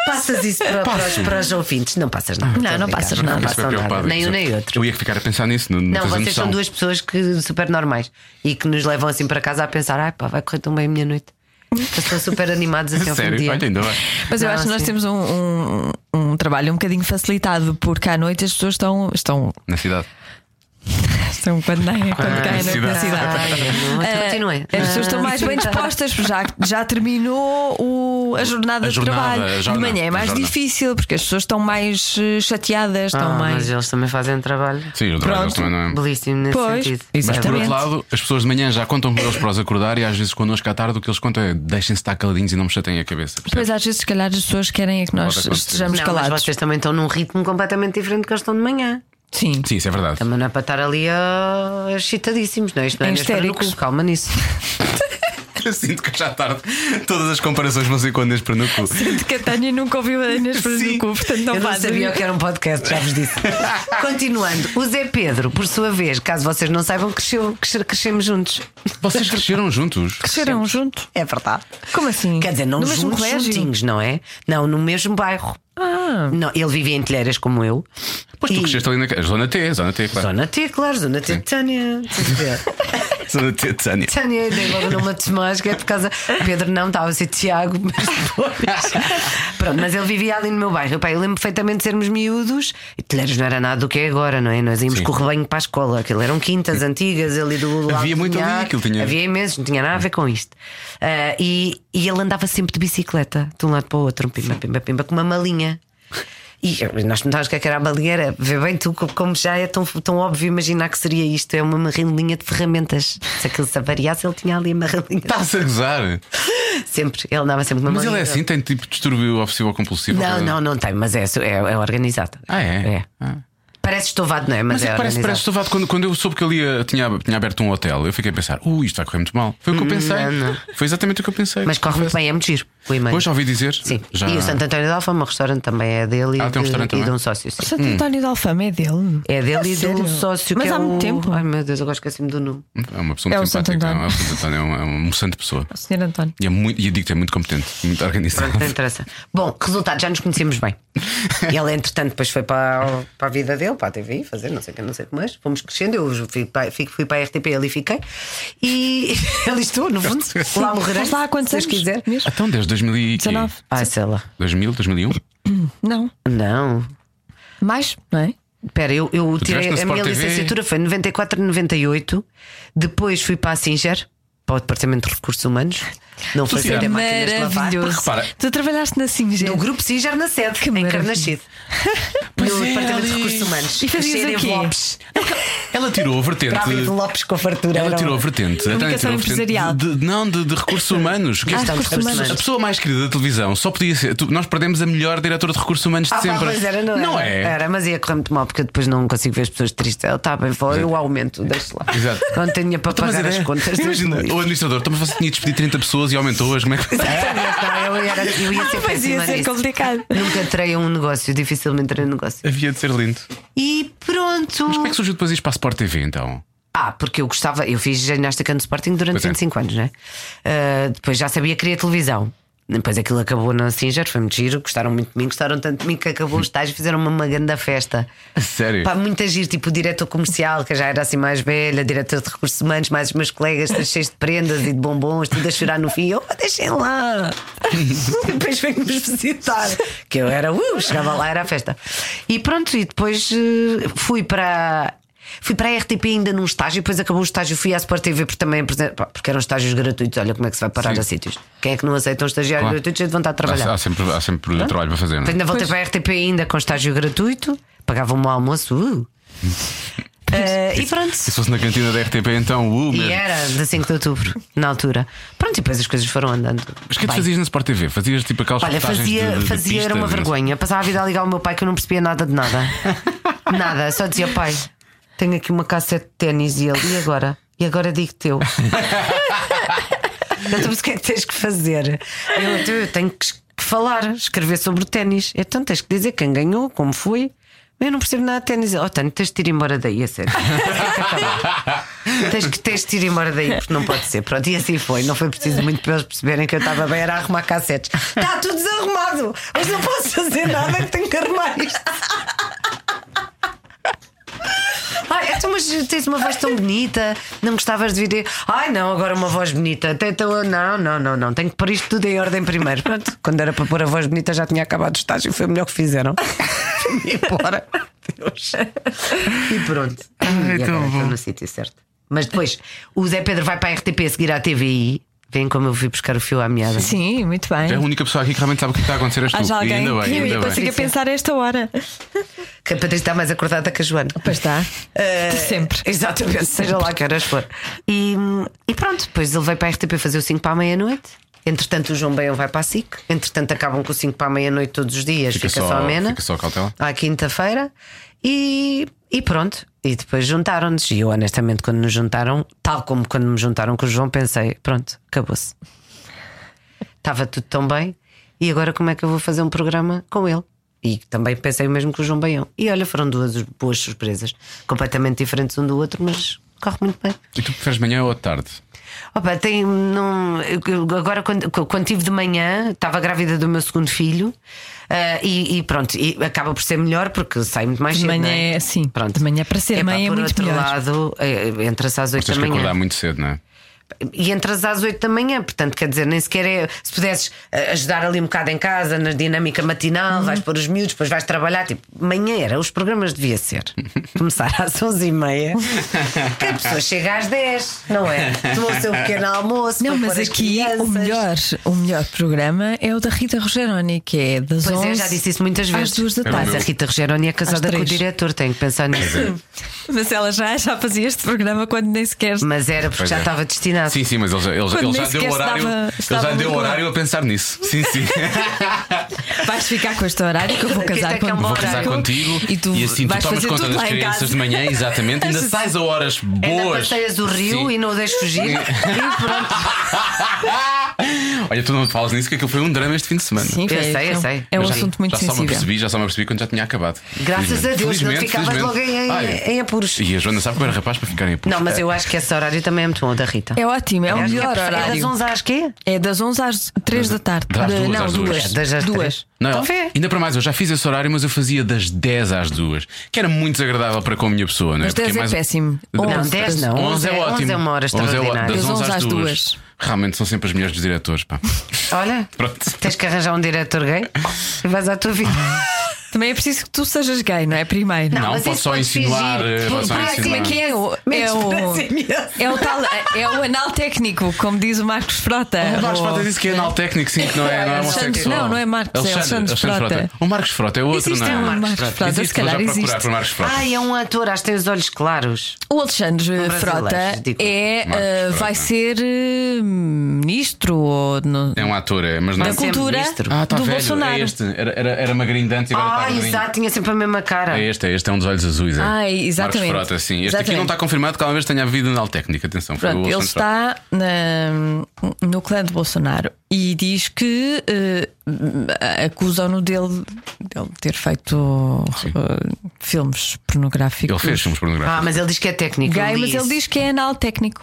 [SPEAKER 4] passas isso para, para, os, para os ouvintes. Não passas nada.
[SPEAKER 3] Não, não passas nada.
[SPEAKER 4] Não
[SPEAKER 2] Fiquei super
[SPEAKER 4] passam nada.
[SPEAKER 2] preocupado.
[SPEAKER 4] Nem um
[SPEAKER 2] Isso é-
[SPEAKER 4] nem outro.
[SPEAKER 2] Eu ia ficar a pensar nisso. Não,
[SPEAKER 4] Não,
[SPEAKER 2] tens a
[SPEAKER 4] vocês
[SPEAKER 2] noção.
[SPEAKER 4] são duas pessoas que super normais e que nos levam assim para casa a pensar: ai pá, vai correr tão bem a minha noite. Estão super animados até ao fim do
[SPEAKER 2] É Sério,
[SPEAKER 4] dia.
[SPEAKER 2] olha, então. ainda bem.
[SPEAKER 3] Mas eu
[SPEAKER 4] Não,
[SPEAKER 3] acho que nós
[SPEAKER 4] sim.
[SPEAKER 3] temos um, um- um trabalho um bocadinho facilitado, porque à noite as pessoas estão. estão,
[SPEAKER 2] Na cidade.
[SPEAKER 3] estão quando, nem, quando
[SPEAKER 2] Ah,
[SPEAKER 3] caem na- na
[SPEAKER 2] cidade.
[SPEAKER 3] cidade. Eh,
[SPEAKER 4] Ai, não, então continua.
[SPEAKER 3] As pessoas estão mais bem dispostas, porque já, já terminou o- a jornada
[SPEAKER 2] A
[SPEAKER 3] de
[SPEAKER 2] jornada, a
[SPEAKER 3] trabalho. De
[SPEAKER 2] jornada,
[SPEAKER 3] manhã é
[SPEAKER 2] a
[SPEAKER 3] mais
[SPEAKER 2] jornada.
[SPEAKER 3] difícil, porque as pessoas estão mais eh, chateadas, estão
[SPEAKER 4] Ah,
[SPEAKER 3] mais.
[SPEAKER 4] Mas eles também fazem um trabalho
[SPEAKER 2] Sim, o trabalho deles
[SPEAKER 3] Pronto.
[SPEAKER 2] também não é.
[SPEAKER 4] belíssimo nesse
[SPEAKER 3] Pois, é,
[SPEAKER 4] sentido.
[SPEAKER 2] Mas por
[SPEAKER 3] exatamente.
[SPEAKER 2] outro lado, as pessoas de manhã já contam com eles para os acordar e às vezes connosco à tarde o que eles contam é deixem-se estar caladinhos e não me chateiem a cabeça.
[SPEAKER 3] Pois
[SPEAKER 2] percebes?
[SPEAKER 3] às vezes, se calhar, as pessoas querem é que nós
[SPEAKER 2] Pode acontecer.
[SPEAKER 3] estejamos
[SPEAKER 4] Não, mas
[SPEAKER 3] calados.
[SPEAKER 4] vocês também estão num ritmo completamente diferente do que eles estão de manhã.
[SPEAKER 3] Sim.
[SPEAKER 2] Sim, isso é verdade.
[SPEAKER 4] Também não é para estar ali ah, excitadíssimos, não é? Isto não é
[SPEAKER 3] Em
[SPEAKER 4] nem espera no
[SPEAKER 3] histéricos.
[SPEAKER 4] cu, calma nisso.
[SPEAKER 2] Eu sinto que já à tarde todas as comparações vão ser com o Nespera no cu.
[SPEAKER 3] De Catânia nunca ouviu a Inês
[SPEAKER 2] Sim.
[SPEAKER 3] Franco, portanto não
[SPEAKER 4] Eu não
[SPEAKER 3] faz.
[SPEAKER 4] sabia o que era um podcast, já vos disse. Continuando, o Zé Pedro, por sua vez, caso vocês não saibam, cresceu, cresce- crescemos juntos.
[SPEAKER 2] Vocês cresceram juntos?
[SPEAKER 3] Cresceram juntos?
[SPEAKER 4] É verdade.
[SPEAKER 3] Como assim?
[SPEAKER 4] Quer dizer, não
[SPEAKER 3] no mesmo
[SPEAKER 4] juntos,
[SPEAKER 3] colégio?
[SPEAKER 4] juntinhos, não é? Não, no mesmo bairro.
[SPEAKER 3] Ah,
[SPEAKER 4] Não, ele vivia em telheiras como eu.
[SPEAKER 2] Pois tu
[SPEAKER 4] E-
[SPEAKER 2] cresceste ali na Zona T, Zona T, claro.
[SPEAKER 4] Zona T, claro, Zona T de Tânia.
[SPEAKER 2] Zona T, Tânia.
[SPEAKER 4] Tânia, dei logo numa que é por causa. Pedro não, estava a ser Tiago, mas depois. Pronto, mas ele vivia ali no meu bairro. Pá, eu lembro perfeitamente de sermos miúdos e Telheiros não era nada do que é agora, não é? Nós íamos
[SPEAKER 2] Sim.
[SPEAKER 4] com o rebanho para a escola, aquilo eram quintas antigas ali do lado
[SPEAKER 2] Havia
[SPEAKER 4] do
[SPEAKER 2] muito ali,
[SPEAKER 4] Pinhar.
[SPEAKER 2] aquilo tinha-
[SPEAKER 4] Havia imenso, não tinha nada a ver com isto. Ah, e, e ele andava sempre de bicicleta, de um lado para o outro, pimba, pimba, pimba, com uma malinha. E nós perguntávamos o que é que era a malinha, era vê bem tu co- como já é tão, tão óbvio imaginar que seria isto, é uma marrelinha de ferramentas. Se aquilo se avariasse, ele tinha ali a marrelinha.
[SPEAKER 2] Estás a gozar.
[SPEAKER 4] Sempre, ele andava sempre com uma
[SPEAKER 2] Tá. Mas ele
[SPEAKER 4] malinha.
[SPEAKER 2] é assim, tem tipo distúrbio obsessivo ou compulsivo?
[SPEAKER 4] Não, não, não tem, mas é, é, é organizado.
[SPEAKER 2] Ah, é?
[SPEAKER 4] É.
[SPEAKER 2] Ah.
[SPEAKER 4] Parece estovado, não é? Mas,
[SPEAKER 2] Mas é que parece, parece
[SPEAKER 4] organizado.
[SPEAKER 2] estufado. Quando, quando eu soube que ele ia, tinha, tinha aberto um hotel, eu fiquei a pensar: uh, isto vai correr muito mal. Foi o que eu pensei. Foi exatamente o que eu pensei.
[SPEAKER 4] Hum,
[SPEAKER 2] assim.
[SPEAKER 4] Mas corre muito bem, é muito giro. O e-mail.
[SPEAKER 2] Pois já ouvi dizer.
[SPEAKER 4] Sim.
[SPEAKER 2] Já...
[SPEAKER 4] E o Santo António de Alfama, o restaurante também é dele e
[SPEAKER 2] Ah,
[SPEAKER 4] de,
[SPEAKER 2] tem um restaurante
[SPEAKER 4] e de
[SPEAKER 2] também?
[SPEAKER 4] um sócio. Sim.
[SPEAKER 3] Santo António de Alfama é dele.
[SPEAKER 4] É dele e de
[SPEAKER 3] sério?
[SPEAKER 4] um sócio
[SPEAKER 3] Mas
[SPEAKER 4] que
[SPEAKER 3] há
[SPEAKER 4] é
[SPEAKER 3] muito
[SPEAKER 4] o-
[SPEAKER 3] tempo.
[SPEAKER 4] Ai meu Deus, agora esqueci-me do nome.
[SPEAKER 2] É uma pessoa
[SPEAKER 3] É
[SPEAKER 2] muito
[SPEAKER 3] o Santo
[SPEAKER 2] simpática.
[SPEAKER 3] António.
[SPEAKER 2] É o Santo António, é uma, é uma moçante pessoa.
[SPEAKER 3] O senhor António.
[SPEAKER 2] E é muito, e digo-te, é muito competente, muito organizado.
[SPEAKER 4] Pronto, não interessa. Bom, resultado, já nos conhecemos bem. Ele, entretanto, depois foi para, para a vida dele, para a TV, fazer não sei o que, não sei o que mais. Fomos crescendo, eu fui para, fui, fui para a RTP, ali fiquei. E ali estou, no fundo. Lá morrerei.
[SPEAKER 3] Mas lá há quantos
[SPEAKER 4] se Deus
[SPEAKER 3] anos?
[SPEAKER 4] quiser.
[SPEAKER 3] Mesmo?
[SPEAKER 2] Então, desde 2000 e quê?
[SPEAKER 3] 19.
[SPEAKER 4] Ai, sei lá.
[SPEAKER 2] 2000, 2001?
[SPEAKER 3] Não.
[SPEAKER 4] Não.
[SPEAKER 3] Mais, não é?
[SPEAKER 4] Espera, eu, eu tirei
[SPEAKER 2] estiveste
[SPEAKER 4] a
[SPEAKER 2] no
[SPEAKER 4] minha
[SPEAKER 2] Sport TV?
[SPEAKER 4] licenciatura foi em 94, 98. Depois fui para a Singer, para o Departamento de Recursos Humanos. Não fazia até máquinas de lavar.
[SPEAKER 3] Maravilhoso.
[SPEAKER 2] Repara.
[SPEAKER 3] Tu trabalhaste na Singer.
[SPEAKER 4] No grupo Singer na sede,
[SPEAKER 3] Que
[SPEAKER 4] em
[SPEAKER 3] maravilha.
[SPEAKER 4] Carnachide. No
[SPEAKER 2] Pois é,
[SPEAKER 4] Departamento
[SPEAKER 2] ali.
[SPEAKER 4] de Recursos Humanos.
[SPEAKER 3] E fazias
[SPEAKER 4] Cheira
[SPEAKER 3] o quê?
[SPEAKER 4] Lopes.
[SPEAKER 2] Ela tirou a vertente.
[SPEAKER 4] Rápido Lopes com a fartura.
[SPEAKER 2] Ela
[SPEAKER 4] era
[SPEAKER 2] tirou a
[SPEAKER 4] um-
[SPEAKER 2] vertente.
[SPEAKER 3] Comunicação
[SPEAKER 2] Ela tirou a
[SPEAKER 3] empresarial.
[SPEAKER 2] De, de- não, de, de recursos humanos. Que
[SPEAKER 4] Ah,
[SPEAKER 2] isto-
[SPEAKER 4] recursos
[SPEAKER 3] recursos
[SPEAKER 4] humanos.
[SPEAKER 2] a pessoa mais querida da televisão só podia ser. tu- nós perdemos a melhor diretora de recursos humanos de
[SPEAKER 4] Ah, pá,
[SPEAKER 2] sempre.
[SPEAKER 4] pois era, não, era.
[SPEAKER 2] é?
[SPEAKER 4] Era, mas ia correr muito mal porque eu depois não consigo ver as pessoas tristes. Ela está bem, vou, eu aumento, deixo lá.
[SPEAKER 2] Exato.
[SPEAKER 4] Quando tinha para
[SPEAKER 2] Então, mas
[SPEAKER 4] pagar as
[SPEAKER 2] ideia-
[SPEAKER 4] contas. dos
[SPEAKER 2] Imagina,
[SPEAKER 4] livros.
[SPEAKER 2] o administrador, então, mas você tinha despedido 30 pessoas e aumentou-as. Como é que.
[SPEAKER 4] Não, então, eu,
[SPEAKER 2] Ah,
[SPEAKER 4] era, eu ia ser
[SPEAKER 3] Mas ia
[SPEAKER 4] péssima
[SPEAKER 3] ser
[SPEAKER 4] nisso.
[SPEAKER 3] é complicado.
[SPEAKER 4] Nunca entrei a um negócio, dificilmente entrei a um negócio.
[SPEAKER 2] Havia de ser lindo.
[SPEAKER 4] E pronto.
[SPEAKER 2] Como é que surgiu depois isto para a Sport TV então?
[SPEAKER 4] Ah, porque eu gostava, eu fiz ginástica no Sporting durante
[SPEAKER 2] Pois é.
[SPEAKER 4] 25 anos, né? Ah, depois já sabia que queria televisão. Depois aquilo acabou na Singer, foi muito giro, gostaram muito de mim, gostaram tanto de mim que acabou os estágios e fizeram uma, uma grande festa.
[SPEAKER 2] A Sério?
[SPEAKER 4] Pá, muito giro, tipo o diretor comercial, que já era assim mais velha, diretor de recursos humanos, mais os meus colegas, todos cheios de prendas e de bombons, tudo a chorar no fim. Eu, "Oh, deixem lá. depois vem-nos visitar. Que eu era, uh, chegava lá, era a festa. E pronto, e depois eh, fui para. Fui para a RTP ainda num estágio, depois acabou o estágio, fui à Sport TV porque também apresen- pá, porque eram estágios gratuitos. Olha como é que se vai parar
[SPEAKER 2] Sim.
[SPEAKER 4] a sítios. Quem é que não aceita um estagiário
[SPEAKER 2] Claro.
[SPEAKER 4] gratuito cheio de vontade de trabalhar?
[SPEAKER 2] Há, há sempre, há sempre trabalho para fazer, não é?
[SPEAKER 4] Ainda voltei para a RTP ainda com estágio gratuito, pagavam-me o almoço. uh. Eh, e pronto.
[SPEAKER 2] Se fosse na cantina da RTP, então, uh, mesmo.
[SPEAKER 4] E era de 5 de outubro, na altura. Pronto, e depois as coisas foram andando.
[SPEAKER 2] Mas o que é que
[SPEAKER 4] bem.
[SPEAKER 2] fazias na Sport TV? Fazias tipo aquelas
[SPEAKER 4] Olha,
[SPEAKER 2] reportagens
[SPEAKER 4] fazia,
[SPEAKER 2] de- de- de
[SPEAKER 4] fazia era
[SPEAKER 2] pista,
[SPEAKER 4] uma
[SPEAKER 2] não é? sei.
[SPEAKER 4] vergonha. Passava a vida a ligar ao meu pai que eu não percebia nada de nada. nada, só dizia, pai, tenho aqui uma cassete de ténis e ele, e agora? E agora digo teu. Então, mas o que é que tens que fazer? Eu, "Tu, eu tenho que es- que falar, escrever sobre o ténis. Então tens que dizer quem ganhou, como foi. Eu não percebo nada de ténis. Oh, Tânia, tens de te ir embora daí, a sério. Tens que acabar. tens, que, tens de te ir embora daí, porque não pode ser. Pronto, e assim foi. Não foi preciso muito para eles perceberem que eu estava bem, era a arrumar cassetes. Está tudo desarrumado, mas não posso fazer nada que tenho que arrumar isto. Ai, então, mas tens uma voz tão bonita, não gostavas de vir. Ai, não, agora uma voz bonita. Até Então, não, não, não, não, tenho que pôr isto tudo em ordem primeiro. Pronto, quando era para pôr a voz bonita já tinha acabado o estágio, foi o melhor que fizeram. Fui embora. Deus. E pronto.
[SPEAKER 2] Ai,
[SPEAKER 4] e
[SPEAKER 2] tão
[SPEAKER 4] agora
[SPEAKER 2] bom.
[SPEAKER 4] estou no sítio certo. Mas depois, o Zé Pedro vai para a RTP seguir à TVI. Vem como eu fui buscar o fio à meada.
[SPEAKER 3] Sim, muito bem.
[SPEAKER 4] um
[SPEAKER 2] É a única pessoa aqui que realmente sabe o que está a acontecer. És tu.
[SPEAKER 3] Haja
[SPEAKER 2] E
[SPEAKER 3] alguém
[SPEAKER 2] ainda bem,
[SPEAKER 3] que
[SPEAKER 2] ainda
[SPEAKER 3] eu
[SPEAKER 2] bem.
[SPEAKER 3] consiga pensar a esta hora.
[SPEAKER 4] Que é a Patrícia está mais acordada que a Joana.
[SPEAKER 3] Pois está.
[SPEAKER 4] Eh,
[SPEAKER 3] De sempre.
[SPEAKER 4] É, Exatamente, seja lá que horas for. E, e pronto, depois ele veio para a RTP fazer o 5 para a meia-noite. Entretanto, o João Baião vai para a SIC. Entretanto, acabam com o 5 para a meia-noite todos os dias, fica, só, amena.
[SPEAKER 2] Fica só cautela.
[SPEAKER 4] À quinta-feira. E, e pronto. E depois juntaram-nos. E eu, honestamente, quando nos juntaram, tal como quando me juntaram com o João, pensei: pronto, acabou-se. Estava tudo tão bem. E agora, como é que eu vou fazer um programa com ele? E também pensei o mesmo que o João Baião. E olha, foram duas boas surpresas, completamente diferentes um do outro, mas corre muito bem.
[SPEAKER 2] E tu preferes manhã ou tarde?
[SPEAKER 4] Opa, tem, não, eu- eu- agora, quando, quando tive de manhã, estava grávida do meu segundo filho ah, e, e pronto, e acaba por ser melhor porque sai muito mais
[SPEAKER 3] De
[SPEAKER 4] cedo.
[SPEAKER 3] manhã
[SPEAKER 4] não é?
[SPEAKER 3] é assim, de manhã para ser
[SPEAKER 4] Epá,
[SPEAKER 3] mãe é
[SPEAKER 4] por
[SPEAKER 3] muito
[SPEAKER 4] outro
[SPEAKER 3] melhor.
[SPEAKER 4] lado, eh, entra-se às 8
[SPEAKER 2] Tens
[SPEAKER 4] da
[SPEAKER 2] que acordar
[SPEAKER 4] manhã.
[SPEAKER 2] muito cedo, não é?
[SPEAKER 4] E entras às 8 da manhã, portanto, quer dizer, nem sequer é. Se pudesses eh, ajudar ali um bocado em casa, na dinâmica matinal, vais pôr os miúdos, depois vais trabalhar. Tipo, manhã era, os programas devia ser. Começar às 11h30, que a pessoa chega às 10, não é? Toma o seu pequeno almoço,
[SPEAKER 3] Não,
[SPEAKER 4] foi
[SPEAKER 3] mas
[SPEAKER 4] pôr as
[SPEAKER 3] aqui o
[SPEAKER 4] crianças.
[SPEAKER 3] melhor, o melhor programa é o da Rita Rogeroni, que é das
[SPEAKER 4] Pois
[SPEAKER 3] 11
[SPEAKER 4] é, já disse isso muitas vezes.
[SPEAKER 3] às duas da
[SPEAKER 2] o
[SPEAKER 4] Mas
[SPEAKER 3] tarde.
[SPEAKER 4] a Rita Rogeroni é casada com o
[SPEAKER 3] três.
[SPEAKER 4] diretor, tenho que pensar nisso.
[SPEAKER 3] Mas ela já, já fazia este programa quando nem sequer.
[SPEAKER 4] Mas era porque
[SPEAKER 2] Pois
[SPEAKER 4] já
[SPEAKER 2] é.
[SPEAKER 4] estava combinado.
[SPEAKER 2] Sim, sim, mas ele já, ele já-
[SPEAKER 3] Quando
[SPEAKER 2] ele já
[SPEAKER 3] nem
[SPEAKER 2] deu
[SPEAKER 3] sequer
[SPEAKER 2] horário.
[SPEAKER 3] estava-
[SPEAKER 2] ele já
[SPEAKER 3] estava
[SPEAKER 2] deu
[SPEAKER 3] vinculado.
[SPEAKER 2] horário a pensar nisso. Sim, sim.
[SPEAKER 3] Vais ficar com este horário que eu vou
[SPEAKER 4] Que este
[SPEAKER 3] casar
[SPEAKER 4] é que é um
[SPEAKER 3] contigo.
[SPEAKER 4] bom
[SPEAKER 2] Vou casar
[SPEAKER 4] Claro.
[SPEAKER 2] contigo
[SPEAKER 3] E tu
[SPEAKER 2] assim tu tomas
[SPEAKER 3] vais fazer
[SPEAKER 2] conta
[SPEAKER 3] tudo
[SPEAKER 2] das
[SPEAKER 3] lá em
[SPEAKER 2] crianças
[SPEAKER 3] casa.
[SPEAKER 2] de manhã, exatamente, ainda
[SPEAKER 3] Acho-
[SPEAKER 2] sais a horas
[SPEAKER 4] Ainda
[SPEAKER 2] boas.
[SPEAKER 4] passeias o rio
[SPEAKER 2] Sim.
[SPEAKER 4] e não o deixes fugir. E pronto.
[SPEAKER 2] Olha, tu não falas nisso, que aquilo foi um drama este fim de semana.
[SPEAKER 3] Sim,
[SPEAKER 4] Eu
[SPEAKER 3] foi-
[SPEAKER 4] sei, eu
[SPEAKER 3] é um-
[SPEAKER 4] sei.
[SPEAKER 3] É um
[SPEAKER 2] Eu já-
[SPEAKER 3] assunto muito
[SPEAKER 2] já Só me
[SPEAKER 3] sensível.
[SPEAKER 2] percebi, já só me percebi quando já tinha acabado.
[SPEAKER 4] Graças a Deus, não
[SPEAKER 2] Felizmente,
[SPEAKER 4] ficavas
[SPEAKER 2] felizmente.
[SPEAKER 4] logo em,
[SPEAKER 2] Ai,
[SPEAKER 4] em apuros.
[SPEAKER 2] E a Joana sabe que eu era rapaz para ficar em apuros.
[SPEAKER 4] Não, mas eu acho que esse horário também é muito bom da Rita.
[SPEAKER 3] É ótimo, é o
[SPEAKER 4] Acho que
[SPEAKER 3] melhor
[SPEAKER 4] é, perfeito. É das
[SPEAKER 3] horário.
[SPEAKER 4] 11 às quê?
[SPEAKER 3] É das 11 às 3 da tarde.
[SPEAKER 2] Das
[SPEAKER 3] De-
[SPEAKER 2] duas
[SPEAKER 3] não,
[SPEAKER 2] às duas.
[SPEAKER 3] duas.
[SPEAKER 4] É, das às
[SPEAKER 3] duas.
[SPEAKER 4] três.
[SPEAKER 2] Não,
[SPEAKER 4] Então vê.
[SPEAKER 2] ainda para mais, eu já fiz esse horário, mas eu fazia das 10 às 2, que era muito desagradável para com a minha pessoa, não é?
[SPEAKER 3] Mas 10
[SPEAKER 2] Porque
[SPEAKER 3] é
[SPEAKER 2] mais-
[SPEAKER 3] péssimo.
[SPEAKER 4] Não,
[SPEAKER 3] Onze.
[SPEAKER 4] 10 não.
[SPEAKER 2] 11 é
[SPEAKER 4] 11
[SPEAKER 2] ótimo.
[SPEAKER 4] 11 é uma hora
[SPEAKER 2] 11 é o-
[SPEAKER 4] extraordinária.
[SPEAKER 2] Das
[SPEAKER 3] Das
[SPEAKER 2] 11 às 2.
[SPEAKER 3] duas.
[SPEAKER 2] Realmente são sempre as melhores dos diretores, pá.
[SPEAKER 4] Olha,
[SPEAKER 2] Pronto.
[SPEAKER 4] tens que arranjar um diretor gay e vais à tua vida.
[SPEAKER 3] Também é preciso que tu sejas gay, não é? Primeiro.
[SPEAKER 2] Não,
[SPEAKER 4] mas
[SPEAKER 2] posso
[SPEAKER 4] isso
[SPEAKER 2] só
[SPEAKER 4] podes
[SPEAKER 2] insinuar,
[SPEAKER 4] fingir.
[SPEAKER 2] eh, posso só
[SPEAKER 4] Ah,
[SPEAKER 2] insinuar.
[SPEAKER 4] como
[SPEAKER 3] Como é que é o.
[SPEAKER 4] Metes
[SPEAKER 3] É
[SPEAKER 4] para
[SPEAKER 3] o,
[SPEAKER 4] SMS.
[SPEAKER 3] é o, tal, é o anal técnico, como diz o Marcos Frota.
[SPEAKER 2] O Marcos Frota disse que é anal técnico, sim, que não é, não é
[SPEAKER 3] Alexandre-
[SPEAKER 2] homossexual.
[SPEAKER 3] não, não é Marcos, é Alexandre Frota.
[SPEAKER 2] O Marcos Frota é outro,
[SPEAKER 3] Existe
[SPEAKER 2] não é?
[SPEAKER 3] um Marcos Frota,
[SPEAKER 2] Existe,
[SPEAKER 3] se
[SPEAKER 2] vou já
[SPEAKER 3] calhar
[SPEAKER 2] procurar
[SPEAKER 3] existe.
[SPEAKER 2] por Marcos Frota.
[SPEAKER 4] Ah, é um ator, acho que tem os olhos claros.
[SPEAKER 3] O Alexandre
[SPEAKER 4] Um brasileiro,
[SPEAKER 3] Frota
[SPEAKER 4] ridículo.
[SPEAKER 3] é,
[SPEAKER 2] Marcos
[SPEAKER 3] eh,
[SPEAKER 2] Frota.
[SPEAKER 3] vai ser eh, ministro ou no-
[SPEAKER 2] É um ator, é, mas não
[SPEAKER 3] da
[SPEAKER 4] Mas é
[SPEAKER 3] cultura
[SPEAKER 4] ministro.
[SPEAKER 2] Ah, tá
[SPEAKER 3] do
[SPEAKER 2] velho,
[SPEAKER 3] Bolsonaro.
[SPEAKER 2] é este. Era, era, era magrinho de antes e
[SPEAKER 3] tá
[SPEAKER 2] agora
[SPEAKER 4] Ah,
[SPEAKER 2] está gordinho.
[SPEAKER 4] exato, tinha sempre a mesma cara.
[SPEAKER 2] É este, é este, é um dos olhos azuis. É.
[SPEAKER 3] Ai, exatamente.
[SPEAKER 2] Marcos Frota, sim. Este aqui
[SPEAKER 3] Exatamente.
[SPEAKER 2] não está confirmado que talvez tenha havido anal técnico. Atenção, foi
[SPEAKER 3] Pronto,
[SPEAKER 2] o
[SPEAKER 3] ele
[SPEAKER 2] Alexandre Frota.
[SPEAKER 3] está na- no clã de Bolsonaro e diz que eh, acusam-no dele, dele ter feito eh, filmes pornográficos.
[SPEAKER 2] Ele fez filmes pornográficos.
[SPEAKER 4] Ah, mas ele diz que é técnico.
[SPEAKER 3] Gay,
[SPEAKER 4] li
[SPEAKER 3] mas ele
[SPEAKER 4] isso.
[SPEAKER 3] diz que é anal técnico.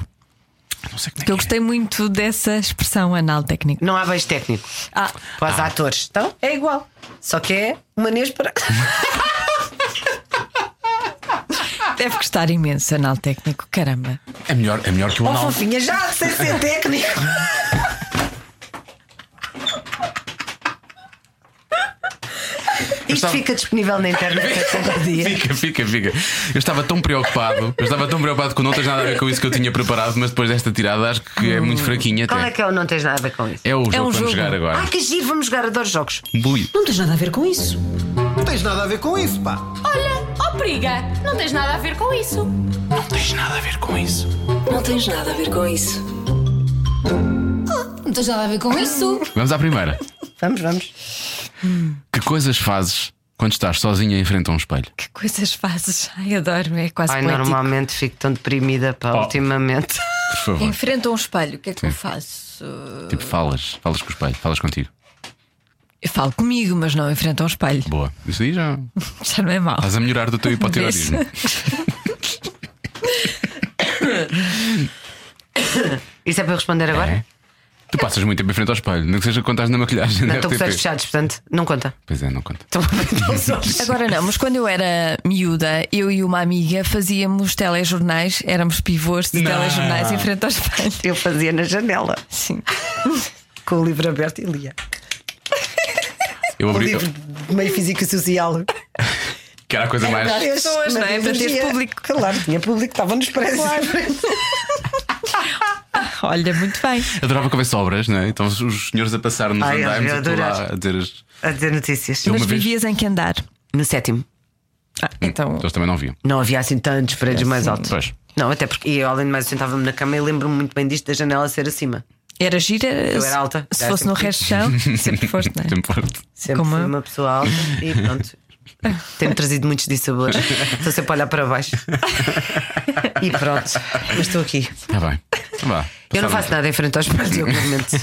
[SPEAKER 2] Não sei como é
[SPEAKER 3] Que eu
[SPEAKER 2] que é.
[SPEAKER 3] gostei muito dessa expressão anal técnico.
[SPEAKER 4] Não há beijo técnico.
[SPEAKER 3] Ah,
[SPEAKER 4] Para os atores. Então é igual. Só que é uma para.
[SPEAKER 3] deve gostar imenso anal técnico, caramba.
[SPEAKER 2] É melhor, é melhor que o
[SPEAKER 4] Oh,
[SPEAKER 2] anal.
[SPEAKER 4] fofinha, já sem ser técnico. Isto
[SPEAKER 2] estava-
[SPEAKER 4] fica disponível na internet a cada dia.
[SPEAKER 2] Fica, fica, fica. Eu estava tão preocupado, eu estava tão preocupado que não tens nada a ver com isso que eu tinha preparado, mas depois desta tirada acho que é muito fraquinha
[SPEAKER 4] Qual é
[SPEAKER 2] até.
[SPEAKER 4] que é o não tens nada a ver com isso?
[SPEAKER 2] É o jogo que vamos
[SPEAKER 3] jogo.
[SPEAKER 2] jogar agora.
[SPEAKER 4] Ah, que giro, vamos jogar, adoro jogos.
[SPEAKER 2] Bui.
[SPEAKER 1] Não tens nada a ver com isso.
[SPEAKER 5] Não tens nada a ver com isso, pá.
[SPEAKER 6] Olha, ó periga, não tens nada a ver com isso.
[SPEAKER 1] Não tens nada a ver com isso.
[SPEAKER 6] Não tens nada a ver com isso.
[SPEAKER 2] Vamos à primeira.
[SPEAKER 4] Vamos, vamos.
[SPEAKER 2] Que coisas fazes quando estás sozinha em frente a um espelho?
[SPEAKER 3] Que coisas fazes? Ai, adoro, é quase
[SPEAKER 4] Ai,
[SPEAKER 3] poético.
[SPEAKER 4] normalmente fico tão deprimida, pá,
[SPEAKER 2] Oh.
[SPEAKER 4] ultimamente.
[SPEAKER 2] Por favor.
[SPEAKER 3] Enfrenta um espelho, o que é que eu faço?
[SPEAKER 2] Tipo, falas, falas com o espelho, falas contigo.
[SPEAKER 3] Eu falo comigo, mas não enfrenta um espelho.
[SPEAKER 2] Boa. Isso aí já
[SPEAKER 3] Já não é mau.
[SPEAKER 2] estás a melhorar do teu hipotiroidismo.
[SPEAKER 4] Isso é para eu responder agora?
[SPEAKER 2] É? Tu passas muito tempo em frente ao espelho, não que seja quando estás na maquilhagem.
[SPEAKER 4] Não,
[SPEAKER 2] da
[SPEAKER 4] estou com os
[SPEAKER 2] RTP.
[SPEAKER 4] olhos fechados, portanto, não conta.
[SPEAKER 2] Pois é, não conta.
[SPEAKER 4] Estou com os olhos.
[SPEAKER 3] Agora não, mas quando eu era miúda, eu e uma amiga fazíamos telejornais, éramos pivôs de
[SPEAKER 2] Não.
[SPEAKER 3] telejornais em frente aos espelho.
[SPEAKER 4] Eu fazia na janela,
[SPEAKER 3] Sim.
[SPEAKER 4] com o livro aberto e lia.
[SPEAKER 2] Eu
[SPEAKER 4] O
[SPEAKER 2] abri.
[SPEAKER 4] livro de meio físico e social.
[SPEAKER 2] Que era a coisa mais.
[SPEAKER 3] verdade. pessoas, não é? Para ter
[SPEAKER 4] Metodologia.
[SPEAKER 3] público.
[SPEAKER 4] Claro, tinha público, estava nos preços.
[SPEAKER 3] Olha, muito bem.
[SPEAKER 2] Adorava que houvesse obras, não é? Então os- os senhores a passar nos
[SPEAKER 4] Ai, eu
[SPEAKER 2] andaimes a, tu lá
[SPEAKER 4] adorava.
[SPEAKER 2] a dizer as.
[SPEAKER 4] A dizer notícias.
[SPEAKER 2] Eu-
[SPEAKER 3] mas
[SPEAKER 2] uma vez-
[SPEAKER 3] vivias em que andar?
[SPEAKER 4] No sétimo,
[SPEAKER 3] Ah, então.
[SPEAKER 2] Eles também não viam.
[SPEAKER 4] não havia assim tantos
[SPEAKER 2] É
[SPEAKER 4] prédios mais altos.
[SPEAKER 2] Pois.
[SPEAKER 4] Não, até porque e eu, além de mais, eu sentava-me na cama e lembro-me muito bem disto da janela ser acima.
[SPEAKER 3] Era gira?
[SPEAKER 4] Eu era alta.
[SPEAKER 3] Se
[SPEAKER 4] Era
[SPEAKER 3] fosse no
[SPEAKER 4] sempre-
[SPEAKER 3] resto do chão, sempre foste, não é?
[SPEAKER 2] Tempo forte.
[SPEAKER 4] Sempre
[SPEAKER 3] Como
[SPEAKER 4] fui
[SPEAKER 3] eu.
[SPEAKER 4] uma pessoa alta e pronto. Tem-me trazido muitos dissabores. Estou sempre a olhar para baixo. E pronto, mas estou aqui.
[SPEAKER 3] Tá
[SPEAKER 2] Está bem. Vá.
[SPEAKER 4] Eu não faço nada em frente aos espelhos, eu realmente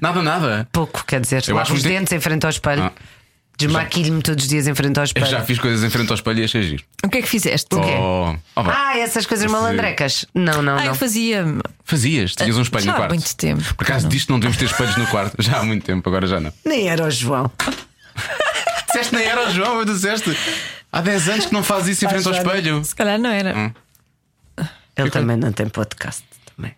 [SPEAKER 2] Nada, nada.
[SPEAKER 4] pouco, quer dizer,
[SPEAKER 2] Eu acho
[SPEAKER 4] lavo os
[SPEAKER 2] muito-
[SPEAKER 4] dentes em frente ao espelho,
[SPEAKER 2] Ah.
[SPEAKER 4] desmaquilho-me todos os dias em frente ao
[SPEAKER 2] Eu
[SPEAKER 4] espelho.
[SPEAKER 2] já fiz coisas em frente ao espelho e achei giro.
[SPEAKER 3] O que é que fizeste?
[SPEAKER 4] quê?
[SPEAKER 2] Oh, oh, vá.
[SPEAKER 4] Ah, essas coisas
[SPEAKER 2] Esse-
[SPEAKER 4] malandrecas. Não, não,
[SPEAKER 3] Ah,
[SPEAKER 4] não.
[SPEAKER 3] eu fazia.
[SPEAKER 2] Fazias, tinhas um espelho
[SPEAKER 3] Já
[SPEAKER 2] no
[SPEAKER 3] há
[SPEAKER 2] quarto.
[SPEAKER 3] muito tempo.
[SPEAKER 2] Por acaso disto não devemos ter espelhos no quarto. Já há muito tempo, agora já não.
[SPEAKER 4] Nem era o João.
[SPEAKER 2] Disseste nem era o João, mas disseste. Há 10 anos que não fazes isso em frente ao espelho.
[SPEAKER 3] Se calhar não era.
[SPEAKER 2] Hum,
[SPEAKER 4] Ele também não tem podcast. Também.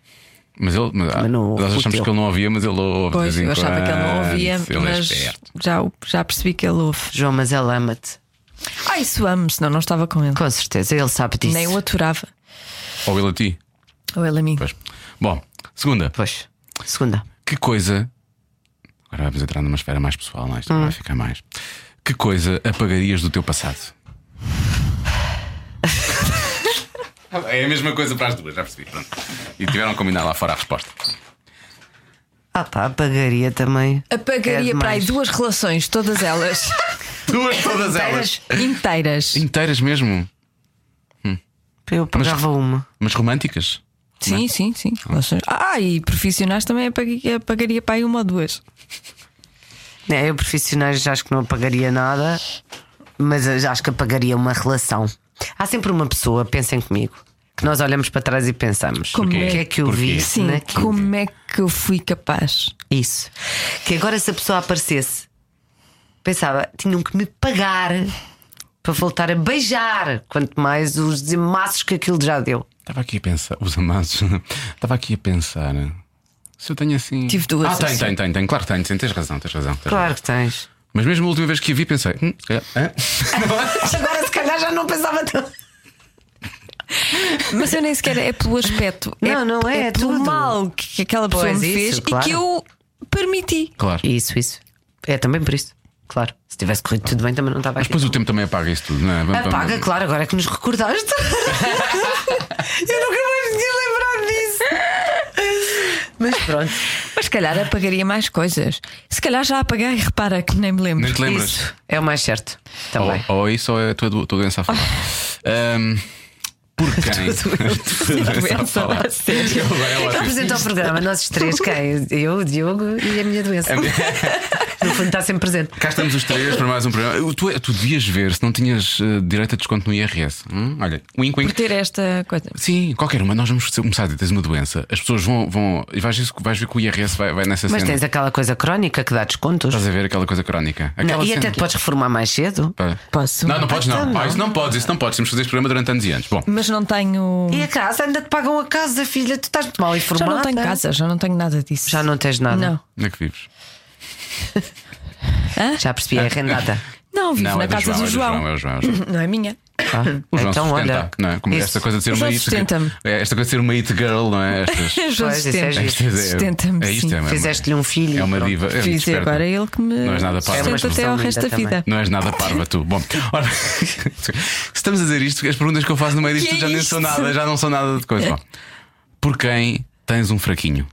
[SPEAKER 2] Mas ele. Mas,
[SPEAKER 4] Também não
[SPEAKER 2] nós
[SPEAKER 4] ouve o
[SPEAKER 2] achamos
[SPEAKER 4] teu.
[SPEAKER 2] que ele não ouvia, mas ele ouve. de
[SPEAKER 3] Pois,
[SPEAKER 2] vez em
[SPEAKER 3] eu achava que ele não
[SPEAKER 2] quando.
[SPEAKER 3] ouvia,
[SPEAKER 2] Ele é
[SPEAKER 3] mas
[SPEAKER 2] esperto.
[SPEAKER 3] já, o- já percebi que ele ouve.
[SPEAKER 4] João, mas ele ama-te.
[SPEAKER 3] Ah, isso amo, senão não estava com ele.
[SPEAKER 4] Com certeza, ele sabe disso.
[SPEAKER 3] Nem o aturava.
[SPEAKER 2] Ou ele a ti.
[SPEAKER 3] Ou ele a mim.
[SPEAKER 2] Pois. Bom, segunda.
[SPEAKER 4] Pois. Segunda.
[SPEAKER 2] Que coisa. Agora vamos entrar numa esfera mais pessoal, não? é? Isto vai ficar mais. Que coisa apagarias do teu passado? É a mesma coisa para as duas, já percebi. Pronto. E tiveram a combinar lá fora a resposta.
[SPEAKER 4] Ah pá, apagaria também.
[SPEAKER 3] Apagaria
[SPEAKER 4] É
[SPEAKER 3] para aí
[SPEAKER 4] demais.
[SPEAKER 3] duas relações, todas elas
[SPEAKER 2] Duas, todas elas.
[SPEAKER 3] inteiras.
[SPEAKER 2] Inteiras mesmo,
[SPEAKER 4] Eu pagava uma.
[SPEAKER 2] mas românticas.
[SPEAKER 3] Sim, sim, sim. Relações. Ah, e profissionais também apagaria, apagaria para aí uma ou duas.
[SPEAKER 4] É, eu profissionais acho que não apagaria nada, mas eu acho que apagaria uma relação. Há sempre uma pessoa, pensem comigo, que nós olhamos para trás e pensamos:
[SPEAKER 3] Como
[SPEAKER 4] o que
[SPEAKER 3] é?
[SPEAKER 4] é que eu
[SPEAKER 2] Porquê?
[SPEAKER 4] vi?
[SPEAKER 3] Sim,
[SPEAKER 4] naquilo?"
[SPEAKER 3] como é que eu fui capaz?
[SPEAKER 4] Isso. Que agora se a pessoa aparecesse, pensava, tinham que me pagar para voltar a beijar, quanto mais os demassos que aquilo já deu.
[SPEAKER 2] Estava aqui a pensar, os amados. Estava aqui a pensar. Se eu tenho assim.
[SPEAKER 3] Tive duas
[SPEAKER 2] Ah, tenho,
[SPEAKER 3] assim.
[SPEAKER 2] tenho, tenho, tenho. Claro que tenho, sim, tens razão, tens razão. tens razão.
[SPEAKER 4] Claro que tens.
[SPEAKER 2] Mas mesmo a última vez que a vi, pensei. Hum, se calhar, hã?
[SPEAKER 4] Agora se calhar já não pensava tanto.
[SPEAKER 3] Mas eu nem sequer é pelo aspecto.
[SPEAKER 4] Não, não é, é
[SPEAKER 3] pelo
[SPEAKER 4] tudo.
[SPEAKER 3] mal que aquela pessoa
[SPEAKER 4] Pois,
[SPEAKER 3] me
[SPEAKER 4] isso,
[SPEAKER 3] fez
[SPEAKER 4] claro.
[SPEAKER 3] e que eu permiti.
[SPEAKER 2] Claro.
[SPEAKER 4] Isso, isso. É também por isso. Claro. Se tivesse corrido tudo bem, também não estava
[SPEAKER 2] Mas
[SPEAKER 4] aqui.
[SPEAKER 2] depois o tempo também apaga isso tudo, não é? Vamos- vamos-
[SPEAKER 4] Apaga, claro, agora é que nos recordaste. eu nunca mais me tinha lembrado disso. Mas pronto.
[SPEAKER 3] Mas se calhar apagaria mais coisas. Se calhar já apaguei, repara que nem me lembro.
[SPEAKER 2] Nem te lembras?
[SPEAKER 4] Isso é o mais certo.
[SPEAKER 2] Ou,
[SPEAKER 4] Também.
[SPEAKER 2] ou isso ou é a tua, do- tua doença a falar. Ahm, por quem? A tua doença a falar. Eu agora é ótimo.
[SPEAKER 4] Apresenta o programa, nós os três, quem? Eu, o Diogo e a minha
[SPEAKER 2] É
[SPEAKER 4] doença. No fundo está sempre presente.
[SPEAKER 2] Cá estamos os três para mais um programa. Eu- Tu, tu devias ver se não tinhas eh, direito a desconto no IRS. Hum? Olha, wink,
[SPEAKER 3] Por
[SPEAKER 2] wink.
[SPEAKER 3] ter esta coisa.
[SPEAKER 2] Sim, qualquer uma. Nós vamos começar a dizer: tens uma doença. As pessoas vão. vão e vais, vais ver que o IRS vai, vai nessa
[SPEAKER 4] Mas
[SPEAKER 2] cena.
[SPEAKER 4] tens aquela coisa crónica que dá descontos.
[SPEAKER 2] Estás a ver aquela coisa crónica. é Aquela
[SPEAKER 4] Não, e
[SPEAKER 2] cena
[SPEAKER 4] até te
[SPEAKER 2] que- é
[SPEAKER 4] podes reformar mais cedo.
[SPEAKER 2] Para.
[SPEAKER 3] Posso?
[SPEAKER 2] Não, não podes,
[SPEAKER 4] Ah,
[SPEAKER 2] não.
[SPEAKER 4] não.
[SPEAKER 2] Ah, isso não podes, isso não podes. Temos que fazer este programa durante anos e anos. Bom,
[SPEAKER 3] Mas não tenho.
[SPEAKER 2] Hum.
[SPEAKER 4] E a casa? Ainda te pagam a casa, filha. Tu estás muito mal
[SPEAKER 3] Já
[SPEAKER 4] informada.
[SPEAKER 3] não tenho casa, já não tenho nada disso.
[SPEAKER 4] Já não tens nada.
[SPEAKER 3] Não.
[SPEAKER 2] onde é que vives?
[SPEAKER 4] Já percebi, é arrendada.
[SPEAKER 3] Não, vivo
[SPEAKER 2] não,
[SPEAKER 3] na
[SPEAKER 2] é do
[SPEAKER 3] casa
[SPEAKER 2] João,
[SPEAKER 3] do João.
[SPEAKER 2] É do João, é do João. é do João.
[SPEAKER 3] Não é minha.
[SPEAKER 2] O
[SPEAKER 4] Ah,
[SPEAKER 2] João
[SPEAKER 4] então,
[SPEAKER 2] sustenta,
[SPEAKER 4] olha.
[SPEAKER 2] não é? Como
[SPEAKER 4] isso-
[SPEAKER 2] esta coisa de ser
[SPEAKER 3] O
[SPEAKER 2] uma
[SPEAKER 3] João
[SPEAKER 2] it
[SPEAKER 3] sustenta-me.
[SPEAKER 2] É, Esta coisa de ser uma it girl, não é? Estas.
[SPEAKER 3] João
[SPEAKER 4] Pois, isso é
[SPEAKER 3] sustenta.
[SPEAKER 2] estas é-
[SPEAKER 3] Sustenta-me.
[SPEAKER 2] É isto,
[SPEAKER 3] sim.
[SPEAKER 2] é uma,
[SPEAKER 4] Fizeste-lhe um filho.
[SPEAKER 2] é uma
[SPEAKER 4] pronto.
[SPEAKER 2] diva. É muito
[SPEAKER 3] Fiz e
[SPEAKER 2] esperta.
[SPEAKER 3] agora é ele que me
[SPEAKER 2] Não és nada
[SPEAKER 4] É
[SPEAKER 2] parva.
[SPEAKER 3] sustenta até ao
[SPEAKER 4] Mas
[SPEAKER 3] resto da
[SPEAKER 4] também.
[SPEAKER 3] vida.
[SPEAKER 2] Não és nada parva, tu. Bom, ora, se estamos a dizer isto, as perguntas que eu faço no meio disto
[SPEAKER 3] Que é
[SPEAKER 2] já nem
[SPEAKER 3] isto?
[SPEAKER 2] são nada, já não são nada de coisa. Bom, por quem tens um fraquinho?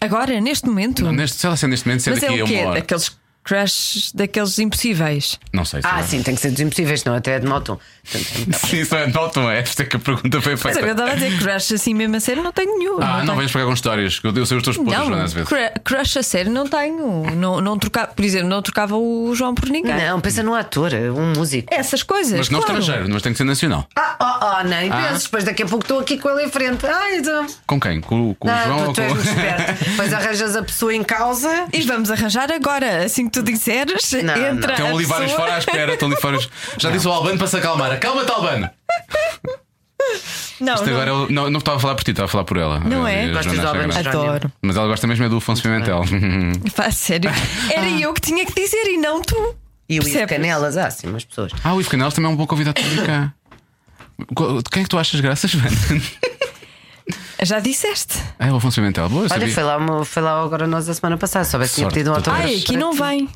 [SPEAKER 3] Agora, neste momento.
[SPEAKER 2] Não, neste, sei lá se é neste momento, se é
[SPEAKER 3] Mas é
[SPEAKER 2] daqui a
[SPEAKER 3] o quê?
[SPEAKER 2] uma hora.
[SPEAKER 3] Daqueles crashes, daqueles impossíveis.
[SPEAKER 2] Não sei. se
[SPEAKER 4] Ah,
[SPEAKER 2] é.
[SPEAKER 4] sim, tem que ser dos impossíveis, não? Até é de moto.
[SPEAKER 2] Sim, isso é notam, é esta que a pergunta foi
[SPEAKER 3] Mas eu
[SPEAKER 2] feita.
[SPEAKER 3] estava a dizer crush assim mesmo a sério, não tenho nenhum.
[SPEAKER 2] Ah,
[SPEAKER 3] tenho.
[SPEAKER 2] não venhas pagar com histórias, que eu eu sei os teus podres, Joana,
[SPEAKER 3] Não,
[SPEAKER 2] às vezes.
[SPEAKER 3] cru- crush a sério não tenho. Não, não trocava, por exemplo, não trocava o João por ninguém.
[SPEAKER 4] Não, pensa num ator, um músico.
[SPEAKER 3] Essas coisas.
[SPEAKER 2] Mas não
[SPEAKER 3] claro.
[SPEAKER 2] estrangeiro, mas tem que ser nacional.
[SPEAKER 4] Ah, oh, oh, nem penses, pois daqui a pouco estou aqui com ele em frente. Ai, então.
[SPEAKER 2] Com quem? Com, o- com o João
[SPEAKER 4] Não, tu,
[SPEAKER 2] ou
[SPEAKER 4] tu
[SPEAKER 2] com
[SPEAKER 4] és muito esperto. Depois arranjas a pessoa em causa.
[SPEAKER 3] E vamos arranjar agora, assim que tu disseres,
[SPEAKER 4] Não,
[SPEAKER 3] entra.
[SPEAKER 4] não.
[SPEAKER 2] Estão
[SPEAKER 3] a
[SPEAKER 2] ali vários
[SPEAKER 3] pessoa.
[SPEAKER 2] um fora à espera, estão ali fora. Já disse o Albano para se acalmar. Acalma-te, Albano!
[SPEAKER 3] Não,
[SPEAKER 2] Isto
[SPEAKER 3] não.
[SPEAKER 2] agora é eu- não, não estava a falar por ti, estava a falar por ela.
[SPEAKER 3] Não
[SPEAKER 2] Eh,
[SPEAKER 3] é?
[SPEAKER 2] a Joana
[SPEAKER 4] Gostas do
[SPEAKER 2] Chagra.
[SPEAKER 4] Albano um Jerónimo?
[SPEAKER 3] Adoro.
[SPEAKER 2] Mas ela gosta mesmo é do Afonso Pimentel.
[SPEAKER 3] Faz sério. Era eu que tinha que dizer e não tu.
[SPEAKER 4] E o Ivo
[SPEAKER 3] Percebes?
[SPEAKER 4] Canelas, ah, sim, umas pessoas.
[SPEAKER 2] ah, o Ivo Canelas também é um bom convidado para vir cá. Co- De quem é que tu achas graças, Joana?
[SPEAKER 3] Já disseste.
[SPEAKER 2] Ah, é o Afonso Pimentel. Boa, eu
[SPEAKER 4] Olha,
[SPEAKER 2] sabia.
[SPEAKER 4] foi lá, uma- foi lá agora nós a semana passada, soubesse que tinha
[SPEAKER 2] Sorte
[SPEAKER 4] pedido um
[SPEAKER 2] de
[SPEAKER 4] autógrafo.
[SPEAKER 3] Ai, aqui não vem.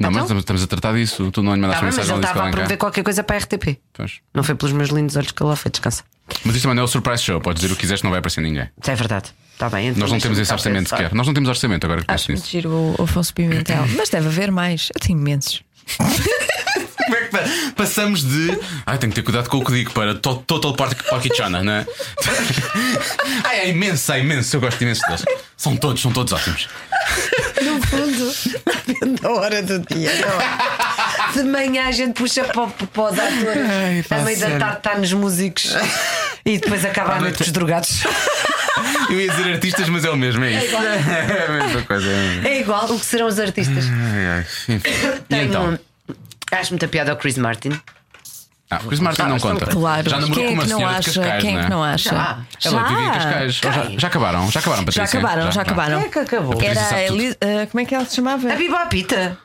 [SPEAKER 2] Não, mas estamos a tratar disso. Tu não lhe
[SPEAKER 4] então.
[SPEAKER 2] mandaste
[SPEAKER 4] Tá bem, mas
[SPEAKER 2] mensagem
[SPEAKER 4] ele
[SPEAKER 2] não disse
[SPEAKER 4] estava a
[SPEAKER 2] que ela vem
[SPEAKER 4] promover
[SPEAKER 2] cá.
[SPEAKER 4] qualquer coisa para a RTP.
[SPEAKER 2] Pois.
[SPEAKER 4] Não foi pelos meus lindos olhos que ele lá foi, descansa.
[SPEAKER 2] Mas isto também não é o surprise show. Podes dizer o que quiseres, não vai aparecer ninguém.
[SPEAKER 4] É verdade. Está bem, então
[SPEAKER 2] Nós não
[SPEAKER 4] deixa-me
[SPEAKER 2] temos esse
[SPEAKER 4] cá
[SPEAKER 2] orçamento
[SPEAKER 4] pensar.
[SPEAKER 2] sequer. Nós não temos orçamento agora que penso
[SPEAKER 3] Acho muito
[SPEAKER 2] nisso.
[SPEAKER 3] giro o Afonso Pimentel. Mas deve haver mais. Eu tenho imensos.
[SPEAKER 2] Como é que pa- passamos de. Ai, tenho que ter cuidado com o que digo para to- Total Park Parkichana, não é? Ai, é imenso, é imenso. Eu gosto imenso deles. São todos, são todos ótimos.
[SPEAKER 4] da hora do dia. da hora. De manhã a gente puxa para, o- para os
[SPEAKER 2] Ai,
[SPEAKER 4] atores,
[SPEAKER 2] pá,
[SPEAKER 4] à meia da
[SPEAKER 2] sério.
[SPEAKER 4] tarde está nos músicos e depois acaba a noite dos drogados.
[SPEAKER 2] Eu ia dizer artistas, mas é o mesmo, é isso. É a mesma coisa. é a mesma.
[SPEAKER 4] É igual o que serão os artistas.
[SPEAKER 2] Ai, ai, enfim. E então?
[SPEAKER 4] Tenho- Acho muita piada ao Chris Martin.
[SPEAKER 2] Ah, Chris Martin não conta.
[SPEAKER 3] Claro.
[SPEAKER 2] Já namorou
[SPEAKER 3] Quem
[SPEAKER 2] com
[SPEAKER 3] é
[SPEAKER 2] uma
[SPEAKER 3] que não
[SPEAKER 2] senhora
[SPEAKER 3] acha?
[SPEAKER 2] de Cascais,
[SPEAKER 3] Quem é
[SPEAKER 2] não
[SPEAKER 3] que não acha?
[SPEAKER 4] Já.
[SPEAKER 2] Ela vive em Cascais. Ou Já, já acabaram, já acabaram,
[SPEAKER 3] Já
[SPEAKER 2] Patrícia.
[SPEAKER 3] acabaram, já acabaram.
[SPEAKER 4] Quem é que acabou?
[SPEAKER 2] Patrícia
[SPEAKER 3] Era
[SPEAKER 2] sabe
[SPEAKER 3] a
[SPEAKER 2] tudo.
[SPEAKER 3] Eli- ah, como é que ela se chamava?
[SPEAKER 4] A Biba Pita.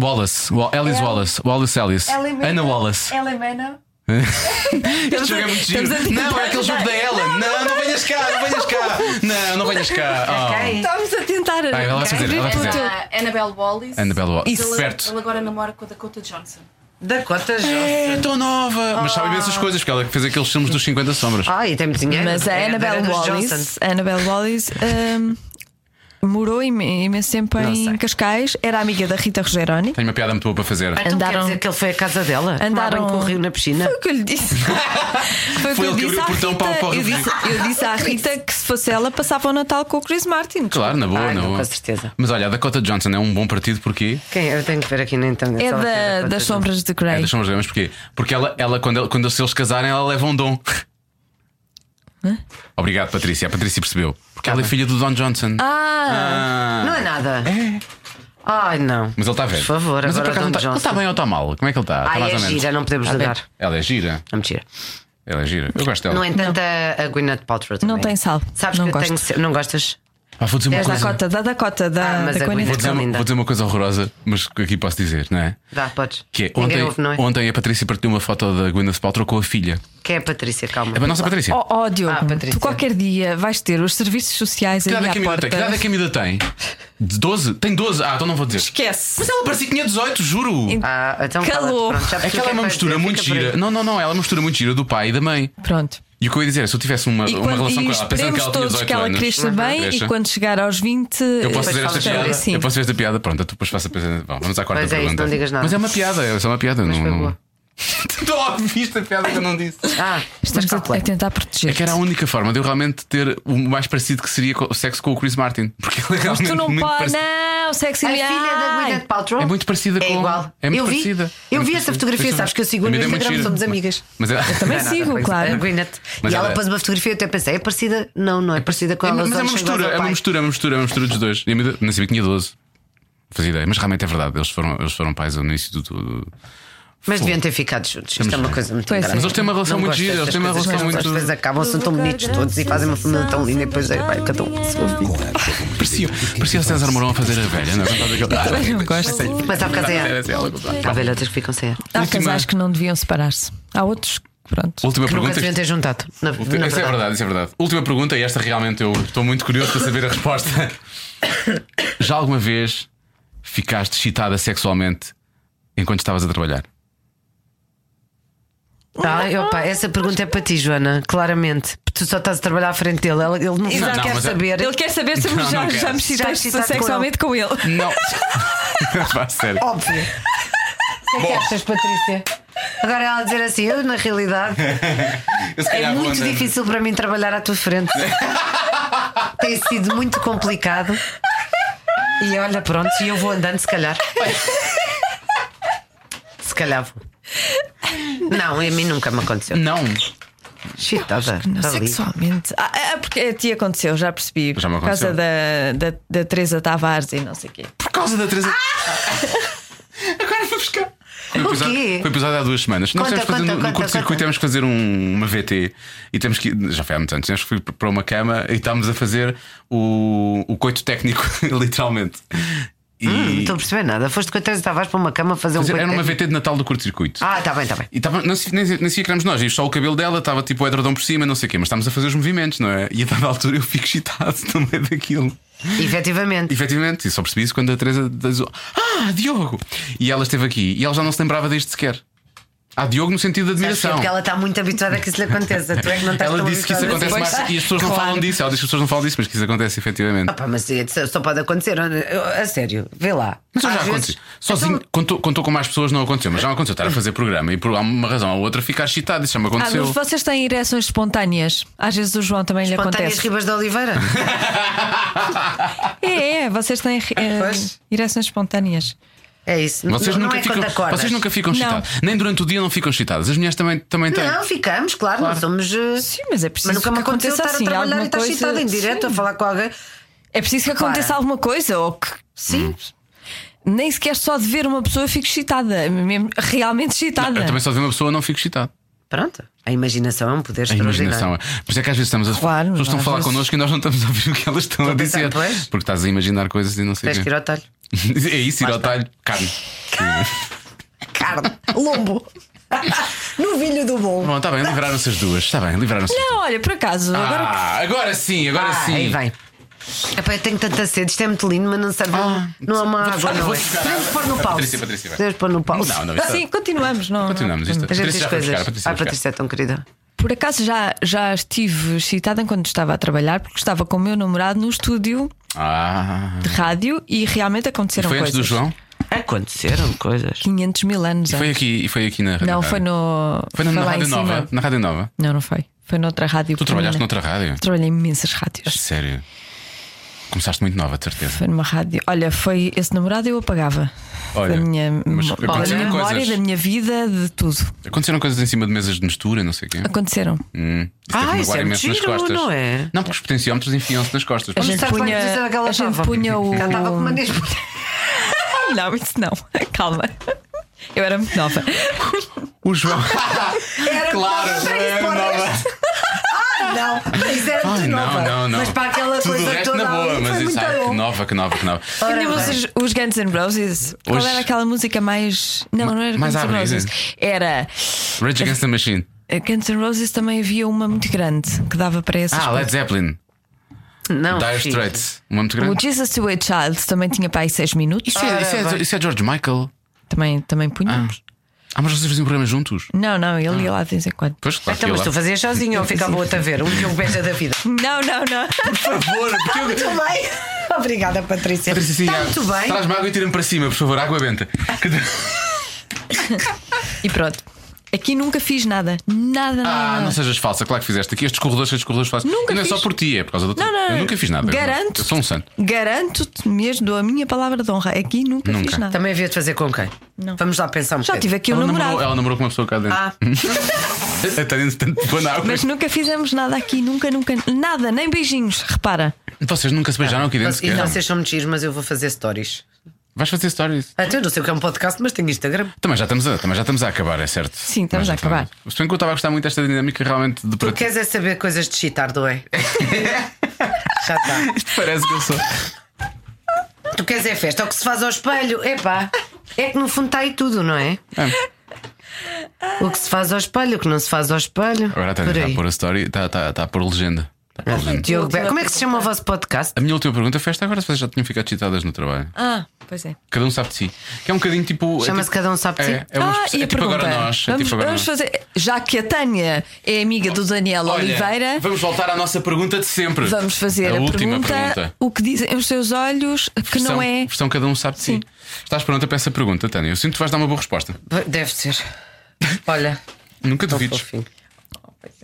[SPEAKER 2] Wallace, Wa- Alice Wallace, Wallace Alice,
[SPEAKER 3] é
[SPEAKER 2] Ana Wallace.
[SPEAKER 4] é Elemena.
[SPEAKER 2] Este jogo é muito giro.
[SPEAKER 3] Estamos a tentar-
[SPEAKER 2] Não, é aquele jogo da Ellen. Não, não venhas cá, não venhas cá. Não, não venhas
[SPEAKER 3] É
[SPEAKER 2] cá. Oh.
[SPEAKER 4] Quem?
[SPEAKER 3] Estávamos a tentar.
[SPEAKER 2] Ai, Ah, ela vai fazer, ela vai
[SPEAKER 3] descobrir
[SPEAKER 2] fazer.
[SPEAKER 3] pelo
[SPEAKER 6] Ana- é Annabelle Wallis.
[SPEAKER 2] Annabelle Wallis.
[SPEAKER 6] Ele,
[SPEAKER 2] Certo.
[SPEAKER 6] ele agora namora com a Dakota Johnson.
[SPEAKER 4] Dakota
[SPEAKER 2] É
[SPEAKER 4] Johnson.
[SPEAKER 2] tão nova! Mas sabe imensas coisas, porque ela é que fez aqueles filmes dos 50 Sombras.
[SPEAKER 4] Ah, e tem dinheiro.
[SPEAKER 3] Mas a
[SPEAKER 4] É
[SPEAKER 3] Annabelle
[SPEAKER 4] Vera dos
[SPEAKER 3] Wallis,
[SPEAKER 4] Johnson.
[SPEAKER 3] a Annabelle Wallis hum, morou ime- imenso tempo
[SPEAKER 4] Não sei.
[SPEAKER 3] em Cascais, era amiga da Rita Rogeroni.
[SPEAKER 2] Tenho uma piada muito boa para fazer.
[SPEAKER 4] Então
[SPEAKER 3] Andaram-
[SPEAKER 4] quer dizer que ele foi à casa dela?
[SPEAKER 3] Andaram-
[SPEAKER 4] Andaram com o rio na piscina?
[SPEAKER 3] Foi o que eu lhe disse. Foi, o
[SPEAKER 2] Foi
[SPEAKER 3] eu
[SPEAKER 2] ele que abriu o
[SPEAKER 3] disse à
[SPEAKER 2] portão para o- para o
[SPEAKER 3] eu
[SPEAKER 2] Rio.
[SPEAKER 3] disse, eu disse à Rita que se fosse ela passava o Natal com o Chris Martin.
[SPEAKER 2] Claro, na boa,
[SPEAKER 4] Ai,
[SPEAKER 2] na
[SPEAKER 4] não,
[SPEAKER 2] boa.
[SPEAKER 4] com certeza.
[SPEAKER 2] Mas olha, a Dakota Johnson é um bom partido porque.
[SPEAKER 4] Quem? Eu tenho que ver aqui na internet.
[SPEAKER 3] É
[SPEAKER 4] Ela tem
[SPEAKER 3] da,
[SPEAKER 4] Dakota
[SPEAKER 3] das
[SPEAKER 4] Johnson.
[SPEAKER 3] sombras de
[SPEAKER 2] É,
[SPEAKER 3] Grey.
[SPEAKER 2] deixam os games porquê? Porque ela, ela quando, ela- quando se eles casarem, ela leva um dom. Obrigado, Patrícia. A Patrícia percebeu.
[SPEAKER 4] Tá
[SPEAKER 2] Porque ela é filha do Don Johnson.
[SPEAKER 3] Ah,
[SPEAKER 2] Ah.
[SPEAKER 4] Não é nada. Ai, não.
[SPEAKER 2] Mas tá ele está a ver.
[SPEAKER 4] Por favor,
[SPEAKER 2] Mas por
[SPEAKER 4] agora
[SPEAKER 2] acaso
[SPEAKER 4] Don
[SPEAKER 2] não tá- ele
[SPEAKER 4] Johnson.
[SPEAKER 2] está bem ou está mal? Como é que ele está? Está
[SPEAKER 4] Ai,
[SPEAKER 2] mais
[SPEAKER 4] é
[SPEAKER 2] ou menos.
[SPEAKER 4] gira, não podemos
[SPEAKER 2] Está bem.
[SPEAKER 4] julgar.
[SPEAKER 2] Ela é gira.
[SPEAKER 4] É mentira.
[SPEAKER 2] Ela é gira. Eu gosto dela.
[SPEAKER 4] No entanto, a a Gwyneth Paltrow também.
[SPEAKER 3] Não tem sal.
[SPEAKER 4] Sabes
[SPEAKER 3] Não
[SPEAKER 4] que
[SPEAKER 3] gosto.
[SPEAKER 4] eu tenho. se- Não gostas?
[SPEAKER 2] Ah, vou dizer uma
[SPEAKER 4] És
[SPEAKER 3] da
[SPEAKER 2] coisa.
[SPEAKER 3] Dakota, da Dakota,
[SPEAKER 4] Ah,
[SPEAKER 3] da,
[SPEAKER 4] mas
[SPEAKER 3] da
[SPEAKER 4] a
[SPEAKER 3] Gwyneth.
[SPEAKER 2] Vou dizer, uma,
[SPEAKER 4] Linda.
[SPEAKER 2] vou dizer uma coisa horrorosa, mas que aqui posso dizer, não é?
[SPEAKER 4] Dá, podes.
[SPEAKER 2] Que é,
[SPEAKER 4] Ninguém
[SPEAKER 2] ontem,
[SPEAKER 4] ouve, não é?
[SPEAKER 2] ontem a Patrícia partilhou uma foto da Gwyneth Paltrow com a filha.
[SPEAKER 4] Que é a Patrícia, calma.
[SPEAKER 2] É a nossa Patrícia.
[SPEAKER 3] Oh, oh, Diogo,
[SPEAKER 4] Ah, Patrícia.
[SPEAKER 3] tu qualquer dia vais ter os serviços sociais
[SPEAKER 2] que idade
[SPEAKER 3] aí
[SPEAKER 2] é
[SPEAKER 3] à
[SPEAKER 2] que a miúda tem?
[SPEAKER 3] porta.
[SPEAKER 2] Que idade é que a miúda tem? De 12? Tem 12? Ah, então não vou dizer.
[SPEAKER 3] Esquece.
[SPEAKER 2] Mas ela parecia que tinha 18, juro.
[SPEAKER 4] Ah, então fala-te,
[SPEAKER 3] Calou.
[SPEAKER 4] pronto, já
[SPEAKER 2] É
[SPEAKER 4] percebi
[SPEAKER 2] que ela é
[SPEAKER 4] o
[SPEAKER 2] uma
[SPEAKER 4] vais
[SPEAKER 2] mistura
[SPEAKER 4] dizer,
[SPEAKER 2] muito
[SPEAKER 4] fica por aí.
[SPEAKER 2] gira. Não, não, não. Ela é uma mistura muito gira do pai e da mãe.
[SPEAKER 3] Pronto.
[SPEAKER 2] E o que eu ia dizer é: se eu tivesse uma,
[SPEAKER 3] E,
[SPEAKER 2] uma
[SPEAKER 3] quando,
[SPEAKER 2] relação
[SPEAKER 3] e
[SPEAKER 2] com ela, pensando
[SPEAKER 3] esperemos
[SPEAKER 2] que ela tinha
[SPEAKER 3] todos
[SPEAKER 2] 18
[SPEAKER 3] que ela
[SPEAKER 2] anos. Uhum.
[SPEAKER 3] cresça bem
[SPEAKER 2] Cresça.
[SPEAKER 3] e quando chegar aos 20.
[SPEAKER 2] Eu posso
[SPEAKER 4] Depois
[SPEAKER 2] fazer esta
[SPEAKER 4] falas dela.
[SPEAKER 2] piada?
[SPEAKER 3] Sim.
[SPEAKER 2] Eu posso fazer esta piada? Pronto, tu depois faço a piada. Bom, vamos à quarta
[SPEAKER 4] assim. Pois é, isso,
[SPEAKER 2] pergunta.
[SPEAKER 4] não digas nada.
[SPEAKER 2] Mas é uma piada, é só uma piada.
[SPEAKER 4] Mas
[SPEAKER 2] não,
[SPEAKER 4] foi
[SPEAKER 2] não...
[SPEAKER 4] boa.
[SPEAKER 2] tu ouviste a piada que eu não disse.
[SPEAKER 4] Ah, mas
[SPEAKER 3] Estamos a,
[SPEAKER 4] calcula.
[SPEAKER 3] a tentar
[SPEAKER 2] É
[SPEAKER 3] proteger.
[SPEAKER 2] que era a única forma de eu realmente ter o mais parecido que seria co- sexo com o Chris Martin. Porque ele é
[SPEAKER 3] Mas
[SPEAKER 2] realmente
[SPEAKER 3] tu não
[SPEAKER 2] muito
[SPEAKER 3] podes,
[SPEAKER 2] parecido.
[SPEAKER 3] não, sexy
[SPEAKER 4] A filha da
[SPEAKER 3] ai.
[SPEAKER 4] Gwyneth Paltrow
[SPEAKER 2] É muito parecida
[SPEAKER 4] É
[SPEAKER 2] com.
[SPEAKER 4] igual.
[SPEAKER 2] É muito
[SPEAKER 4] eu vi,
[SPEAKER 2] parecida. É
[SPEAKER 4] Eu
[SPEAKER 2] muito
[SPEAKER 4] vi
[SPEAKER 2] parecida.
[SPEAKER 4] essa fotografia,
[SPEAKER 2] Pois
[SPEAKER 4] sabes que eu
[SPEAKER 2] A
[SPEAKER 4] sigo no
[SPEAKER 2] miúda é muito
[SPEAKER 4] Instagram,
[SPEAKER 2] gira.
[SPEAKER 4] somos amigas.
[SPEAKER 2] Mas ela-
[SPEAKER 3] Também
[SPEAKER 4] Não, é não,
[SPEAKER 3] sigo,
[SPEAKER 4] não,
[SPEAKER 3] claro.
[SPEAKER 4] A Gwyneth.
[SPEAKER 2] Mas
[SPEAKER 4] e ela
[SPEAKER 2] ela-
[SPEAKER 4] pôs uma fotografia, eu até pensei, é parecida. Não, não é parecida com
[SPEAKER 2] É,
[SPEAKER 4] ela.
[SPEAKER 2] mas
[SPEAKER 4] os
[SPEAKER 2] é uma
[SPEAKER 4] olhos são iguais
[SPEAKER 2] mistura,
[SPEAKER 4] ao
[SPEAKER 2] é uma
[SPEAKER 4] pai.
[SPEAKER 2] mistura, é uma mistura, é uma mistura dos dois. E a miúda- nem sabia que tinha 12. Não Fazia ideia, mas realmente é verdade, eles foram, eles foram pais no início do. do-
[SPEAKER 4] Mas deviam ter ficado juntos. Isto é uma coisa muito
[SPEAKER 3] Pois é.
[SPEAKER 4] engraçada.
[SPEAKER 3] Mas
[SPEAKER 2] eles têm uma relação muito gira, eles têm uma relação muito-
[SPEAKER 4] Às vezes acabam, são tão bonitos todos e fazem uma família tão linda e depois é, vai, cada um.
[SPEAKER 2] Parecia, parecia o César Mourão a fazer a velha, não é? Quando faz aquele-
[SPEAKER 3] Também não gosto.
[SPEAKER 4] Mas há bocado sem
[SPEAKER 2] Era
[SPEAKER 4] ar.
[SPEAKER 2] assim, ela- Pronto.
[SPEAKER 4] Há velhotas que ficam sem ar.
[SPEAKER 3] Há
[SPEAKER 2] Última-
[SPEAKER 3] casais que não deviam separar-se. Há outros que, pronto.
[SPEAKER 2] Última
[SPEAKER 4] Que nunca
[SPEAKER 2] pergunta.
[SPEAKER 4] deviam ter juntado. Na, na
[SPEAKER 2] Ulti- Isso é verdade, isso é verdade. Última pergunta, e esta realmente eu estou muito curioso para saber a resposta. Já alguma vez ficaste excitada sexualmente enquanto estavas a trabalhar?
[SPEAKER 4] Ai, Tá, opa, essa pergunta é para ti, Joana, claramente. Tu só estás a trabalhar à frente dele. Ela- Ele não,
[SPEAKER 2] Exato.
[SPEAKER 4] quer
[SPEAKER 2] Não, mas é-
[SPEAKER 4] saber.
[SPEAKER 3] Ele quer saber se
[SPEAKER 2] Não,
[SPEAKER 3] já,
[SPEAKER 2] não
[SPEAKER 3] já
[SPEAKER 2] quero.
[SPEAKER 3] me
[SPEAKER 4] Já
[SPEAKER 3] citaste
[SPEAKER 4] excitado com
[SPEAKER 3] sexualmente com ele.
[SPEAKER 2] Não. Vá, sério.
[SPEAKER 4] Óbvio. O que é que achas, Patrícia? Agora ela dizer assim, eu na realidade
[SPEAKER 2] Eu se
[SPEAKER 4] é
[SPEAKER 2] calhar vou
[SPEAKER 4] muito
[SPEAKER 2] andando.
[SPEAKER 4] difícil para mim trabalhar à tua frente. Tem sido muito complicado. E olha, pronto, e eu vou andando, se calhar. Se calhar vou. Não, a mim nunca me aconteceu.
[SPEAKER 2] Não.
[SPEAKER 4] Chitada.
[SPEAKER 3] Não,
[SPEAKER 4] ali.
[SPEAKER 3] sexualmente. Ah, ah, porque a ti aconteceu, já percebi.
[SPEAKER 2] Já me
[SPEAKER 3] por causa da, da, da Teresa Tavares e não sei o quê.
[SPEAKER 2] Por causa da Teresa.
[SPEAKER 4] Ah!
[SPEAKER 2] Agora vou buscar. Foi um
[SPEAKER 4] O
[SPEAKER 2] episódio-
[SPEAKER 4] quê?
[SPEAKER 2] Foi um episódio há duas semanas. Nós
[SPEAKER 4] Conta,
[SPEAKER 2] temos que fazer
[SPEAKER 4] conta,
[SPEAKER 2] no- no
[SPEAKER 4] conta,
[SPEAKER 2] curto-circuito
[SPEAKER 4] conta.
[SPEAKER 2] temos que fazer um- uma VT e temos que. Já foi há muitos anos. Temos que fui para uma cama e estávamos a fazer o, o coito técnico, literalmente. E,
[SPEAKER 4] Hum, não estou a perceber nada. Foste com a Teresa Tavares para uma cama fazer um
[SPEAKER 2] Quer dizer, era
[SPEAKER 4] coito
[SPEAKER 2] uma
[SPEAKER 4] técnico.
[SPEAKER 2] VT de Natal do curto-circuito.
[SPEAKER 4] Ah, está bem, está bem.
[SPEAKER 2] E tava, nem, se- nem, se- nem sequer éramos nós, e só o cabelo dela estava tipo o edredom por cima, não sei o quê, mas estávamos a fazer os movimentos, não é? E a dada altura eu fico excitado no meio daquilo.
[SPEAKER 4] Efetivamente.
[SPEAKER 2] Efetivamente, e só percebi isso quando a Teresa dizou: Ah, Diogo! E ela esteve aqui e ela já não se lembrava deste sequer. Ah, Diogo no sentido de
[SPEAKER 4] Sabes porquê?
[SPEAKER 2] admiração.
[SPEAKER 4] Porque ela está muito habituada a que isso lhe aconteça. Tu é que não estás
[SPEAKER 2] Ela
[SPEAKER 4] tão
[SPEAKER 2] disse que isso
[SPEAKER 4] habituada a
[SPEAKER 2] acontece mais e as pessoas não falam disso. Ela disse que as pessoas não falam disso, mas que isso acontece efetivamente.
[SPEAKER 4] Ah pá, mas isso só pode acontecer, olha, eu- a sério, vê lá.
[SPEAKER 2] Mas eu
[SPEAKER 4] Às
[SPEAKER 2] já
[SPEAKER 4] vezes-
[SPEAKER 2] aconteceu. Sozinho,
[SPEAKER 4] Então,
[SPEAKER 2] contou, contou com mais pessoas, não aconteceu, mas já me aconteceu estar a fazer programa e por alguma razão ou outra ficar excitado. Isso já me
[SPEAKER 3] Ah,
[SPEAKER 2] aconteceu.
[SPEAKER 3] mas vocês têm ereções espontâneas. Às vezes o João também lhe
[SPEAKER 4] Espontâneas
[SPEAKER 3] acontece.
[SPEAKER 4] Ribas de Oliveira.
[SPEAKER 3] É, é, vocês têm eh,
[SPEAKER 4] Pois.
[SPEAKER 3] ereções espontâneas.
[SPEAKER 4] É isso.
[SPEAKER 2] Vocês,
[SPEAKER 4] não,
[SPEAKER 2] nunca
[SPEAKER 4] não é quando
[SPEAKER 2] ficam,
[SPEAKER 4] acordas.
[SPEAKER 2] vocês nunca ficam
[SPEAKER 3] Não.
[SPEAKER 2] excitadas. Nem durante o dia não ficam excitadas. As mulheres também, também têm.
[SPEAKER 4] Não, ficamos, claro, não somos. eh,
[SPEAKER 3] Sim, mas é preciso
[SPEAKER 4] Mas nunca me
[SPEAKER 3] que aconteça
[SPEAKER 4] aconteceu estar
[SPEAKER 3] assim,
[SPEAKER 4] a trabalhar
[SPEAKER 3] alguma
[SPEAKER 4] e estar
[SPEAKER 3] coisa-
[SPEAKER 4] excitada em direto a
[SPEAKER 3] Sim.
[SPEAKER 4] falar com alguém.
[SPEAKER 3] É preciso que aconteça
[SPEAKER 4] Para.
[SPEAKER 3] alguma coisa ou que. Sim. Nem sequer só de ver uma pessoa eu fico excitada, mesmo realmente excitada.
[SPEAKER 2] Eu também só de ver uma pessoa não fico excitado.
[SPEAKER 4] Pronto, a imaginação é um poder
[SPEAKER 2] A imaginação.
[SPEAKER 4] extraordinário.
[SPEAKER 2] é- Mas é que às vezes estamos a
[SPEAKER 3] Claro,
[SPEAKER 2] as pessoas estão a
[SPEAKER 3] às
[SPEAKER 2] falar
[SPEAKER 3] vezes-
[SPEAKER 2] connosco e nós não estamos a ouvir o que elas estão a
[SPEAKER 4] pensar,
[SPEAKER 2] dizer.
[SPEAKER 4] pois.
[SPEAKER 2] Porque estás a imaginar coisas e não sei
[SPEAKER 4] Tens
[SPEAKER 2] o
[SPEAKER 4] que
[SPEAKER 2] quê.
[SPEAKER 4] ir ao talho.
[SPEAKER 2] É isso, ir ao talho, carne.
[SPEAKER 4] Carne, lombo. Novilho do bom.
[SPEAKER 2] Bom, está bem, Tá livraram-se as duas. Está bem, livraram-se. as duas.
[SPEAKER 3] Não, olha, por acaso, agora
[SPEAKER 2] Ah, agora sim, agora
[SPEAKER 4] Ah,
[SPEAKER 2] sim.
[SPEAKER 4] Aí vem. Epá, eu tenho tanta sede, isto é muito lindo, mas não serve.
[SPEAKER 2] Ah.
[SPEAKER 4] não há uma água, não é? Podemos pôr no pau.
[SPEAKER 2] Patrícia, Patrícia, vai.
[SPEAKER 4] Podemos pôr no pau.
[SPEAKER 2] Não, não, isso
[SPEAKER 3] Ah,
[SPEAKER 2] é-
[SPEAKER 3] Sim, continuamos, não.
[SPEAKER 2] Continuamos isto.
[SPEAKER 4] A gente
[SPEAKER 2] Patrícia
[SPEAKER 4] diz
[SPEAKER 2] já foi
[SPEAKER 4] coisas.
[SPEAKER 2] buscar, a Patrícia vai
[SPEAKER 4] Ai,
[SPEAKER 2] buscar.
[SPEAKER 4] Patrícia é tão querida.
[SPEAKER 3] Por acaso já, já estive excitada enquanto estava a trabalhar, porque estava com o meu namorado no estúdio
[SPEAKER 2] Ah.
[SPEAKER 3] de rádio e realmente aconteceram
[SPEAKER 2] Foi antes
[SPEAKER 3] coisas.
[SPEAKER 2] do João?
[SPEAKER 4] Aconteceram coisas.
[SPEAKER 3] 500 mil anos
[SPEAKER 2] E foi
[SPEAKER 3] antes.
[SPEAKER 2] aqui, e foi aqui na
[SPEAKER 3] Não,
[SPEAKER 2] na-
[SPEAKER 3] foi no.
[SPEAKER 2] Foi na, na
[SPEAKER 3] lá em
[SPEAKER 2] Rádio
[SPEAKER 3] cima.
[SPEAKER 2] Nova. Na Rádio Nova.
[SPEAKER 3] Não, não foi. Foi noutra rádio.
[SPEAKER 2] Tu trabalhaste
[SPEAKER 3] pequenina.
[SPEAKER 2] noutra rádio?
[SPEAKER 3] Trabalhei em imensas rádios.
[SPEAKER 2] Sério. Começaste muito nova, de certeza.
[SPEAKER 3] Foi numa rádio. Olha, foi esse namorado eu apagava.
[SPEAKER 2] Olha,
[SPEAKER 3] da minha,
[SPEAKER 2] mas
[SPEAKER 3] mem- da
[SPEAKER 2] aconteceram
[SPEAKER 3] minha memória,
[SPEAKER 2] coisas.
[SPEAKER 3] da minha vida, de tudo.
[SPEAKER 2] Aconteceram coisas em cima de mesas de mistura, não sei o quê.
[SPEAKER 3] Aconteceram.
[SPEAKER 2] Hum, isso
[SPEAKER 4] Ah,
[SPEAKER 2] teve-me
[SPEAKER 4] isso
[SPEAKER 2] agora
[SPEAKER 4] é
[SPEAKER 2] imenso nas
[SPEAKER 4] giro,
[SPEAKER 2] costas.
[SPEAKER 4] não é?
[SPEAKER 2] Não, porque os potenciómetros enfiam-se nas costas.
[SPEAKER 3] A
[SPEAKER 2] Mas
[SPEAKER 3] gente
[SPEAKER 4] sabes bem
[SPEAKER 3] punha,
[SPEAKER 4] dizer aquela
[SPEAKER 3] a gente
[SPEAKER 4] estava.
[SPEAKER 3] punha o.
[SPEAKER 4] Ela estava com uma des-
[SPEAKER 3] Não, isso não. Calma. Eu era muito nova.
[SPEAKER 2] O João. claro, é nova.
[SPEAKER 4] Não, mas era
[SPEAKER 2] Ai,
[SPEAKER 4] muito nova.
[SPEAKER 2] não, não, não.
[SPEAKER 4] Mas para aquela
[SPEAKER 2] Tudo o
[SPEAKER 4] coisa
[SPEAKER 2] resto
[SPEAKER 4] toda.
[SPEAKER 2] na boa,
[SPEAKER 4] ali,
[SPEAKER 2] mas isso
[SPEAKER 4] foi muito
[SPEAKER 2] ai, que
[SPEAKER 4] bom.
[SPEAKER 2] nova, que nova, que nova.
[SPEAKER 4] Ora
[SPEAKER 3] Ainda
[SPEAKER 4] bem.
[SPEAKER 3] os, os Guns N' Roses. Qual
[SPEAKER 2] Hoje-
[SPEAKER 3] era aquela música mais. Não, não era
[SPEAKER 2] mais é.
[SPEAKER 3] Guns N'
[SPEAKER 2] à brisa.
[SPEAKER 3] Roses. Era.
[SPEAKER 2] Rage Against the Machine.
[SPEAKER 3] a Guns N' Roses também havia uma muito grande que dava para essas.
[SPEAKER 2] Ah, Led
[SPEAKER 3] coisas.
[SPEAKER 2] Zeppelin.
[SPEAKER 4] Não,
[SPEAKER 2] Dire
[SPEAKER 4] filho.
[SPEAKER 2] Straits. Uma muito
[SPEAKER 3] O
[SPEAKER 2] grande.
[SPEAKER 3] Jesus to a Child também tinha para aí 6 minutos.
[SPEAKER 2] Isso é, isso, é, isso é George Michael.
[SPEAKER 3] Também, também punhamos.
[SPEAKER 2] Ah, mas vocês faziam um programa juntos?
[SPEAKER 3] Não, não, ele ia lá de vez em quando.
[SPEAKER 2] Pois, claro.
[SPEAKER 4] Então,
[SPEAKER 2] que
[SPEAKER 4] mas
[SPEAKER 2] eu
[SPEAKER 4] tu
[SPEAKER 2] lá-
[SPEAKER 4] fazias sozinho ou ficava outra a ver? Um jogo besta da vida.
[SPEAKER 3] Não, não, não.
[SPEAKER 2] Por favor, porque eu.
[SPEAKER 4] bem. Obrigada, Patrícia.
[SPEAKER 2] Patrícia, sim,
[SPEAKER 4] Está
[SPEAKER 2] ah,
[SPEAKER 4] muito bem.
[SPEAKER 2] Traz-me água e tira-me para cima, por favor, água benta.
[SPEAKER 3] E pronto. Aqui nunca fiz nada. Nada, nada.
[SPEAKER 2] Ah,
[SPEAKER 3] nada.
[SPEAKER 2] não sejas falsa, claro que fizeste aqui. Estes corredores, estes corredores falsos.
[SPEAKER 3] Nunca
[SPEAKER 2] E não é
[SPEAKER 3] fiz.
[SPEAKER 2] só por ti, é por causa do
[SPEAKER 3] Não, não,
[SPEAKER 2] Eu
[SPEAKER 3] não.
[SPEAKER 2] nunca fiz nada.
[SPEAKER 3] Garanto.
[SPEAKER 2] Eu sou um santo.
[SPEAKER 3] Garanto-te mesmo, dou a minha palavra de honra. Aqui nunca,
[SPEAKER 2] Nunca.
[SPEAKER 3] fiz nada.
[SPEAKER 4] Também havia de fazer com quem?
[SPEAKER 3] Não.
[SPEAKER 4] Vamos lá pensar um
[SPEAKER 3] Já
[SPEAKER 4] bocadinho.
[SPEAKER 3] tive aqui um
[SPEAKER 2] ela, namorou,
[SPEAKER 3] namorado.
[SPEAKER 2] ela namorou com uma pessoa cá dentro.
[SPEAKER 4] Ah,
[SPEAKER 2] Está dentro de tanto boa água.
[SPEAKER 3] Mas nunca fizemos nada aqui, nunca, nunca. Nada, nem beijinhos, repara.
[SPEAKER 2] Vocês nunca se beijaram aqui dentro
[SPEAKER 4] e
[SPEAKER 2] sequer.
[SPEAKER 4] vocês são muito giros, mas eu vou fazer stories.
[SPEAKER 2] Vais fazer stories.
[SPEAKER 4] Até eu não sei o que é um podcast, mas tenho Instagram.
[SPEAKER 2] Também já, estamos a, também já estamos a acabar, é certo?
[SPEAKER 3] Sim, estamos
[SPEAKER 2] Mas
[SPEAKER 3] a acabar.
[SPEAKER 2] Se bem que eu estava a gostar muito desta dinâmica realmente de para
[SPEAKER 4] Tu
[SPEAKER 2] ti.
[SPEAKER 4] queres é saber coisas de chitar, não é? Já está.
[SPEAKER 2] Parece que eu sou.
[SPEAKER 4] Tu queres é festa, o que se faz ao espelho, epá. É que no fundo está aí tudo, não é? O que se faz ao espelho, o que não se faz ao espelho.
[SPEAKER 2] É. Agora a
[SPEAKER 4] por
[SPEAKER 2] Tânia está a
[SPEAKER 4] aí.
[SPEAKER 2] pôr um a story, está, está, está a pôr legenda. Está a pôr legenda.
[SPEAKER 4] Diogo Beja, como é que se chama o vosso podcast?
[SPEAKER 2] A minha última pergunta foi esta agora se vocês já tinham ficado citadas no trabalho.
[SPEAKER 3] Ah, pois é.
[SPEAKER 2] Cada um sabe de si. Que é um bocadinho tipo. é
[SPEAKER 4] Chama-se
[SPEAKER 2] tipo-
[SPEAKER 4] Cada Um Sabe de Si.
[SPEAKER 2] É, é, uma
[SPEAKER 3] ah,
[SPEAKER 2] espécie-
[SPEAKER 3] e
[SPEAKER 2] é
[SPEAKER 3] a
[SPEAKER 2] tipo
[SPEAKER 3] pergunta?
[SPEAKER 2] agora nós. é
[SPEAKER 3] Vamos,
[SPEAKER 2] tipo agora
[SPEAKER 3] vamos
[SPEAKER 2] nós.
[SPEAKER 3] fazer. Já que a Tânia é amiga do Daniel
[SPEAKER 2] Olha,
[SPEAKER 3] Oliveira,
[SPEAKER 2] Vamos voltar à nossa pergunta de sempre.
[SPEAKER 3] vamos fazer
[SPEAKER 2] a,
[SPEAKER 3] a,
[SPEAKER 2] última
[SPEAKER 3] pergunta, O que dizem os seus olhos que
[SPEAKER 2] Versão,
[SPEAKER 3] não é.
[SPEAKER 2] versão cada um sabe de si. Estás pronta para essa pergunta, Tânia? Eu sinto que vais dar uma boa resposta.
[SPEAKER 4] Deve ser. Olha,
[SPEAKER 2] Nunca
[SPEAKER 4] tão
[SPEAKER 2] duvides.
[SPEAKER 4] fofinho.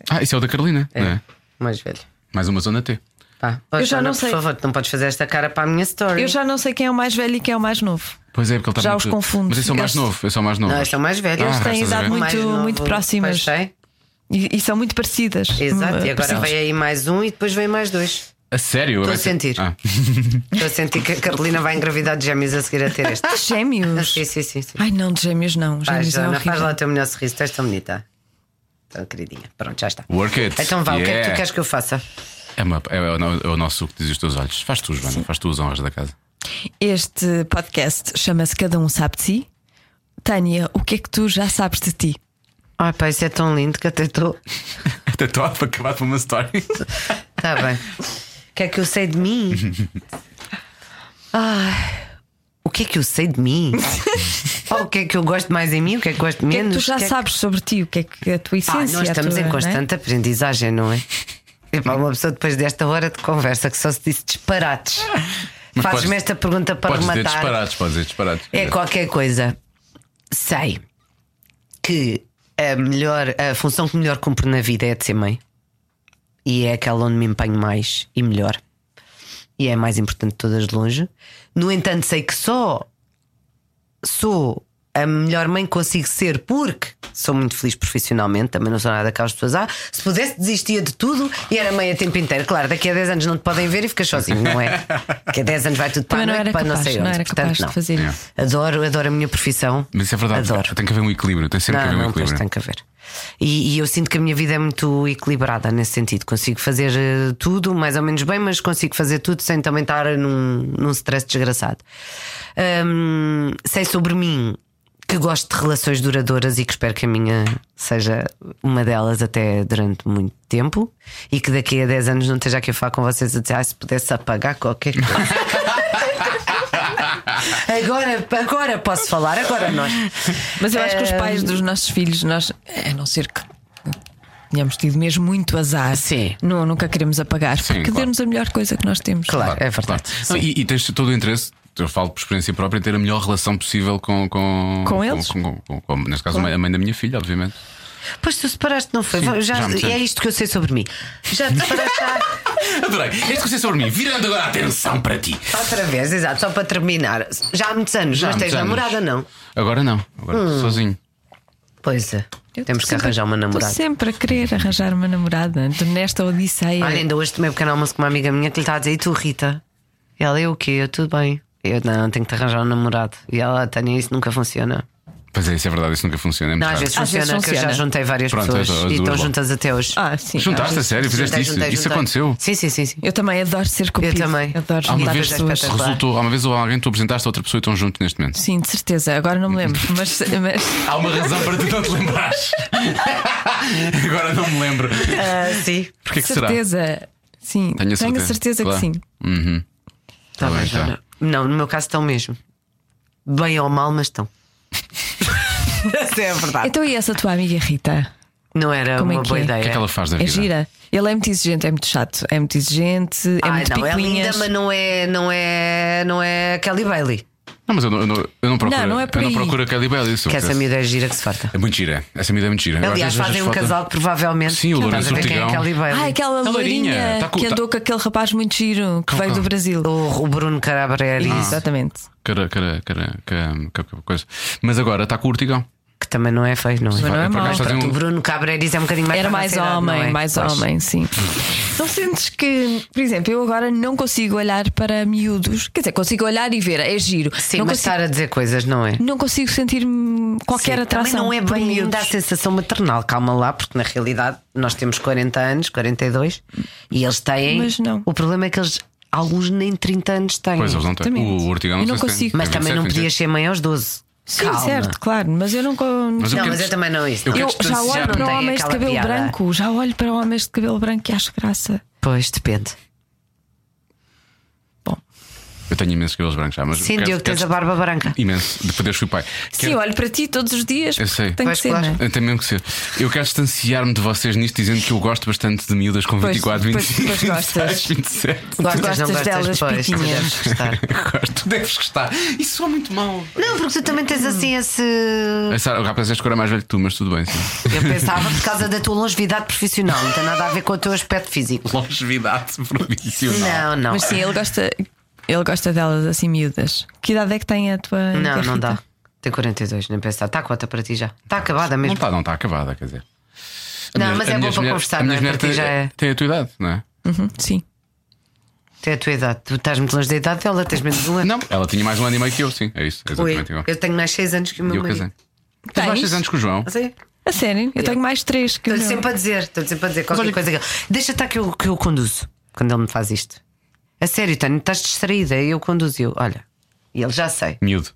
[SPEAKER 2] Ah, isso é o da Carolina, não é?
[SPEAKER 4] Mais velho.
[SPEAKER 2] Mais uma zona T.
[SPEAKER 4] Pá,
[SPEAKER 3] Eu
[SPEAKER 4] eu
[SPEAKER 3] já não
[SPEAKER 4] por
[SPEAKER 3] sei.
[SPEAKER 4] favor, não podes fazer esta cara para a minha story.
[SPEAKER 3] Eu já não sei quem é o mais velho e quem é o mais novo.
[SPEAKER 2] Pois é, porque ele está
[SPEAKER 3] Já
[SPEAKER 2] muito-
[SPEAKER 3] os confundo.
[SPEAKER 2] Mas esse é o mais
[SPEAKER 3] Eles-
[SPEAKER 2] novo, esse é o mais novo.
[SPEAKER 4] Não, este é o mais velho.
[SPEAKER 2] Ah,
[SPEAKER 4] Este
[SPEAKER 3] Eles têm
[SPEAKER 2] estás a
[SPEAKER 3] idade
[SPEAKER 2] ver.
[SPEAKER 3] muito,
[SPEAKER 4] mais novo.
[SPEAKER 3] muito próximas
[SPEAKER 4] Pois sei.
[SPEAKER 3] e, e são muito parecidas.
[SPEAKER 4] Exato, e
[SPEAKER 3] Hum,
[SPEAKER 4] agora vem aí mais um e depois vem mais dois.
[SPEAKER 2] A sério?
[SPEAKER 4] Estou a
[SPEAKER 2] Vai ser-
[SPEAKER 4] sentir.
[SPEAKER 2] Ah.
[SPEAKER 4] Estou a sentir que a Carolina vai engravidar de gêmeos a seguir a ter este.
[SPEAKER 3] Ah, gêmeos.
[SPEAKER 4] Sim, sim, sim. sim.
[SPEAKER 3] Ai não, de gêmeos não.
[SPEAKER 4] Vai,
[SPEAKER 3] Gêmeos é
[SPEAKER 4] Joana, faz
[SPEAKER 3] horrível.
[SPEAKER 4] lá o teu melhor sorriso, tu és tão bonita. Tão queridinha. Pronto, já está.
[SPEAKER 2] Work it.
[SPEAKER 4] Então vá, o que é que tu
[SPEAKER 2] Yeah.
[SPEAKER 4] queres que eu faça?
[SPEAKER 2] É, uma- é- é o no- é o nosso que diz os teus olhos. Faz tu, Joana, faz tu as honras da casa.
[SPEAKER 3] Este podcast chama-se Cada Um Sabe de Si. Tânia, o que é que tu já sabes de ti?
[SPEAKER 4] Ai pá, isso é tão lindo que até estou.
[SPEAKER 2] Até estou a acabar por uma story.
[SPEAKER 4] Está Tá bem. O que é que eu sei de mim? Ai, o que é que eu sei de mim? Ou o que é que eu gosto mais em mim? O que é que gosto
[SPEAKER 3] O que é que
[SPEAKER 4] menos?
[SPEAKER 3] tu já
[SPEAKER 4] O que é que-
[SPEAKER 3] sabes sobre ti? O que é que a tua
[SPEAKER 4] Pá,
[SPEAKER 3] essência
[SPEAKER 4] Ah, nós
[SPEAKER 3] a
[SPEAKER 4] estamos
[SPEAKER 3] tua,
[SPEAKER 4] em
[SPEAKER 3] não é?
[SPEAKER 4] constante aprendizagem, não é? E pá, uma pessoa depois desta hora de conversa que só se disse disparates.
[SPEAKER 2] Mas
[SPEAKER 4] Fazes-me
[SPEAKER 2] podes-
[SPEAKER 4] esta pergunta para
[SPEAKER 2] Podes dizer
[SPEAKER 4] rematar.
[SPEAKER 2] disparados, podes dizer disparados.
[SPEAKER 4] É qualquer coisa. Sei que a melhor, a função que melhor cumpro na vida é a de ser mãe. E é aquela onde me empenho mais e melhor. E é a mais importante de todas de longe. No entanto, sei que só sou a melhor mãe que consigo ser porque sou muito feliz profissionalmente, também não sou nada daquelas pessoas. Ah, se pudesse, desistia de tudo e era mãe a tempo inteiro. Claro, daqui a 10 anos não te podem ver e ficas sozinho, não é? Daqui a 10 anos vai tudo para
[SPEAKER 3] Também
[SPEAKER 4] a
[SPEAKER 3] não
[SPEAKER 4] noite,
[SPEAKER 3] era
[SPEAKER 4] para
[SPEAKER 3] capaz,
[SPEAKER 4] não sei
[SPEAKER 3] não
[SPEAKER 4] onde.
[SPEAKER 3] era
[SPEAKER 4] Portanto,
[SPEAKER 3] capaz de
[SPEAKER 4] não.
[SPEAKER 3] fazer
[SPEAKER 2] É.
[SPEAKER 3] isso.
[SPEAKER 4] Adoro, adoro a minha profissão.
[SPEAKER 2] Mas isso é verdade.
[SPEAKER 4] Adoro.
[SPEAKER 2] Tem que haver um equilíbrio, tem sempre que
[SPEAKER 4] Não,
[SPEAKER 2] haver um
[SPEAKER 4] não, pois
[SPEAKER 2] equilíbrio.
[SPEAKER 4] tem que haver. E, e eu sinto que a minha vida é muito equilibrada nesse sentido. Consigo fazer eh, tudo, mais ou menos bem, mas consigo fazer tudo sem também estar num, num stress desgraçado. Hum, sei sobre mim que gosto de relações duradouras e que espero que a minha seja uma delas até durante muito tempo e que daqui a 10 anos não esteja aqui a falar com vocês a dizer "Ai, se pudesse apagar qualquer coisa. Agora, agora posso falar, agora nós.
[SPEAKER 3] Mas eu acho que os pais dos nossos filhos, nós, a não ser que tenhamos tido mesmo muito azar,
[SPEAKER 4] Sim.
[SPEAKER 3] Não, nunca queremos apagar,
[SPEAKER 2] Sim,
[SPEAKER 3] porque
[SPEAKER 2] claro.
[SPEAKER 3] deu-nos a melhor coisa que nós temos.
[SPEAKER 4] Claro, é
[SPEAKER 2] Claro.
[SPEAKER 4] verdade.
[SPEAKER 2] Não, e, e tens todo o interesse, eu falo por experiência própria, em ter a melhor relação possível com, com,
[SPEAKER 3] Com eles?
[SPEAKER 2] com- com- com- com- neste caso, a mãe- a mãe da minha filha, obviamente.
[SPEAKER 4] Pois tu separaste, não foi?
[SPEAKER 2] Sim,
[SPEAKER 4] Já-
[SPEAKER 2] já me sei.
[SPEAKER 4] é isto que eu sei sobre mim. Já te separaste há-
[SPEAKER 2] Adorei. É Este conselho sobre mim, virando agora a atenção para ti.
[SPEAKER 4] outra vez, exato, só para terminar. Já há muitos anos,
[SPEAKER 2] Já há
[SPEAKER 4] mas tens
[SPEAKER 2] muitos anos.
[SPEAKER 4] namorada, não? Hum.
[SPEAKER 2] Agora não, agora sozinho.
[SPEAKER 4] Pois é.
[SPEAKER 3] Eu
[SPEAKER 4] Temos
[SPEAKER 3] tô
[SPEAKER 4] que
[SPEAKER 3] sempre-
[SPEAKER 4] arranjar uma
[SPEAKER 3] tô
[SPEAKER 4] namorada.
[SPEAKER 3] sempre a querer arranjar uma namorada nesta odisseia.
[SPEAKER 4] Olha, ainda hoje tomei um pequeno almoço com uma amiga minha que lhe está a dizer: E tu, Rita? E ela, eu o quê? Eu, tudo bem. Eu, não, tenho que te arranjar um namorado. E ela, Tânia, isso nunca funciona.
[SPEAKER 2] Pois é, isso é verdade, isso nunca funciona. É muito
[SPEAKER 4] Não, às
[SPEAKER 2] raro.
[SPEAKER 4] vezes
[SPEAKER 3] Às
[SPEAKER 4] funciona,
[SPEAKER 3] vezes
[SPEAKER 4] que eu já
[SPEAKER 3] funciona.
[SPEAKER 4] juntei várias
[SPEAKER 2] Pronto,
[SPEAKER 4] pessoas
[SPEAKER 2] as duas
[SPEAKER 4] e estão
[SPEAKER 2] logo.
[SPEAKER 4] juntas até hoje.
[SPEAKER 3] Ah, sim. às
[SPEAKER 2] Juntaste a
[SPEAKER 3] vezes-
[SPEAKER 2] sério, fizeste
[SPEAKER 4] Juntei,
[SPEAKER 2] isso.
[SPEAKER 4] juntei,
[SPEAKER 2] Isso
[SPEAKER 4] juntei.
[SPEAKER 2] aconteceu.
[SPEAKER 4] Sim, sim, sim. sim.
[SPEAKER 3] Eu também adoro ser cupido.
[SPEAKER 4] também.
[SPEAKER 3] Adoro
[SPEAKER 4] Há uma
[SPEAKER 3] juntar
[SPEAKER 4] vez-
[SPEAKER 3] as pessoas.
[SPEAKER 4] espetacular.
[SPEAKER 2] Resultou, há uma vez ou alguém tu apresentaste a outra pessoa e estão juntos neste momento.
[SPEAKER 3] Sim, de certeza. Agora não me lembro, mas, mas
[SPEAKER 2] Há uma razão para tu não te lembrares. Agora não me lembro.
[SPEAKER 4] Ah, sim.
[SPEAKER 2] Porquê
[SPEAKER 3] de
[SPEAKER 2] que será?
[SPEAKER 3] certeza. Sim,
[SPEAKER 2] Tenho a certeza,
[SPEAKER 3] certeza que
[SPEAKER 2] claro.
[SPEAKER 3] sim.
[SPEAKER 2] Uhum. Tá bem,
[SPEAKER 4] Talvez
[SPEAKER 2] tá.
[SPEAKER 4] não. Não, no meu caso estão mesmo. Bem ou mal, mas estão. Essa é a verdade.
[SPEAKER 3] Então, e essa tua amiga Rita?
[SPEAKER 4] Não era
[SPEAKER 3] Como é
[SPEAKER 4] uma
[SPEAKER 3] que
[SPEAKER 4] boa
[SPEAKER 3] é?
[SPEAKER 4] ideia.
[SPEAKER 2] O que é que ela faz da
[SPEAKER 3] É
[SPEAKER 2] vida?
[SPEAKER 3] gira. Ele é muito exigente, é muito chato, é muito exigente, é
[SPEAKER 4] Ah,
[SPEAKER 3] muito
[SPEAKER 4] não, é linda,
[SPEAKER 3] picuinhas.
[SPEAKER 4] mas não é, não é, não é Kelly Bailey.
[SPEAKER 2] Não, mas eu não, eu não, eu não procuro.
[SPEAKER 3] Não, não é por
[SPEAKER 2] eu não
[SPEAKER 3] aí.
[SPEAKER 2] procuro a Kelly Belly. isso
[SPEAKER 4] Que
[SPEAKER 2] eu
[SPEAKER 4] essa
[SPEAKER 2] penso.
[SPEAKER 4] miúda é gira que se farta.
[SPEAKER 2] É muito gira. Essa miúda é muito gira. Eu às
[SPEAKER 4] Aliás,
[SPEAKER 2] vezes vejo
[SPEAKER 4] fazem um
[SPEAKER 2] as fotos-
[SPEAKER 4] casal que provavelmente.
[SPEAKER 2] Sim, o
[SPEAKER 4] Estás
[SPEAKER 2] Lourenço
[SPEAKER 4] a ver quem é
[SPEAKER 2] Ortigão.
[SPEAKER 4] Kelly Bailey.
[SPEAKER 3] Ah, aquela
[SPEAKER 2] A loirinha,
[SPEAKER 3] loirinha
[SPEAKER 2] tá com-
[SPEAKER 3] que
[SPEAKER 2] tá- Ah.
[SPEAKER 3] andou com aquele rapaz muito giro que veio do Brasil.
[SPEAKER 4] O, o Bruno Carabreri,
[SPEAKER 3] Exatamente.
[SPEAKER 2] Cara, cara, cara, cara, cara, cara, coisa. Mas agora está com o Urtigão.
[SPEAKER 4] que também não é feio, não é?
[SPEAKER 3] não é
[SPEAKER 2] Por acaso
[SPEAKER 3] mau.
[SPEAKER 2] fazem
[SPEAKER 4] O
[SPEAKER 2] um-
[SPEAKER 4] Bruno Cabreris é um bocadinho mais
[SPEAKER 3] Era
[SPEAKER 4] para a
[SPEAKER 3] mais
[SPEAKER 4] nossa idade, não
[SPEAKER 3] homem,
[SPEAKER 4] é?
[SPEAKER 3] mais
[SPEAKER 4] Pois.
[SPEAKER 3] homem, sim. Não sentes que, por exemplo, eu agora não consigo olhar para miúdos, quer dizer, consigo olhar e ver, é giro.
[SPEAKER 4] Sim,
[SPEAKER 3] não,
[SPEAKER 4] mas
[SPEAKER 3] consigo,
[SPEAKER 4] estar a dizer coisas, não é?
[SPEAKER 3] não consigo sentir-me qualquer
[SPEAKER 4] Sim,
[SPEAKER 3] atração.
[SPEAKER 4] Também não é
[SPEAKER 3] por
[SPEAKER 4] bem
[SPEAKER 3] miúdos.
[SPEAKER 4] ainda a sensação maternal, calma lá, porque na realidade nós temos 40 anos, 42, e eles têm.
[SPEAKER 3] Mas não.
[SPEAKER 4] O problema é que eles, alguns nem 30 anos têm.
[SPEAKER 2] Pois eles não têm.
[SPEAKER 3] É, Exatamente.
[SPEAKER 2] O Urtigão não,
[SPEAKER 3] Eu não
[SPEAKER 2] sei se
[SPEAKER 3] consigo.
[SPEAKER 2] tem.
[SPEAKER 4] Mas
[SPEAKER 2] Tem
[SPEAKER 4] também não
[SPEAKER 2] 27,
[SPEAKER 4] podias ser mãe aos 12.
[SPEAKER 3] Sim,
[SPEAKER 4] Calma.
[SPEAKER 3] certo, claro, mas eu não. con-
[SPEAKER 2] Mas o
[SPEAKER 4] Não,
[SPEAKER 2] que
[SPEAKER 4] mas
[SPEAKER 2] te-
[SPEAKER 4] eu também não isso.
[SPEAKER 2] Eu
[SPEAKER 3] Eu
[SPEAKER 2] quero
[SPEAKER 3] já olho
[SPEAKER 2] distanciar-me.
[SPEAKER 3] para
[SPEAKER 4] Não tem
[SPEAKER 3] homens de
[SPEAKER 4] aquela
[SPEAKER 3] cabelo
[SPEAKER 4] piada.
[SPEAKER 3] branco, já olho para homens de cabelo branco e acho graça.
[SPEAKER 4] Pois, depende.
[SPEAKER 3] Bom,
[SPEAKER 2] Eu tenho imensos cabelos brancos já, mas.
[SPEAKER 4] Sim,
[SPEAKER 2] quero-
[SPEAKER 4] Diogo, tens a
[SPEAKER 2] quero-
[SPEAKER 4] barba branca.
[SPEAKER 2] Imenso, de poder chupar.
[SPEAKER 3] sim, eu olho para ti todos os dias.
[SPEAKER 2] Eu sei.
[SPEAKER 3] porque Tem que
[SPEAKER 4] Pois,
[SPEAKER 3] ser,
[SPEAKER 4] claro.
[SPEAKER 3] não é?
[SPEAKER 2] Tem mesmo que ser. Eu quero distanciar-me de vocês nisto, dizendo que eu gosto bastante de miúdas com
[SPEAKER 3] Pois,
[SPEAKER 2] 24,
[SPEAKER 3] pois-
[SPEAKER 2] 25,
[SPEAKER 3] pois gostas.
[SPEAKER 2] 26, 27.
[SPEAKER 4] Gostas, não
[SPEAKER 3] gostas
[SPEAKER 4] gostas
[SPEAKER 3] delas
[SPEAKER 4] pois, tu
[SPEAKER 3] piquinhas.
[SPEAKER 4] deves gostar.
[SPEAKER 2] Gosto, tu deves gostar. Isso é muito mal.
[SPEAKER 4] Não, porque tu também tens assim esse.
[SPEAKER 2] A Sara, o rapaz, este cor é mais velho que tu, mas tudo bem. Sim.
[SPEAKER 4] Eu pensava por causa da tua longevidade profissional, não tem nada a ver com o teu aspecto físico.
[SPEAKER 2] Longevidade profissional.
[SPEAKER 4] Não, não.
[SPEAKER 3] Mas sim, ele gosta, ele gosta delas assim miúdas. Que idade é que tem a tua.
[SPEAKER 4] Não,
[SPEAKER 3] amiga
[SPEAKER 4] não
[SPEAKER 3] Rita?
[SPEAKER 4] dá. Tem 42, nem pensar. Está a cota para ti já. Está acabada
[SPEAKER 2] Não
[SPEAKER 4] mesmo.
[SPEAKER 2] está, não está acabada, quer dizer. A
[SPEAKER 4] Não,
[SPEAKER 2] minha-
[SPEAKER 4] mas
[SPEAKER 2] a
[SPEAKER 4] é bom
[SPEAKER 2] minha
[SPEAKER 4] para
[SPEAKER 2] mulher-
[SPEAKER 4] conversar,
[SPEAKER 2] a minha
[SPEAKER 4] não é?
[SPEAKER 2] mulher
[SPEAKER 4] Para ti
[SPEAKER 2] tem-
[SPEAKER 4] já é.
[SPEAKER 2] Tem a tua idade, não é?
[SPEAKER 3] Uhum, sim.
[SPEAKER 4] Tem a tua idade. Tu estás muito longe da idade dela, tens menos de um ano.
[SPEAKER 2] Não, ela tinha mais um ano e meio que eu, sim. É isso, é
[SPEAKER 4] Ui,
[SPEAKER 2] exatamente igual.
[SPEAKER 4] eu tenho mais 6 anos que o
[SPEAKER 2] E
[SPEAKER 4] meu
[SPEAKER 2] eu casei.
[SPEAKER 4] marido. Ah,
[SPEAKER 2] Tens mais
[SPEAKER 3] Tens?
[SPEAKER 2] 6 anos com o João.
[SPEAKER 4] Sim.
[SPEAKER 3] A sério? Eu tenho mais três que o
[SPEAKER 4] Estou-lhe
[SPEAKER 3] meu.
[SPEAKER 4] sempre a dizer, estou-lhe sempre a dizer qualquer
[SPEAKER 2] olha-
[SPEAKER 4] coisa que ele. Deixa estar que eu, que eu conduzo quando ele me faz isto. A sério, Tânia, estás distraída, eu conduzo. Eu, olha, e ele já sei,
[SPEAKER 2] Miúdo.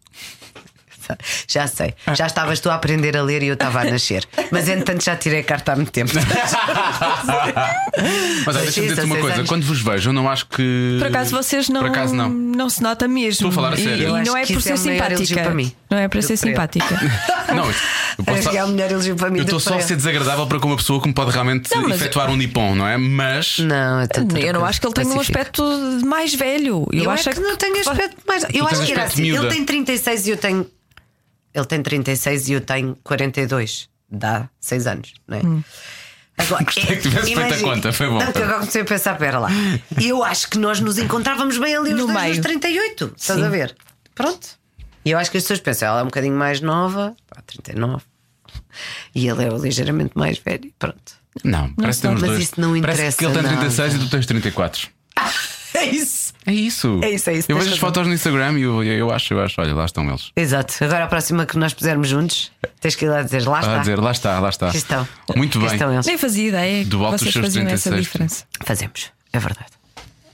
[SPEAKER 4] já sei. Já estavas tu a aprender a ler e eu estava a nascer. Mas entretanto já tirei a carta há muito tempo.
[SPEAKER 2] Mas olha,
[SPEAKER 4] Mas
[SPEAKER 2] deixa-me
[SPEAKER 4] sim,
[SPEAKER 2] dizer-te
[SPEAKER 4] são
[SPEAKER 2] uma
[SPEAKER 4] seis
[SPEAKER 2] coisa.
[SPEAKER 4] anos.
[SPEAKER 2] Quando vos vejo, eu não acho que.
[SPEAKER 3] Por acaso vocês não,
[SPEAKER 2] Por acaso não.
[SPEAKER 3] se nota mesmo.
[SPEAKER 2] Estou a falar a
[SPEAKER 3] E-
[SPEAKER 2] sério.
[SPEAKER 3] E,
[SPEAKER 2] Eu
[SPEAKER 4] acho
[SPEAKER 3] não é
[SPEAKER 4] que
[SPEAKER 3] por
[SPEAKER 4] isso é
[SPEAKER 3] ser
[SPEAKER 4] o maior elogio
[SPEAKER 3] simpática.
[SPEAKER 4] para mim.
[SPEAKER 3] Não é para
[SPEAKER 4] Do
[SPEAKER 3] ser
[SPEAKER 4] que para ele.
[SPEAKER 3] simpática.
[SPEAKER 2] Não, eu eu posso.
[SPEAKER 4] Acho que é o melhor elogio para mim
[SPEAKER 2] Eu
[SPEAKER 4] do
[SPEAKER 2] estou
[SPEAKER 4] que
[SPEAKER 2] só
[SPEAKER 4] para
[SPEAKER 2] a
[SPEAKER 4] ele.
[SPEAKER 2] ser desagradável para com uma pessoa que me pode realmente
[SPEAKER 3] Não, mas-
[SPEAKER 2] efetuar um nipom, não é? Mas.
[SPEAKER 4] Não, eu, tô- tô-
[SPEAKER 3] eu não
[SPEAKER 4] tô-
[SPEAKER 3] acho que ele tenha um
[SPEAKER 4] pacifico.
[SPEAKER 3] aspecto mais velho. Eu,
[SPEAKER 4] Eu,
[SPEAKER 3] acho
[SPEAKER 4] acho
[SPEAKER 2] é
[SPEAKER 4] que, não tenho aspecto mais. Eu
[SPEAKER 2] tens um
[SPEAKER 4] acho que era
[SPEAKER 2] aspecto
[SPEAKER 4] assim.
[SPEAKER 2] miúda.
[SPEAKER 4] Ele tem 36 e eu tenho. Ele tem 36 e eu tenho 42. Dá 6 anos, não é? Agora,
[SPEAKER 2] Hum.
[SPEAKER 4] é,
[SPEAKER 2] Gostei que tivesse feito a conta, foi bom.
[SPEAKER 4] Não, que agora comecei a pensar, pera lá. Eu acho que nós nos encontrávamos bem ali os
[SPEAKER 3] No
[SPEAKER 4] dois
[SPEAKER 3] meio.
[SPEAKER 4] nos 38. Estás
[SPEAKER 3] Sim.
[SPEAKER 4] a ver? Pronto. E eu acho que as pessoas pensam, ela é um bocadinho mais nova, pá, 39. E ele é ligeiramente mais velho. Pronto.
[SPEAKER 2] Não, parece que
[SPEAKER 3] sei.
[SPEAKER 2] temos
[SPEAKER 4] Mas
[SPEAKER 2] dois.
[SPEAKER 4] isso não
[SPEAKER 2] Parece que ele tem
[SPEAKER 4] interessa
[SPEAKER 2] 36
[SPEAKER 4] nada.
[SPEAKER 2] e tu tens 34.
[SPEAKER 4] É isso.
[SPEAKER 2] É isso.
[SPEAKER 4] É isso, é isso,
[SPEAKER 2] Eu
[SPEAKER 4] tens
[SPEAKER 2] vejo as
[SPEAKER 4] razão.
[SPEAKER 2] fotos no Instagram e eu, eu acho, eu acho. Olha, lá estão eles.
[SPEAKER 4] Exato. Agora a próxima que nós pusermos juntos, tens que ir lá dizer, lá
[SPEAKER 2] Ah,
[SPEAKER 4] está.
[SPEAKER 2] a dizer, lá está, lá está.
[SPEAKER 4] Aqui estão.
[SPEAKER 2] Muito
[SPEAKER 4] Aqui
[SPEAKER 2] bem.
[SPEAKER 4] estão eles.
[SPEAKER 3] Nem fazia ideia
[SPEAKER 2] Do
[SPEAKER 3] que
[SPEAKER 2] alto dos
[SPEAKER 3] vocês
[SPEAKER 2] seus
[SPEAKER 3] faziam
[SPEAKER 2] 36.
[SPEAKER 3] essa diferença.
[SPEAKER 4] Fazemos, é verdade.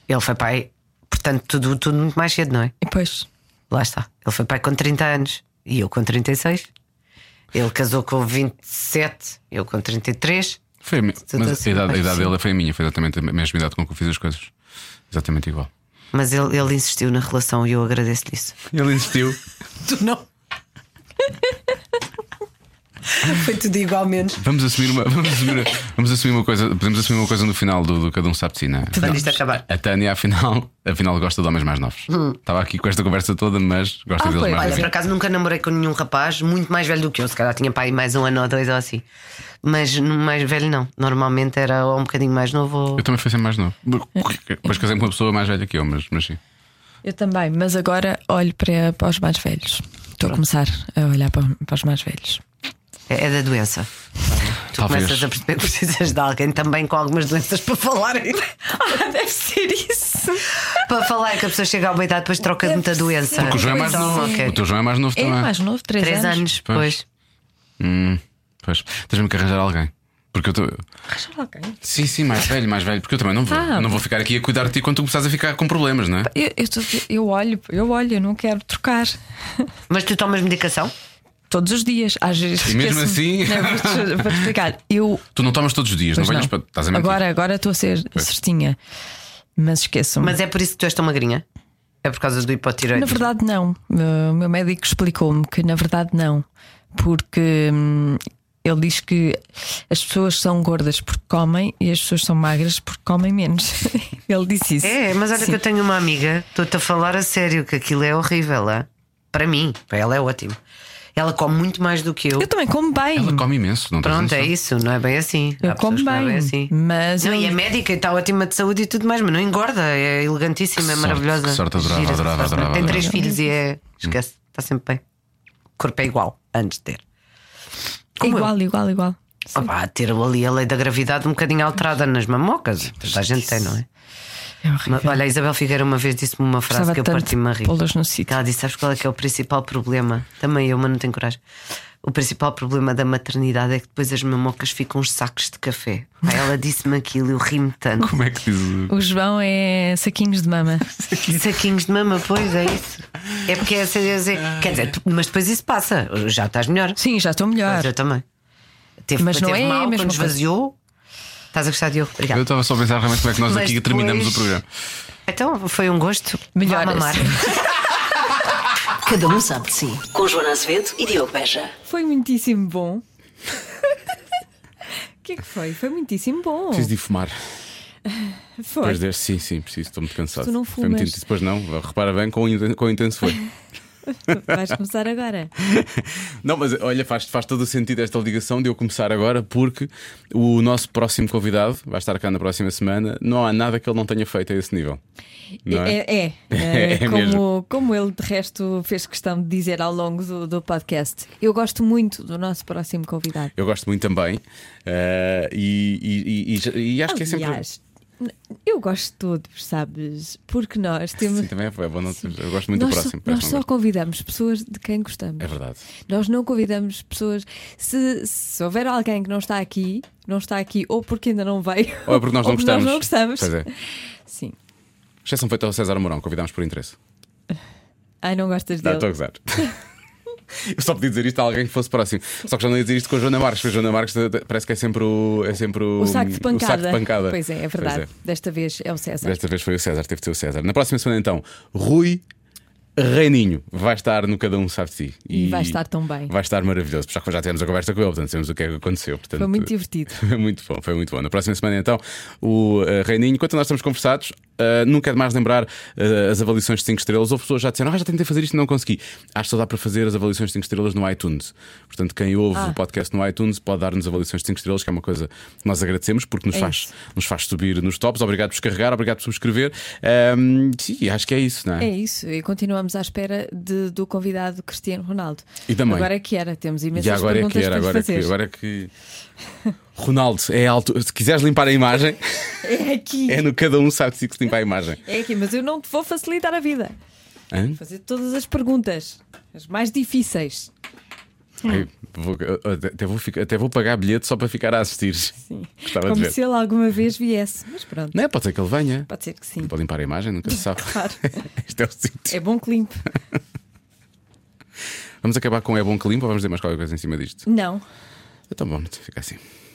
[SPEAKER 4] Ele foi pai, portanto, tudo, tudo muito mais cedo, não é?
[SPEAKER 3] E depois,
[SPEAKER 4] Lá está. Ele foi pai com 30 anos. e eu com 36. Ele casou com 27, eu com 33.
[SPEAKER 2] Foi a mi-
[SPEAKER 4] Tudo
[SPEAKER 2] mas
[SPEAKER 4] assim,
[SPEAKER 2] a idade, a
[SPEAKER 4] bem,
[SPEAKER 2] idade
[SPEAKER 4] sim.
[SPEAKER 2] dele foi a minha, foi exatamente a mesma idade com que eu fiz as coisas. Exatamente igual.
[SPEAKER 4] Mas ele, ele insistiu na relação e eu agradeço-lhe isso.
[SPEAKER 2] Ele insistiu.
[SPEAKER 4] Tu não. Foi tudo igual, menos.
[SPEAKER 2] Vamos assumir uma, vamos assumir, vamos assumir uma coisa. Podemos assumir uma coisa no final do, do Cada um sabe de si, não é?
[SPEAKER 4] Quando isto acabar. Hum.
[SPEAKER 2] A Tânia, afinal, afinal gosta de homens mais novos. Estava aqui com esta conversa toda, mas gosta
[SPEAKER 3] Ah,
[SPEAKER 2] deles
[SPEAKER 3] pois,
[SPEAKER 2] mais
[SPEAKER 4] Olha, por
[SPEAKER 2] velhos.
[SPEAKER 4] acaso nunca namorei com nenhum rapaz muito mais velho do que eu, se calhar tinha pai mais um ano ou dois ou assim. Mas no mais velho não. Normalmente era ou um bocadinho mais novo ou.
[SPEAKER 2] Eu também fui sempre mais novo.
[SPEAKER 4] É.
[SPEAKER 2] Depois casei com uma pessoa mais velha que eu, mas, mas sim.
[SPEAKER 3] Eu também, mas agora olho para, para os mais velhos. Estou a começar a olhar para, para os mais velhos.
[SPEAKER 4] É, é da doença. Tu
[SPEAKER 2] Talvez.
[SPEAKER 4] começas a perceber que precisas de alguém também com algumas doenças para falar.
[SPEAKER 3] Ah, Deve ser isso.
[SPEAKER 4] para falar que a pessoa chega à boa idade, depois troca de muita doença.
[SPEAKER 2] Porque o João é mais
[SPEAKER 4] Então,
[SPEAKER 2] novo.
[SPEAKER 4] ok.
[SPEAKER 2] O teu João é mais novo
[SPEAKER 3] Ele
[SPEAKER 2] também.
[SPEAKER 3] é mais novo, 3,
[SPEAKER 4] Três
[SPEAKER 3] anos.
[SPEAKER 4] anos,
[SPEAKER 2] Pois.
[SPEAKER 4] pois.
[SPEAKER 2] Hum, pois. Tens-me que arranjar alguém. Porque eu estou.
[SPEAKER 3] é
[SPEAKER 2] Sim, sim, mais velho, mais velho. Porque eu também não vou.
[SPEAKER 3] Ah.
[SPEAKER 2] Não vou ficar aqui a cuidar de ti quando tu começares a ficar com problemas, não é?
[SPEAKER 3] Eu, eu, tô- eu olho, eu olho, eu não quero trocar.
[SPEAKER 4] Mas tu tomas medicação?
[SPEAKER 3] Todos os dias, às vezes.
[SPEAKER 2] E mesmo
[SPEAKER 3] esqueço-me.
[SPEAKER 2] assim?
[SPEAKER 3] Não, vou, te, vou te explicar. Eu.
[SPEAKER 2] Tu não tomas todos os dias,
[SPEAKER 3] pois
[SPEAKER 2] não venhas
[SPEAKER 3] não.
[SPEAKER 2] para. Estás a mentir.
[SPEAKER 3] agora, agora estou a ser certinha. Mas esqueço-me.
[SPEAKER 4] Mas é por isso que tu és tão magrinha? É por causa do hipotireoide?
[SPEAKER 3] Na verdade, não. Uh, O meu médico explicou-me que, na verdade, não. Porque hum, ele diz que as pessoas são gordas porque comem e as pessoas são magras porque comem menos. ele disse isso.
[SPEAKER 4] É, mas olha
[SPEAKER 3] Sim.
[SPEAKER 4] que eu tenho uma amiga, estou-te a falar a sério que aquilo é horrível. ah. Para mim, para ela é ótimo. Ela come muito mais do que eu.
[SPEAKER 3] Eu também como bem.
[SPEAKER 2] Ela come imenso, não tens
[SPEAKER 4] Pronto,
[SPEAKER 2] noção?
[SPEAKER 4] é isso, não é bem assim.
[SPEAKER 3] Eu
[SPEAKER 4] Há pessoas
[SPEAKER 3] como
[SPEAKER 4] que Não é
[SPEAKER 3] bem,
[SPEAKER 4] bem assim.
[SPEAKER 3] mas
[SPEAKER 4] Não,
[SPEAKER 3] eu-
[SPEAKER 4] e é médica e está ótima de saúde e tudo mais, mas não engorda, é elegantíssima,
[SPEAKER 2] Que
[SPEAKER 4] é
[SPEAKER 2] sorte,
[SPEAKER 4] maravilhosa.
[SPEAKER 2] que sorte, adorava,
[SPEAKER 4] Gira,
[SPEAKER 2] adorava,
[SPEAKER 4] gira.
[SPEAKER 2] adorava,
[SPEAKER 4] Tem três
[SPEAKER 2] adorava.
[SPEAKER 4] filhos e é.
[SPEAKER 3] Hum.
[SPEAKER 4] Esquece, está sempre bem. O corpo é igual, antes de ter. Como
[SPEAKER 3] igual, igual, igual.
[SPEAKER 4] Ah pá, ter ali a lei da gravidade um bocadinho alterada nas mamocas. Toda a gente tem, não é?
[SPEAKER 3] É
[SPEAKER 4] Ma-
[SPEAKER 3] horrível.
[SPEAKER 4] Olha, a Isabel Figueira uma vez disse-me uma frase
[SPEAKER 3] Gostava
[SPEAKER 4] que eu
[SPEAKER 3] tanto
[SPEAKER 4] parti-me a
[SPEAKER 3] de
[SPEAKER 4] rir.
[SPEAKER 3] pô-las no sítio.
[SPEAKER 4] Que Ela disse: Sabes qual é que é o principal problema? Também eu, mas não tenho coragem. O principal problema da maternidade é que depois as mamocas ficam uns sacos de café. Pá, ela disse-me aquilo e eu ri-me tanto.
[SPEAKER 2] Como é que diz o.
[SPEAKER 3] O João é saquinhos de mama.
[SPEAKER 4] Saquinhos de mama, pois é isso. É porque é, é, é, quer dizer, mas depois isso passa. Já estás melhor.
[SPEAKER 3] Sim, já estou melhor.
[SPEAKER 4] Mas eu também. Teve,
[SPEAKER 3] Mas não
[SPEAKER 4] teve
[SPEAKER 3] é a
[SPEAKER 4] mal
[SPEAKER 3] mesma
[SPEAKER 4] quando
[SPEAKER 3] coisa.
[SPEAKER 4] esvaziou. Estás a gostar de eu?
[SPEAKER 2] Eu
[SPEAKER 4] Obrigada.
[SPEAKER 2] estava só a pensar realmente como é que nós
[SPEAKER 4] Mas
[SPEAKER 2] aqui terminamos
[SPEAKER 4] depois-
[SPEAKER 2] o programa.
[SPEAKER 4] Então foi um gosto.
[SPEAKER 3] Melhoras.
[SPEAKER 4] Vá mamar.
[SPEAKER 1] Cada um sabe de si. Com Joana Azevedo e Diogo Beja.
[SPEAKER 3] Foi muitíssimo bom. O que é que foi? Foi muitíssimo bom.
[SPEAKER 2] Preciso de fumar.
[SPEAKER 3] Foi.
[SPEAKER 2] Depois deste, sim, sim, preciso, estou muito cansado.
[SPEAKER 3] Tu não
[SPEAKER 2] Foi muito
[SPEAKER 3] fumas.
[SPEAKER 2] intenso. Depois não, repara bem quão, inten- quão intenso foi.
[SPEAKER 3] Vais começar agora.
[SPEAKER 2] Não, mas olha, faz, faz todo o sentido esta ligação de eu começar agora, porque o nosso próximo convidado vai estar cá na próxima semana. Não há nada que ele não tenha feito a esse nível. Não é?
[SPEAKER 3] É, é.
[SPEAKER 2] É,
[SPEAKER 3] Eh,
[SPEAKER 2] é mesmo.
[SPEAKER 3] como, como ele de resto fez questão de dizer ao longo do, do podcast. Eu gosto muito do nosso próximo convidado.
[SPEAKER 2] Eu gosto muito também. eh, e, e- e- e- e acho que é sempre.
[SPEAKER 3] Aliás, n- eu gosto de todos, sabes? Porque nós temos.
[SPEAKER 2] Sim, também é bom. Não, eu gosto muito
[SPEAKER 3] nós
[SPEAKER 2] do próximo.
[SPEAKER 3] Só, nós
[SPEAKER 2] parece que
[SPEAKER 3] só
[SPEAKER 2] não gosto.
[SPEAKER 3] convidamos pessoas de quem gostamos.
[SPEAKER 2] É verdade.
[SPEAKER 3] Nós não convidamos pessoas. Se, se houver alguém que não está aqui, não está aqui, ou porque ainda não veio.
[SPEAKER 2] Ou é porque nós não gostamos.
[SPEAKER 3] Nós não gostamos.
[SPEAKER 2] Pois é.
[SPEAKER 3] Sim.
[SPEAKER 2] Exceção feita ao César Mourão, convidámos por interesse.
[SPEAKER 3] Ai, não gostas
[SPEAKER 2] Não,
[SPEAKER 3] dele.
[SPEAKER 2] estou a gozar. Eu só podia dizer isto a alguém que fosse próximo. Só que já não ia dizer isto com a Joana Marques, porque a Joana Marques eh, parece que é sempre o. É sempre o,
[SPEAKER 3] O saco de pancada.
[SPEAKER 2] saco de pancada.
[SPEAKER 3] Pois é, é verdade. Desta vez é o César.
[SPEAKER 2] Desta vez foi o César, teve de ser o César. Na próxima semana, então, Rui Reininho vai estar no Cada Um Sabe de Si.
[SPEAKER 3] E vai estar tão bem.
[SPEAKER 2] Vai estar maravilhoso, já que já tivemos a conversa com ele, portanto, sabemos o que é que aconteceu. portanto,
[SPEAKER 3] Foi muito divertido.
[SPEAKER 2] Foi muito bom, foi muito bom. Na próxima semana, então, o eh, Reininho, enquanto nós estamos conversados, eh, nunca é demais lembrar eh, as avaliações de 5 estrelas. Houve pessoas que já disseram, ah, já tentei fazer isto e não consegui. Acho que só dá para fazer as avaliações de 5 estrelas no iTunes. Portanto, quem ouve
[SPEAKER 3] Ah.
[SPEAKER 2] o podcast no iTunes pode dar-nos avaliações de 5 estrelas, que é uma coisa que nós agradecemos porque nos,
[SPEAKER 3] É
[SPEAKER 2] faz,
[SPEAKER 3] isso.
[SPEAKER 2] nos faz subir nos tops. Obrigado por descarregar, obrigado por subscrever. Ahm, sim, acho que é isso, não
[SPEAKER 3] É isso, e continuamos à espera de- do convidado Cristiano Ronaldo.
[SPEAKER 2] E também.
[SPEAKER 3] Agora é que era, temos imensas
[SPEAKER 2] E agora é
[SPEAKER 3] perguntas
[SPEAKER 2] que era,
[SPEAKER 3] para lhe
[SPEAKER 2] agora é
[SPEAKER 3] fazer.
[SPEAKER 2] que, agora é que. Ronaldo, é alto. Se quiseres limpar a imagem,
[SPEAKER 3] É aqui,
[SPEAKER 2] é no cada um sabe se que se limpa a imagem.
[SPEAKER 3] é aqui, mas eu não te vou facilitar a vida.
[SPEAKER 2] Hã?
[SPEAKER 3] Fazer todas as perguntas, as mais difíceis.
[SPEAKER 2] Eu vou- eu até, vou ficar- até vou pagar bilhete só para ficar a assistir. Sim. Gostava de
[SPEAKER 3] Como
[SPEAKER 2] ver.
[SPEAKER 3] se ele alguma vez viesse. Mas pronto,
[SPEAKER 2] Não é? Pode ser que ele venha.
[SPEAKER 3] pode ser que sim.
[SPEAKER 2] Pode limpar a imagem, nunca se sabe.
[SPEAKER 3] Claro.
[SPEAKER 2] Este é o sítio.
[SPEAKER 3] É bom que limpe.
[SPEAKER 2] Vamos acabar com é bom que limpa ou vamos dizer mais qualquer coisa em cima disto?
[SPEAKER 7] Não.
[SPEAKER 2] Então bom, fica assim.